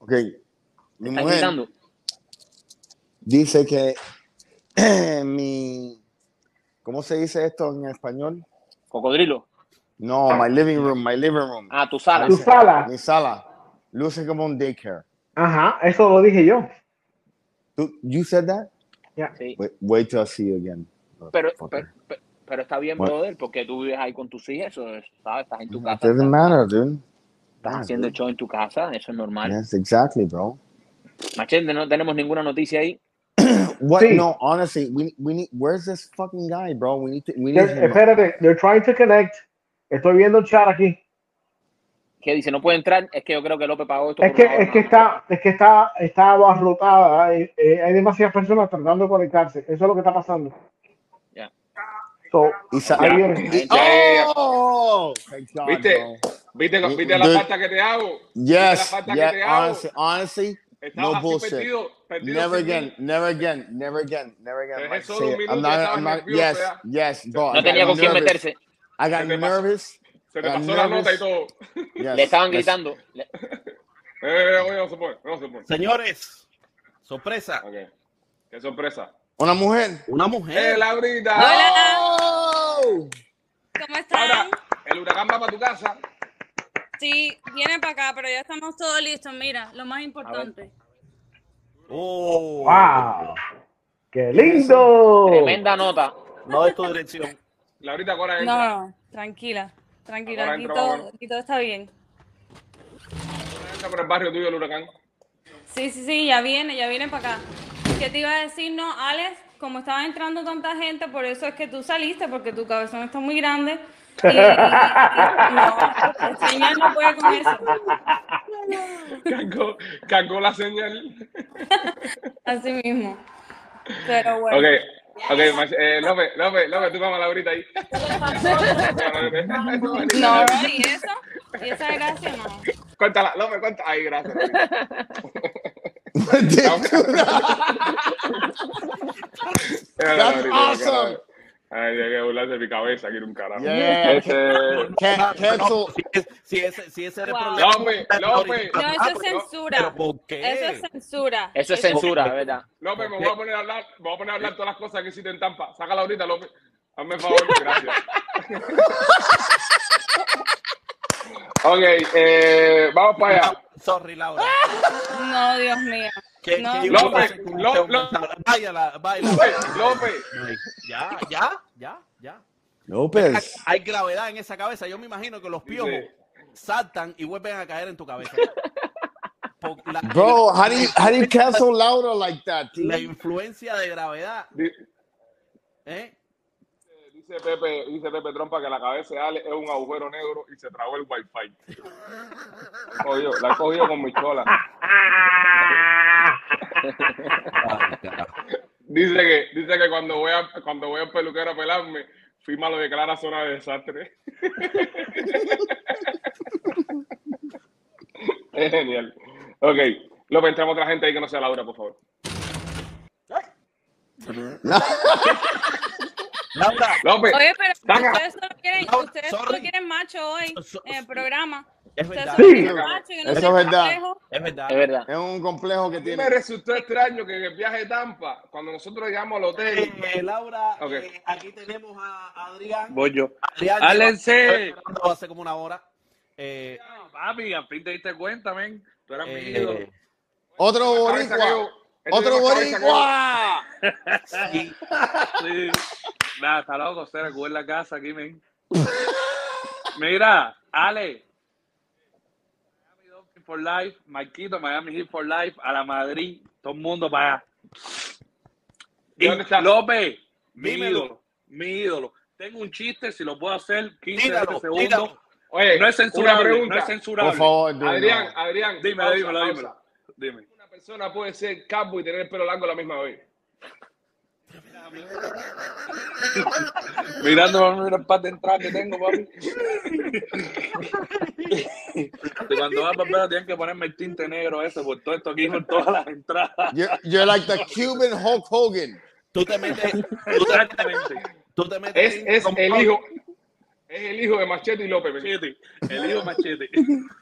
[SPEAKER 4] ok. Mi
[SPEAKER 2] Le están
[SPEAKER 4] mujer
[SPEAKER 2] gritando.
[SPEAKER 4] dice que mi. ¿Cómo se dice esto en español?
[SPEAKER 2] Cocodrilo.
[SPEAKER 4] No, my living room, my living room.
[SPEAKER 2] Ah, tu sala.
[SPEAKER 3] Tu sala.
[SPEAKER 4] Mi sala. Luce como un daycare.
[SPEAKER 3] Ajá, eso lo dije yo.
[SPEAKER 4] ¿Tú, you said that?
[SPEAKER 3] Yeah.
[SPEAKER 2] Sí.
[SPEAKER 4] Wait, wait till I see you again. uh,
[SPEAKER 2] Pero,
[SPEAKER 4] motherfucker.
[SPEAKER 2] pero, pero- pero está bien,
[SPEAKER 4] Bueno.
[SPEAKER 2] brother, porque tú vives ahí con tus hijas, eso es, ¿sabes? Estás en tu
[SPEAKER 4] It
[SPEAKER 2] casa,
[SPEAKER 4] doesn't matter, dude.
[SPEAKER 2] estás haciendo el show en tu casa, eso es normal.
[SPEAKER 4] Yes, exactly, bro.
[SPEAKER 2] Machete, no tenemos ninguna noticia ahí.
[SPEAKER 4] What?
[SPEAKER 3] Sí.
[SPEAKER 4] No, honestly, we we need. Where's this fucking guy, bro? We need to. We need
[SPEAKER 3] They're-
[SPEAKER 4] him.
[SPEAKER 3] espérate, they're trying to connect. Estoy viendo el chat aquí.
[SPEAKER 2] Que dice, no puede entrar, es que yo creo que López pagó esto.
[SPEAKER 3] Es
[SPEAKER 2] por
[SPEAKER 3] que,
[SPEAKER 2] una hora
[SPEAKER 3] es que
[SPEAKER 2] nada más.
[SPEAKER 3] está, es que está, está abarrotada. Hay, eh, hay demasiadas personas tratando de conectarse. Eso es lo que está pasando.
[SPEAKER 2] Ya.
[SPEAKER 3] So,
[SPEAKER 4] Isa-
[SPEAKER 3] ahí
[SPEAKER 1] Ya.
[SPEAKER 3] viene.
[SPEAKER 1] Ya, ya, ya.
[SPEAKER 4] Oh, thank God,
[SPEAKER 3] Ah,
[SPEAKER 1] ¿Viste?
[SPEAKER 4] bro.
[SPEAKER 1] ¿Viste, viste la
[SPEAKER 4] Dude.
[SPEAKER 1] falta que te hago? ¿Viste
[SPEAKER 4] Mm, Yes,
[SPEAKER 1] la falta que te
[SPEAKER 4] yeah.
[SPEAKER 1] hago?
[SPEAKER 4] Honestly, honestly,
[SPEAKER 1] Estabas
[SPEAKER 4] no
[SPEAKER 1] así
[SPEAKER 4] bullshit.
[SPEAKER 1] perdido, perdido
[SPEAKER 4] Never
[SPEAKER 1] sin mí.
[SPEAKER 4] again, never again, never again, never again.
[SPEAKER 1] Dejé
[SPEAKER 4] Mike,
[SPEAKER 1] solo
[SPEAKER 4] say
[SPEAKER 1] un
[SPEAKER 4] it.
[SPEAKER 1] minuto,
[SPEAKER 4] I'm
[SPEAKER 1] ya
[SPEAKER 4] not,
[SPEAKER 1] estabas
[SPEAKER 4] I'm not,
[SPEAKER 1] nervioso
[SPEAKER 4] yes,
[SPEAKER 1] ya.
[SPEAKER 4] yes, bro. I
[SPEAKER 2] No tenía
[SPEAKER 4] got
[SPEAKER 2] con quién
[SPEAKER 4] nervous.
[SPEAKER 2] meterse.
[SPEAKER 4] I got
[SPEAKER 1] Se te pasó-
[SPEAKER 4] nervous.
[SPEAKER 1] Se te
[SPEAKER 4] I got
[SPEAKER 1] pasó la nota y
[SPEAKER 4] nervous.
[SPEAKER 1] todo.
[SPEAKER 4] Yes,
[SPEAKER 2] Le estaban
[SPEAKER 4] yes.
[SPEAKER 2] gritando. le-
[SPEAKER 1] Eh, oye, no se puede, no se puede.
[SPEAKER 5] Señores, sorpresa,
[SPEAKER 1] Ok. Qué sorpresa.
[SPEAKER 4] Una mujer.
[SPEAKER 5] una
[SPEAKER 1] ¡Eh,
[SPEAKER 5] mujer.
[SPEAKER 1] Laurita!
[SPEAKER 4] Oh!
[SPEAKER 1] Ahora,
[SPEAKER 10] ¿Cómo están?
[SPEAKER 1] el huracán va para tu casa.
[SPEAKER 10] Sí, vienen para acá, pero ya estamos todos listos. Mira, lo más importante.
[SPEAKER 5] Oh,
[SPEAKER 3] ¡Wow! ¡Qué lindo!
[SPEAKER 2] Tremenda nota.
[SPEAKER 5] No de tu dirección.
[SPEAKER 1] Laurita, ahora entra.
[SPEAKER 10] No, no, tranquila, tranquila.
[SPEAKER 1] Ahora
[SPEAKER 10] Aquí
[SPEAKER 1] entro,
[SPEAKER 10] todo,
[SPEAKER 1] vámonos.
[SPEAKER 10] aquí todo está bien.
[SPEAKER 1] Ahora entra por el barrio tuyo el huracán.
[SPEAKER 10] Sí, sí, sí, ya viene, ya viene para acá. ¿Qué te iba a decir? No, Alex, como estaba entrando tanta gente, por eso es que tú saliste, porque tu cabezón está muy grande. Y, y- y- no, el señor no puede con eso.
[SPEAKER 1] Cargó, cargó la señal.
[SPEAKER 10] Así mismo. Pero bueno.
[SPEAKER 1] Ok, ok, Mach- eh, López, López, López, tú vamos a Laurita ahí.
[SPEAKER 10] No, y eso, y esa gracia no.
[SPEAKER 1] Cuéntala, López, cuéntala. Ay, gracias. Laurita. Déjala,
[SPEAKER 4] That's
[SPEAKER 1] Laurita,
[SPEAKER 4] awesome.
[SPEAKER 1] déjala. Ay, hay que burlarse de mi cabeza, quiero un carajo.
[SPEAKER 4] Yeah.
[SPEAKER 1] Este,
[SPEAKER 4] Can- cancel.
[SPEAKER 5] Si, es- si ese, si ese era el
[SPEAKER 10] Wow.
[SPEAKER 5] problema. Ah,
[SPEAKER 1] López, López,
[SPEAKER 10] No, eso es
[SPEAKER 5] pero-
[SPEAKER 10] censura.
[SPEAKER 5] ¿Pero por qué?
[SPEAKER 10] Eso es censura.
[SPEAKER 2] Eso es censura,
[SPEAKER 5] Ok.
[SPEAKER 2] ¿verdad?
[SPEAKER 1] López, me voy a poner a hablar, me voy a poner a hablar todas las cosas que hiciste en Tampa. Sácala ahorita, López. Hazme el favor, gracias. ok, eh, vamos para allá.
[SPEAKER 5] Sorry, Laura.
[SPEAKER 10] No, Dios mío.
[SPEAKER 5] ¿Qué, este
[SPEAKER 10] No.
[SPEAKER 5] qué-
[SPEAKER 1] López,
[SPEAKER 5] qué-
[SPEAKER 1] Lo-
[SPEAKER 5] qué-
[SPEAKER 1] Lo-
[SPEAKER 5] Báilala, báilala.
[SPEAKER 1] López, López.
[SPEAKER 5] Ay, Ya, ya, ya, ya.
[SPEAKER 4] Lopez.
[SPEAKER 5] Hay gravedad en esa cabeza. Yo me imagino que los piojos
[SPEAKER 1] Dice-
[SPEAKER 5] saltan y vuelven a caer en tu cabeza. Por la-
[SPEAKER 4] Bro, how do you how do you cancel louder like that? dude?
[SPEAKER 5] La influencia de gravedad,
[SPEAKER 1] Di-
[SPEAKER 5] ¿eh?
[SPEAKER 1] Dice Pepe, dice Pepe Trompa que la cabeza de Ale es un agujero negro y se tragó el wifi. Cogió, la he cogido con mi chola. Dice que, dice que cuando voy a cuando voy al peluquero a pelarme, firma lo declara zona de desastre. es genial. Ok. López, entramos otra gente ahí que no sea Laura, por favor.
[SPEAKER 5] Laura,
[SPEAKER 1] López,
[SPEAKER 10] Oye, pero
[SPEAKER 1] Saca.
[SPEAKER 10] ustedes solo quieren,
[SPEAKER 5] No,
[SPEAKER 10] ustedes
[SPEAKER 5] sorry.
[SPEAKER 10] solo quieren eh, macho hoy
[SPEAKER 5] So-
[SPEAKER 10] en el programa.
[SPEAKER 5] es
[SPEAKER 10] Ustedes
[SPEAKER 5] verdad.
[SPEAKER 10] solo
[SPEAKER 3] Sí.
[SPEAKER 10] quieren macho, yo no
[SPEAKER 4] Eso
[SPEAKER 10] soy
[SPEAKER 4] es verdad.
[SPEAKER 11] Ah,
[SPEAKER 10] complejo.
[SPEAKER 5] Es verdad.
[SPEAKER 2] Es verdad.
[SPEAKER 4] Es un complejo que
[SPEAKER 1] a mí
[SPEAKER 4] tiene.
[SPEAKER 1] me resultó extraño que en el viaje de Tampa, cuando nosotros llegamos al hotel,
[SPEAKER 5] Eh, Laura,
[SPEAKER 1] Ok.
[SPEAKER 5] eh, aquí tenemos a Adrián.
[SPEAKER 11] Voy yo.
[SPEAKER 5] Adrián
[SPEAKER 11] Álense.
[SPEAKER 5] lleva- lleva esperando hace como una hora. Eh,
[SPEAKER 11] Papi, al fin te diste cuenta, men. Tú eras mi ídolo.
[SPEAKER 5] eh,
[SPEAKER 4] Otro
[SPEAKER 1] cabeza
[SPEAKER 4] boricua.
[SPEAKER 1] cayó. Este
[SPEAKER 4] Otro
[SPEAKER 1] tiene una cabeza
[SPEAKER 4] boricua.
[SPEAKER 5] y-
[SPEAKER 11] Sí. Nada, está loco, se recuerda la casa aquí, men. Mira, Ale. Miami Dolphin for Life, Marquito, Miami Heat for Life, a la Madrid, todo el mundo para allá.
[SPEAKER 1] ¿De
[SPEAKER 11] Y
[SPEAKER 1] dónde estás?
[SPEAKER 11] López, mi
[SPEAKER 5] Dímelo.
[SPEAKER 11] ídolo, mi ídolo. Tengo un chiste, si lo puedo hacer 15
[SPEAKER 5] Tíralo,
[SPEAKER 11] segundos.
[SPEAKER 5] tíralo.
[SPEAKER 1] Oye,
[SPEAKER 11] No es
[SPEAKER 1] Eh, una
[SPEAKER 11] censurable,
[SPEAKER 1] pregunta.
[SPEAKER 11] no es censurable.
[SPEAKER 4] Por favor, dude,
[SPEAKER 1] Adrián,
[SPEAKER 4] no.
[SPEAKER 1] Adrián.
[SPEAKER 11] Dime,
[SPEAKER 1] pausa,
[SPEAKER 11] dímelo,
[SPEAKER 1] pausa.
[SPEAKER 11] dímelo. Dime.
[SPEAKER 1] Una persona puede ser capo y tener el pelo largo a la misma vez.
[SPEAKER 11] Mirando, vamos a mirar el par de entradas que tengo, papi. Y cuando vas a volver, tienen que ponerme el tinte negro ese, por todo esto aquí, por todas las entradas.
[SPEAKER 4] You're, you're like the Cuban Hulk Hogan.
[SPEAKER 5] tú te metes. tú te-
[SPEAKER 11] Exactamente.
[SPEAKER 5] tú te metes
[SPEAKER 1] Es,
[SPEAKER 5] en-
[SPEAKER 1] es
[SPEAKER 5] como-
[SPEAKER 1] el hijo. Es el hijo de Machete y López. ¿verdad?
[SPEAKER 11] Machete, el hijo machete.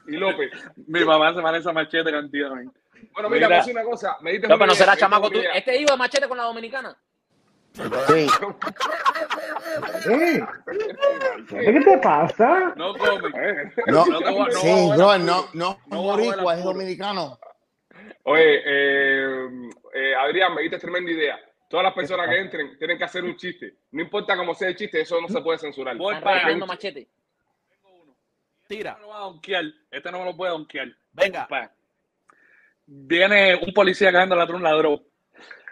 [SPEAKER 1] Y López.
[SPEAKER 11] Mi mamá se parece a machete cantidad. man.
[SPEAKER 1] Bueno, mira,
[SPEAKER 11] Mira.
[SPEAKER 1] pues una cosa. Me diste
[SPEAKER 2] No,
[SPEAKER 1] una
[SPEAKER 2] pero no
[SPEAKER 1] idea,
[SPEAKER 2] será
[SPEAKER 1] me diste
[SPEAKER 2] chamaco
[SPEAKER 1] una
[SPEAKER 2] tú.
[SPEAKER 1] idea.
[SPEAKER 2] Este hijo de machete con la dominicana.
[SPEAKER 4] Sí.
[SPEAKER 3] Eh, ¿Qué te pasa?
[SPEAKER 11] No come.
[SPEAKER 4] No,
[SPEAKER 11] No te voy a- no
[SPEAKER 4] sí,
[SPEAKER 11] voy a jugar
[SPEAKER 4] bro,
[SPEAKER 11] al
[SPEAKER 4] no, no,
[SPEAKER 11] No voy a jugar
[SPEAKER 4] boricua,
[SPEAKER 11] al
[SPEAKER 4] es
[SPEAKER 11] fútbol.
[SPEAKER 4] dominicano.
[SPEAKER 1] Oye, eh, eh, Adrián, me diste tremenda idea. Todas las personas que entren tienen que hacer un chiste. No importa cómo sea el chiste, eso no se puede censurar.
[SPEAKER 11] Voy
[SPEAKER 1] Porque
[SPEAKER 11] para-
[SPEAKER 1] un-
[SPEAKER 2] machete.
[SPEAKER 5] Tira.
[SPEAKER 11] Este no me lo va a donkear. Este no me lo puede donkear.
[SPEAKER 5] Venga.
[SPEAKER 11] Pa. Viene un policía cagando atrás de un ladrón.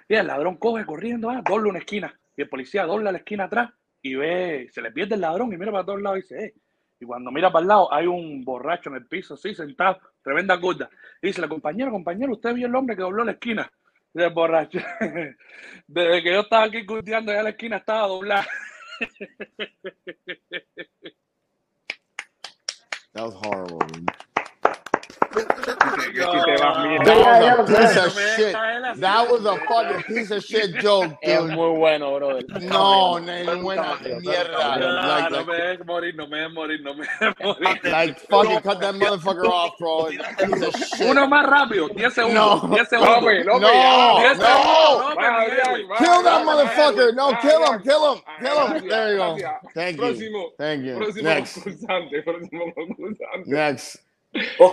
[SPEAKER 11] Y el ladrón coge corriendo, ah, dobla una esquina. Y el policía dobla la esquina atrás y ve, se le pierde el ladrón y mira para todos lados y dice, eh. Y cuando mira para el lado, hay un borracho en el piso, así, sentado, tremenda gorda. Y dice, compañero, compañero, usted vio el hombre que dobló la esquina. Y el borracho, desde que yo estaba aquí curteando, ya la esquina estaba doblada.
[SPEAKER 4] That was horrible. man.
[SPEAKER 2] That
[SPEAKER 4] That was a piece of
[SPEAKER 2] me
[SPEAKER 4] shit. That was a fucking piece of shit joke,
[SPEAKER 2] Es
[SPEAKER 4] dude.
[SPEAKER 2] muy bueno, bro.
[SPEAKER 4] No, ninguna
[SPEAKER 11] Ah,
[SPEAKER 4] mierda.
[SPEAKER 11] no
[SPEAKER 4] Like,
[SPEAKER 11] me dejes morir, no me dejes morir, no me dejes morir.
[SPEAKER 4] like, like, fucking cut that motherfucker off, bro. Piece of shit.
[SPEAKER 11] Uno más rápido, 10 segundos.
[SPEAKER 4] No.
[SPEAKER 11] 10 segundos.
[SPEAKER 1] López,
[SPEAKER 4] No,
[SPEAKER 1] López, ya.
[SPEAKER 11] Diez segundos,
[SPEAKER 4] no.
[SPEAKER 11] López,
[SPEAKER 1] Vaya,
[SPEAKER 11] Miguel.
[SPEAKER 1] Adrián, vaya,
[SPEAKER 4] Kill that
[SPEAKER 1] Adrián, vaya,
[SPEAKER 4] motherfucker.
[SPEAKER 1] Adrián.
[SPEAKER 4] No, kill him, kill him, kill him.
[SPEAKER 1] Ah, Gracias,
[SPEAKER 4] There you go.
[SPEAKER 1] gracias.
[SPEAKER 4] Thank you.
[SPEAKER 1] Próximo.
[SPEAKER 4] Thank you.
[SPEAKER 1] Próximo
[SPEAKER 4] Next.
[SPEAKER 1] concursante, próximo concursante.
[SPEAKER 4] Next.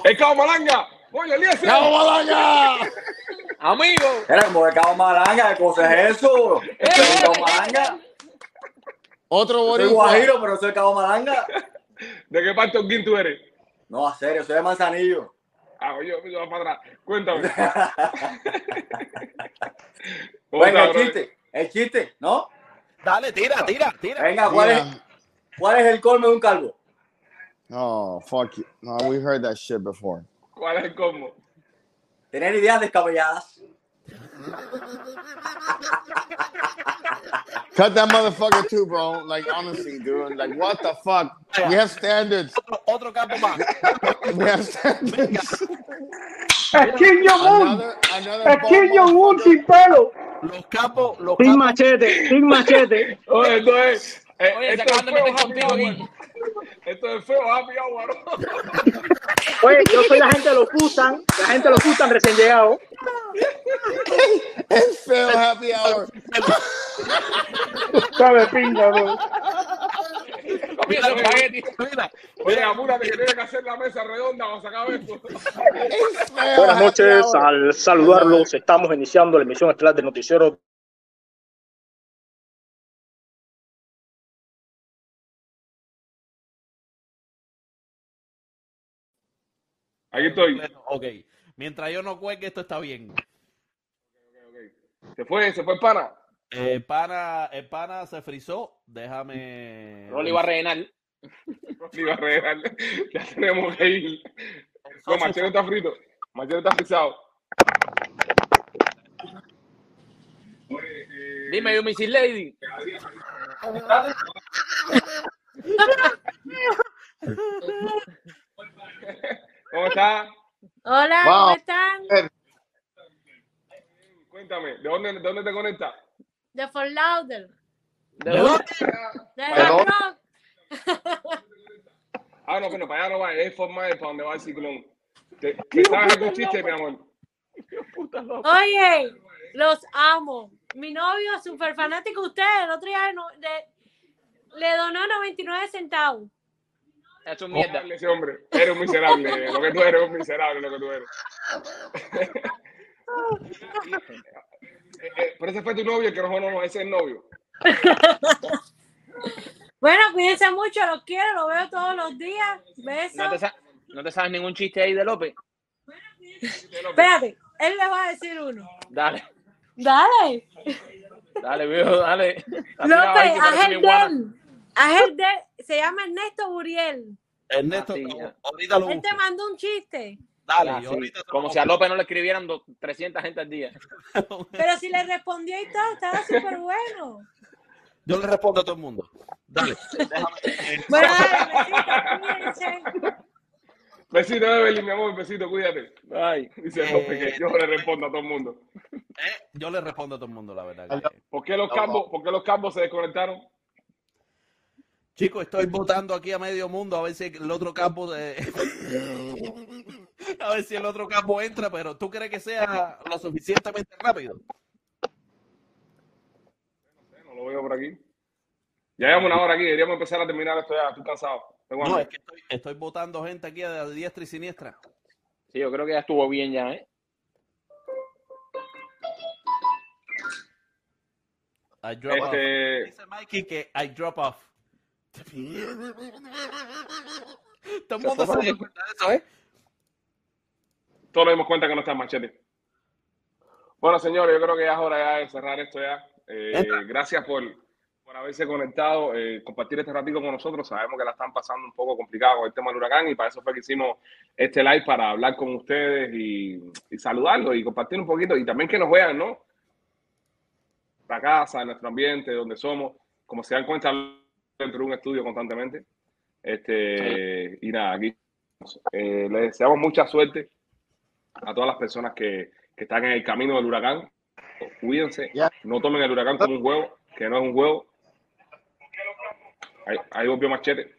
[SPEAKER 1] ¡El Cabo Malanga! ¡Oye, Eliezer!
[SPEAKER 4] ¡Cabo Malanga!
[SPEAKER 2] Amigo. Eh,
[SPEAKER 12] Era como de Cabo Malanga, ¿qué cosa es eso? Esto es Cabo Malanga.
[SPEAKER 4] Otro
[SPEAKER 12] Soy
[SPEAKER 4] boricua.
[SPEAKER 12] guajiro, pero soy Cabo Malanga.
[SPEAKER 1] ¿De qué parte Oquín tú eres?
[SPEAKER 12] No, a serio, soy de Manzanillo.
[SPEAKER 1] Ah, yo, yo voy para atrás. Cuéntame. ¿Cómo
[SPEAKER 12] Venga, el
[SPEAKER 1] estás, brother?
[SPEAKER 12] chiste, el chiste, ¿no?
[SPEAKER 5] Dale, tira, tira, tira.
[SPEAKER 12] Venga, ¿cuál es,
[SPEAKER 4] Yeah.
[SPEAKER 12] cuál es el colmo de un calvo?
[SPEAKER 4] Oh, fuck you. No, we heard that shit before.
[SPEAKER 1] ¿Cuál es el combo?
[SPEAKER 12] Tener ideas descabelladas.
[SPEAKER 4] Cut that motherfucker too, bro. Like honestly, dude. Like what the fuck? We have standards.
[SPEAKER 5] Otro, otro campo más.
[SPEAKER 4] We have standards.
[SPEAKER 13] Es Kim Jong-un.
[SPEAKER 4] Another, another
[SPEAKER 13] Es Kim
[SPEAKER 4] bomb-
[SPEAKER 13] Jong-un sin pelo.
[SPEAKER 5] Los capos, los
[SPEAKER 3] Sin
[SPEAKER 5] capos.
[SPEAKER 3] machete, sin machete.
[SPEAKER 1] Oye, esto es. eh,
[SPEAKER 2] Oye, se
[SPEAKER 1] esto es
[SPEAKER 2] acaban de
[SPEAKER 1] feo,
[SPEAKER 2] meter
[SPEAKER 1] happy
[SPEAKER 2] contigo
[SPEAKER 1] hour.
[SPEAKER 2] aquí.
[SPEAKER 1] Esto es feo, happy hour. ¿no?
[SPEAKER 3] Oye, yo soy la gente de los Fusan, la gente de los Fusan recién llegado.
[SPEAKER 4] It's Phil happy hour.
[SPEAKER 13] Sabe pinga, bro.
[SPEAKER 2] Comiendo espagueti.
[SPEAKER 5] Mira,
[SPEAKER 1] Oye, apúrate, que tienes que hacer la mesa redonda para sacar esto.
[SPEAKER 4] It's Phil
[SPEAKER 3] Buenas
[SPEAKER 4] happy
[SPEAKER 3] noches,
[SPEAKER 4] hour.
[SPEAKER 3] al saludarlos estamos iniciando la emisión estelar del noticiero
[SPEAKER 1] Aquí estoy.
[SPEAKER 5] ok. Mientras yo no cuelgue, esto está bien.
[SPEAKER 1] Se fue, se fue el pana.
[SPEAKER 5] Eh, El pana, el pana se frizó. Déjame.
[SPEAKER 2] Rolly va a rellenar.
[SPEAKER 1] Rolly va a regalar. Ya tenemos que ir. No,
[SPEAKER 5] Entonces,
[SPEAKER 1] Machete está frito. Machete está frisado. Oye, eh,
[SPEAKER 2] Dime, yo, Missy Lady.
[SPEAKER 1] ¿Cómo estás?
[SPEAKER 14] Hola,
[SPEAKER 4] Wow.
[SPEAKER 14] ¿cómo están?
[SPEAKER 1] Cuéntame, ¿de dónde, de dónde te conectas?
[SPEAKER 14] De Fort Lauder.
[SPEAKER 2] ¿De dónde?
[SPEAKER 14] De Hard Rock.
[SPEAKER 1] Ah, no, bueno, para allá no va, es forma de para donde va el ciclón. ¿Te, te sabes algún chiste, mi amor?
[SPEAKER 14] Oye, los amo. Mi novio, súper fanático de ustedes, el otro día no- de- le donó 99 centavos.
[SPEAKER 2] Eso es mierda.
[SPEAKER 1] Miserable ese hombre. Eres un miserable. lo que tú eres es un miserable, lo que tú eres. Eh, eh, Pero ese fue tu novio, el que no, no, no, ese es el novio.
[SPEAKER 14] Bueno, cuídense mucho, los quiero, los veo todos los días. Besos.
[SPEAKER 2] ¿No te, sa- no te sabes ningún chiste ahí de López?
[SPEAKER 14] Espérate, él le va a decir uno.
[SPEAKER 2] Dale,
[SPEAKER 14] Dale.
[SPEAKER 2] dale, viejo, dale. La tiraba ahí que
[SPEAKER 14] López, haz
[SPEAKER 2] parece
[SPEAKER 14] el
[SPEAKER 2] mi guana.
[SPEAKER 14] de él. Haz el de él. Se llama Ernesto Buriel.
[SPEAKER 5] Ernesto,
[SPEAKER 2] Así, Ah, ya.
[SPEAKER 5] ahorita lo
[SPEAKER 14] Él te
[SPEAKER 5] busco.
[SPEAKER 14] mandó un chiste.
[SPEAKER 5] Dale,
[SPEAKER 2] Ah, sí.
[SPEAKER 5] yo ahorita te lo
[SPEAKER 2] Como si a López no le escribieran do- 300 gente al día.
[SPEAKER 14] Pero si le respondió y todo, estaba súper bueno.
[SPEAKER 5] Yo le respondo a todo el mundo. Dale.
[SPEAKER 14] Bueno, dale, besitos, cuídense.
[SPEAKER 1] Besito, Evelyn, mi amor, besito, cuídate.
[SPEAKER 2] Ay.
[SPEAKER 1] Dice
[SPEAKER 5] Eh,
[SPEAKER 1] el hombre que yo le respondo a todo el mundo.
[SPEAKER 5] Eh, yo le respondo a todo el mundo, la verdad. que-
[SPEAKER 1] ¿Por qué los campos, por qué los campos se desconectaron?
[SPEAKER 5] Chicos, estoy votando aquí a medio mundo a ver si el otro campo de- a ver si el otro campo entra, pero ¿tú crees que sea lo suficientemente rápido?
[SPEAKER 1] No lo veo por aquí. Ya llevamos una hora aquí, deberíamos empezar a terminar esto ya, estoy cansado. Tengo
[SPEAKER 5] No,
[SPEAKER 1] hambre.
[SPEAKER 5] es que estoy, estoy votando gente aquí a diestra y siniestra.
[SPEAKER 2] Sí, yo creo que ya estuvo bien ya, ¿eh?
[SPEAKER 5] I drop
[SPEAKER 1] Este-
[SPEAKER 5] off. Dice Mikey que I drop off. Todo el mundo se dio cuenta de eso, ¿eh?
[SPEAKER 1] Todos nos dimos cuenta que no está machete. Bueno, señores, yo creo que ya es hora ya de cerrar esto ya. Eh,
[SPEAKER 9] Entra.
[SPEAKER 1] gracias por, por haberse conectado, eh, compartir este ratito con nosotros. Sabemos que la están pasando un poco complicada con el tema del huracán y para eso fue que hicimos este live para hablar con ustedes y, y saludarlos y compartir un poquito y también que nos vean, ¿no? La casa, nuestro ambiente, donde somos, como se dan cuenta dentro de un estudio constantemente. Este, y nada, aquí eh, les deseamos mucha suerte a todas las personas que, que están en el camino del huracán. Cuídense, no tomen el huracán como un juego, que no es un juego. Ahí, ahí volvió Machete.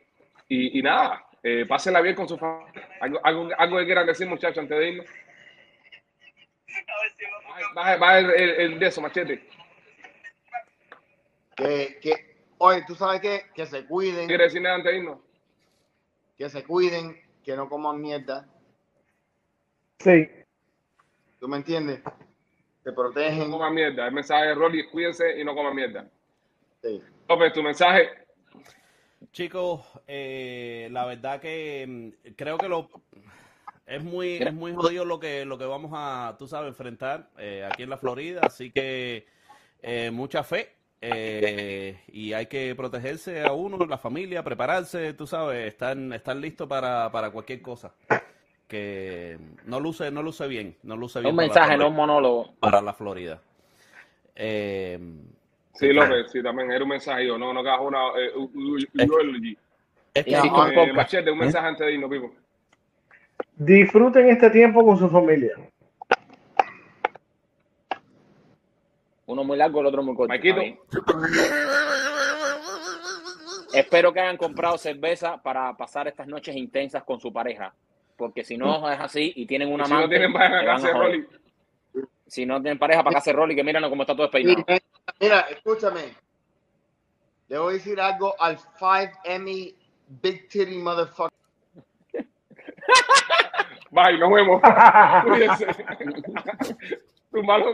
[SPEAKER 1] Y, y nada, eh, pásenla bien con su familia. ¿Algo, algo, algo que quieran decir, muchachos, antes de irnos? Baja, baja el, el- el de eso, Machete.
[SPEAKER 4] Que, que, oye, tú sabes qué? Que se cuiden.
[SPEAKER 1] ¿Quieres decir nada antes de irnos?
[SPEAKER 4] Que se cuiden, que no coman mierda.
[SPEAKER 3] Sí.
[SPEAKER 4] ¿Tú me entiendes? Te protegen.
[SPEAKER 1] No coman mierda. El mensaje de Rolly, cuídense y no coman mierda. López, tu mensaje.
[SPEAKER 5] Chicos, eh, la verdad que mm, creo que lo es muy es muy jodido lo que lo que vamos a, tú sabes, enfrentar eh, aquí en la Florida, así que eh, mucha fe eh, y hay que protegerse a uno, la familia, prepararse, tú sabes, estar estar listo para, para cualquier cosa. Que no luce no luce bien, no luce
[SPEAKER 2] Es
[SPEAKER 5] bien
[SPEAKER 2] un
[SPEAKER 5] para
[SPEAKER 2] mensaje,
[SPEAKER 5] la-
[SPEAKER 2] no un monólogo.
[SPEAKER 5] para la Florida. Eh,
[SPEAKER 1] Sí, López, sí, también era un mensaje. Yo, no, no cagas una. Eh, u- u- urology.
[SPEAKER 5] Es
[SPEAKER 3] que-
[SPEAKER 1] Eh,
[SPEAKER 3] Ajá.
[SPEAKER 1] Machete, un mensaje antes de irnos, Pipo.
[SPEAKER 3] Disfruten este tiempo con su familia.
[SPEAKER 2] Uno muy largo, el otro muy corto.
[SPEAKER 3] Maikito.
[SPEAKER 2] Está bien. Espero que hayan comprado cerveza para pasar estas noches intensas con su pareja. Porque si no es así y tienen una
[SPEAKER 1] Mm. Y si no
[SPEAKER 2] amante,
[SPEAKER 1] tienen pareja,
[SPEAKER 2] se van a
[SPEAKER 1] hacer
[SPEAKER 2] joder.
[SPEAKER 1] Rolly.
[SPEAKER 2] Si no tienen pareja, para acá hacer Rolly, que miran cómo está todo despeinado.
[SPEAKER 4] Mira, escúchame. Le voy a decir algo al 5 Emmy Big Titty Motherfucker.
[SPEAKER 1] Bye, nos vemos. Cuídense. tu malo,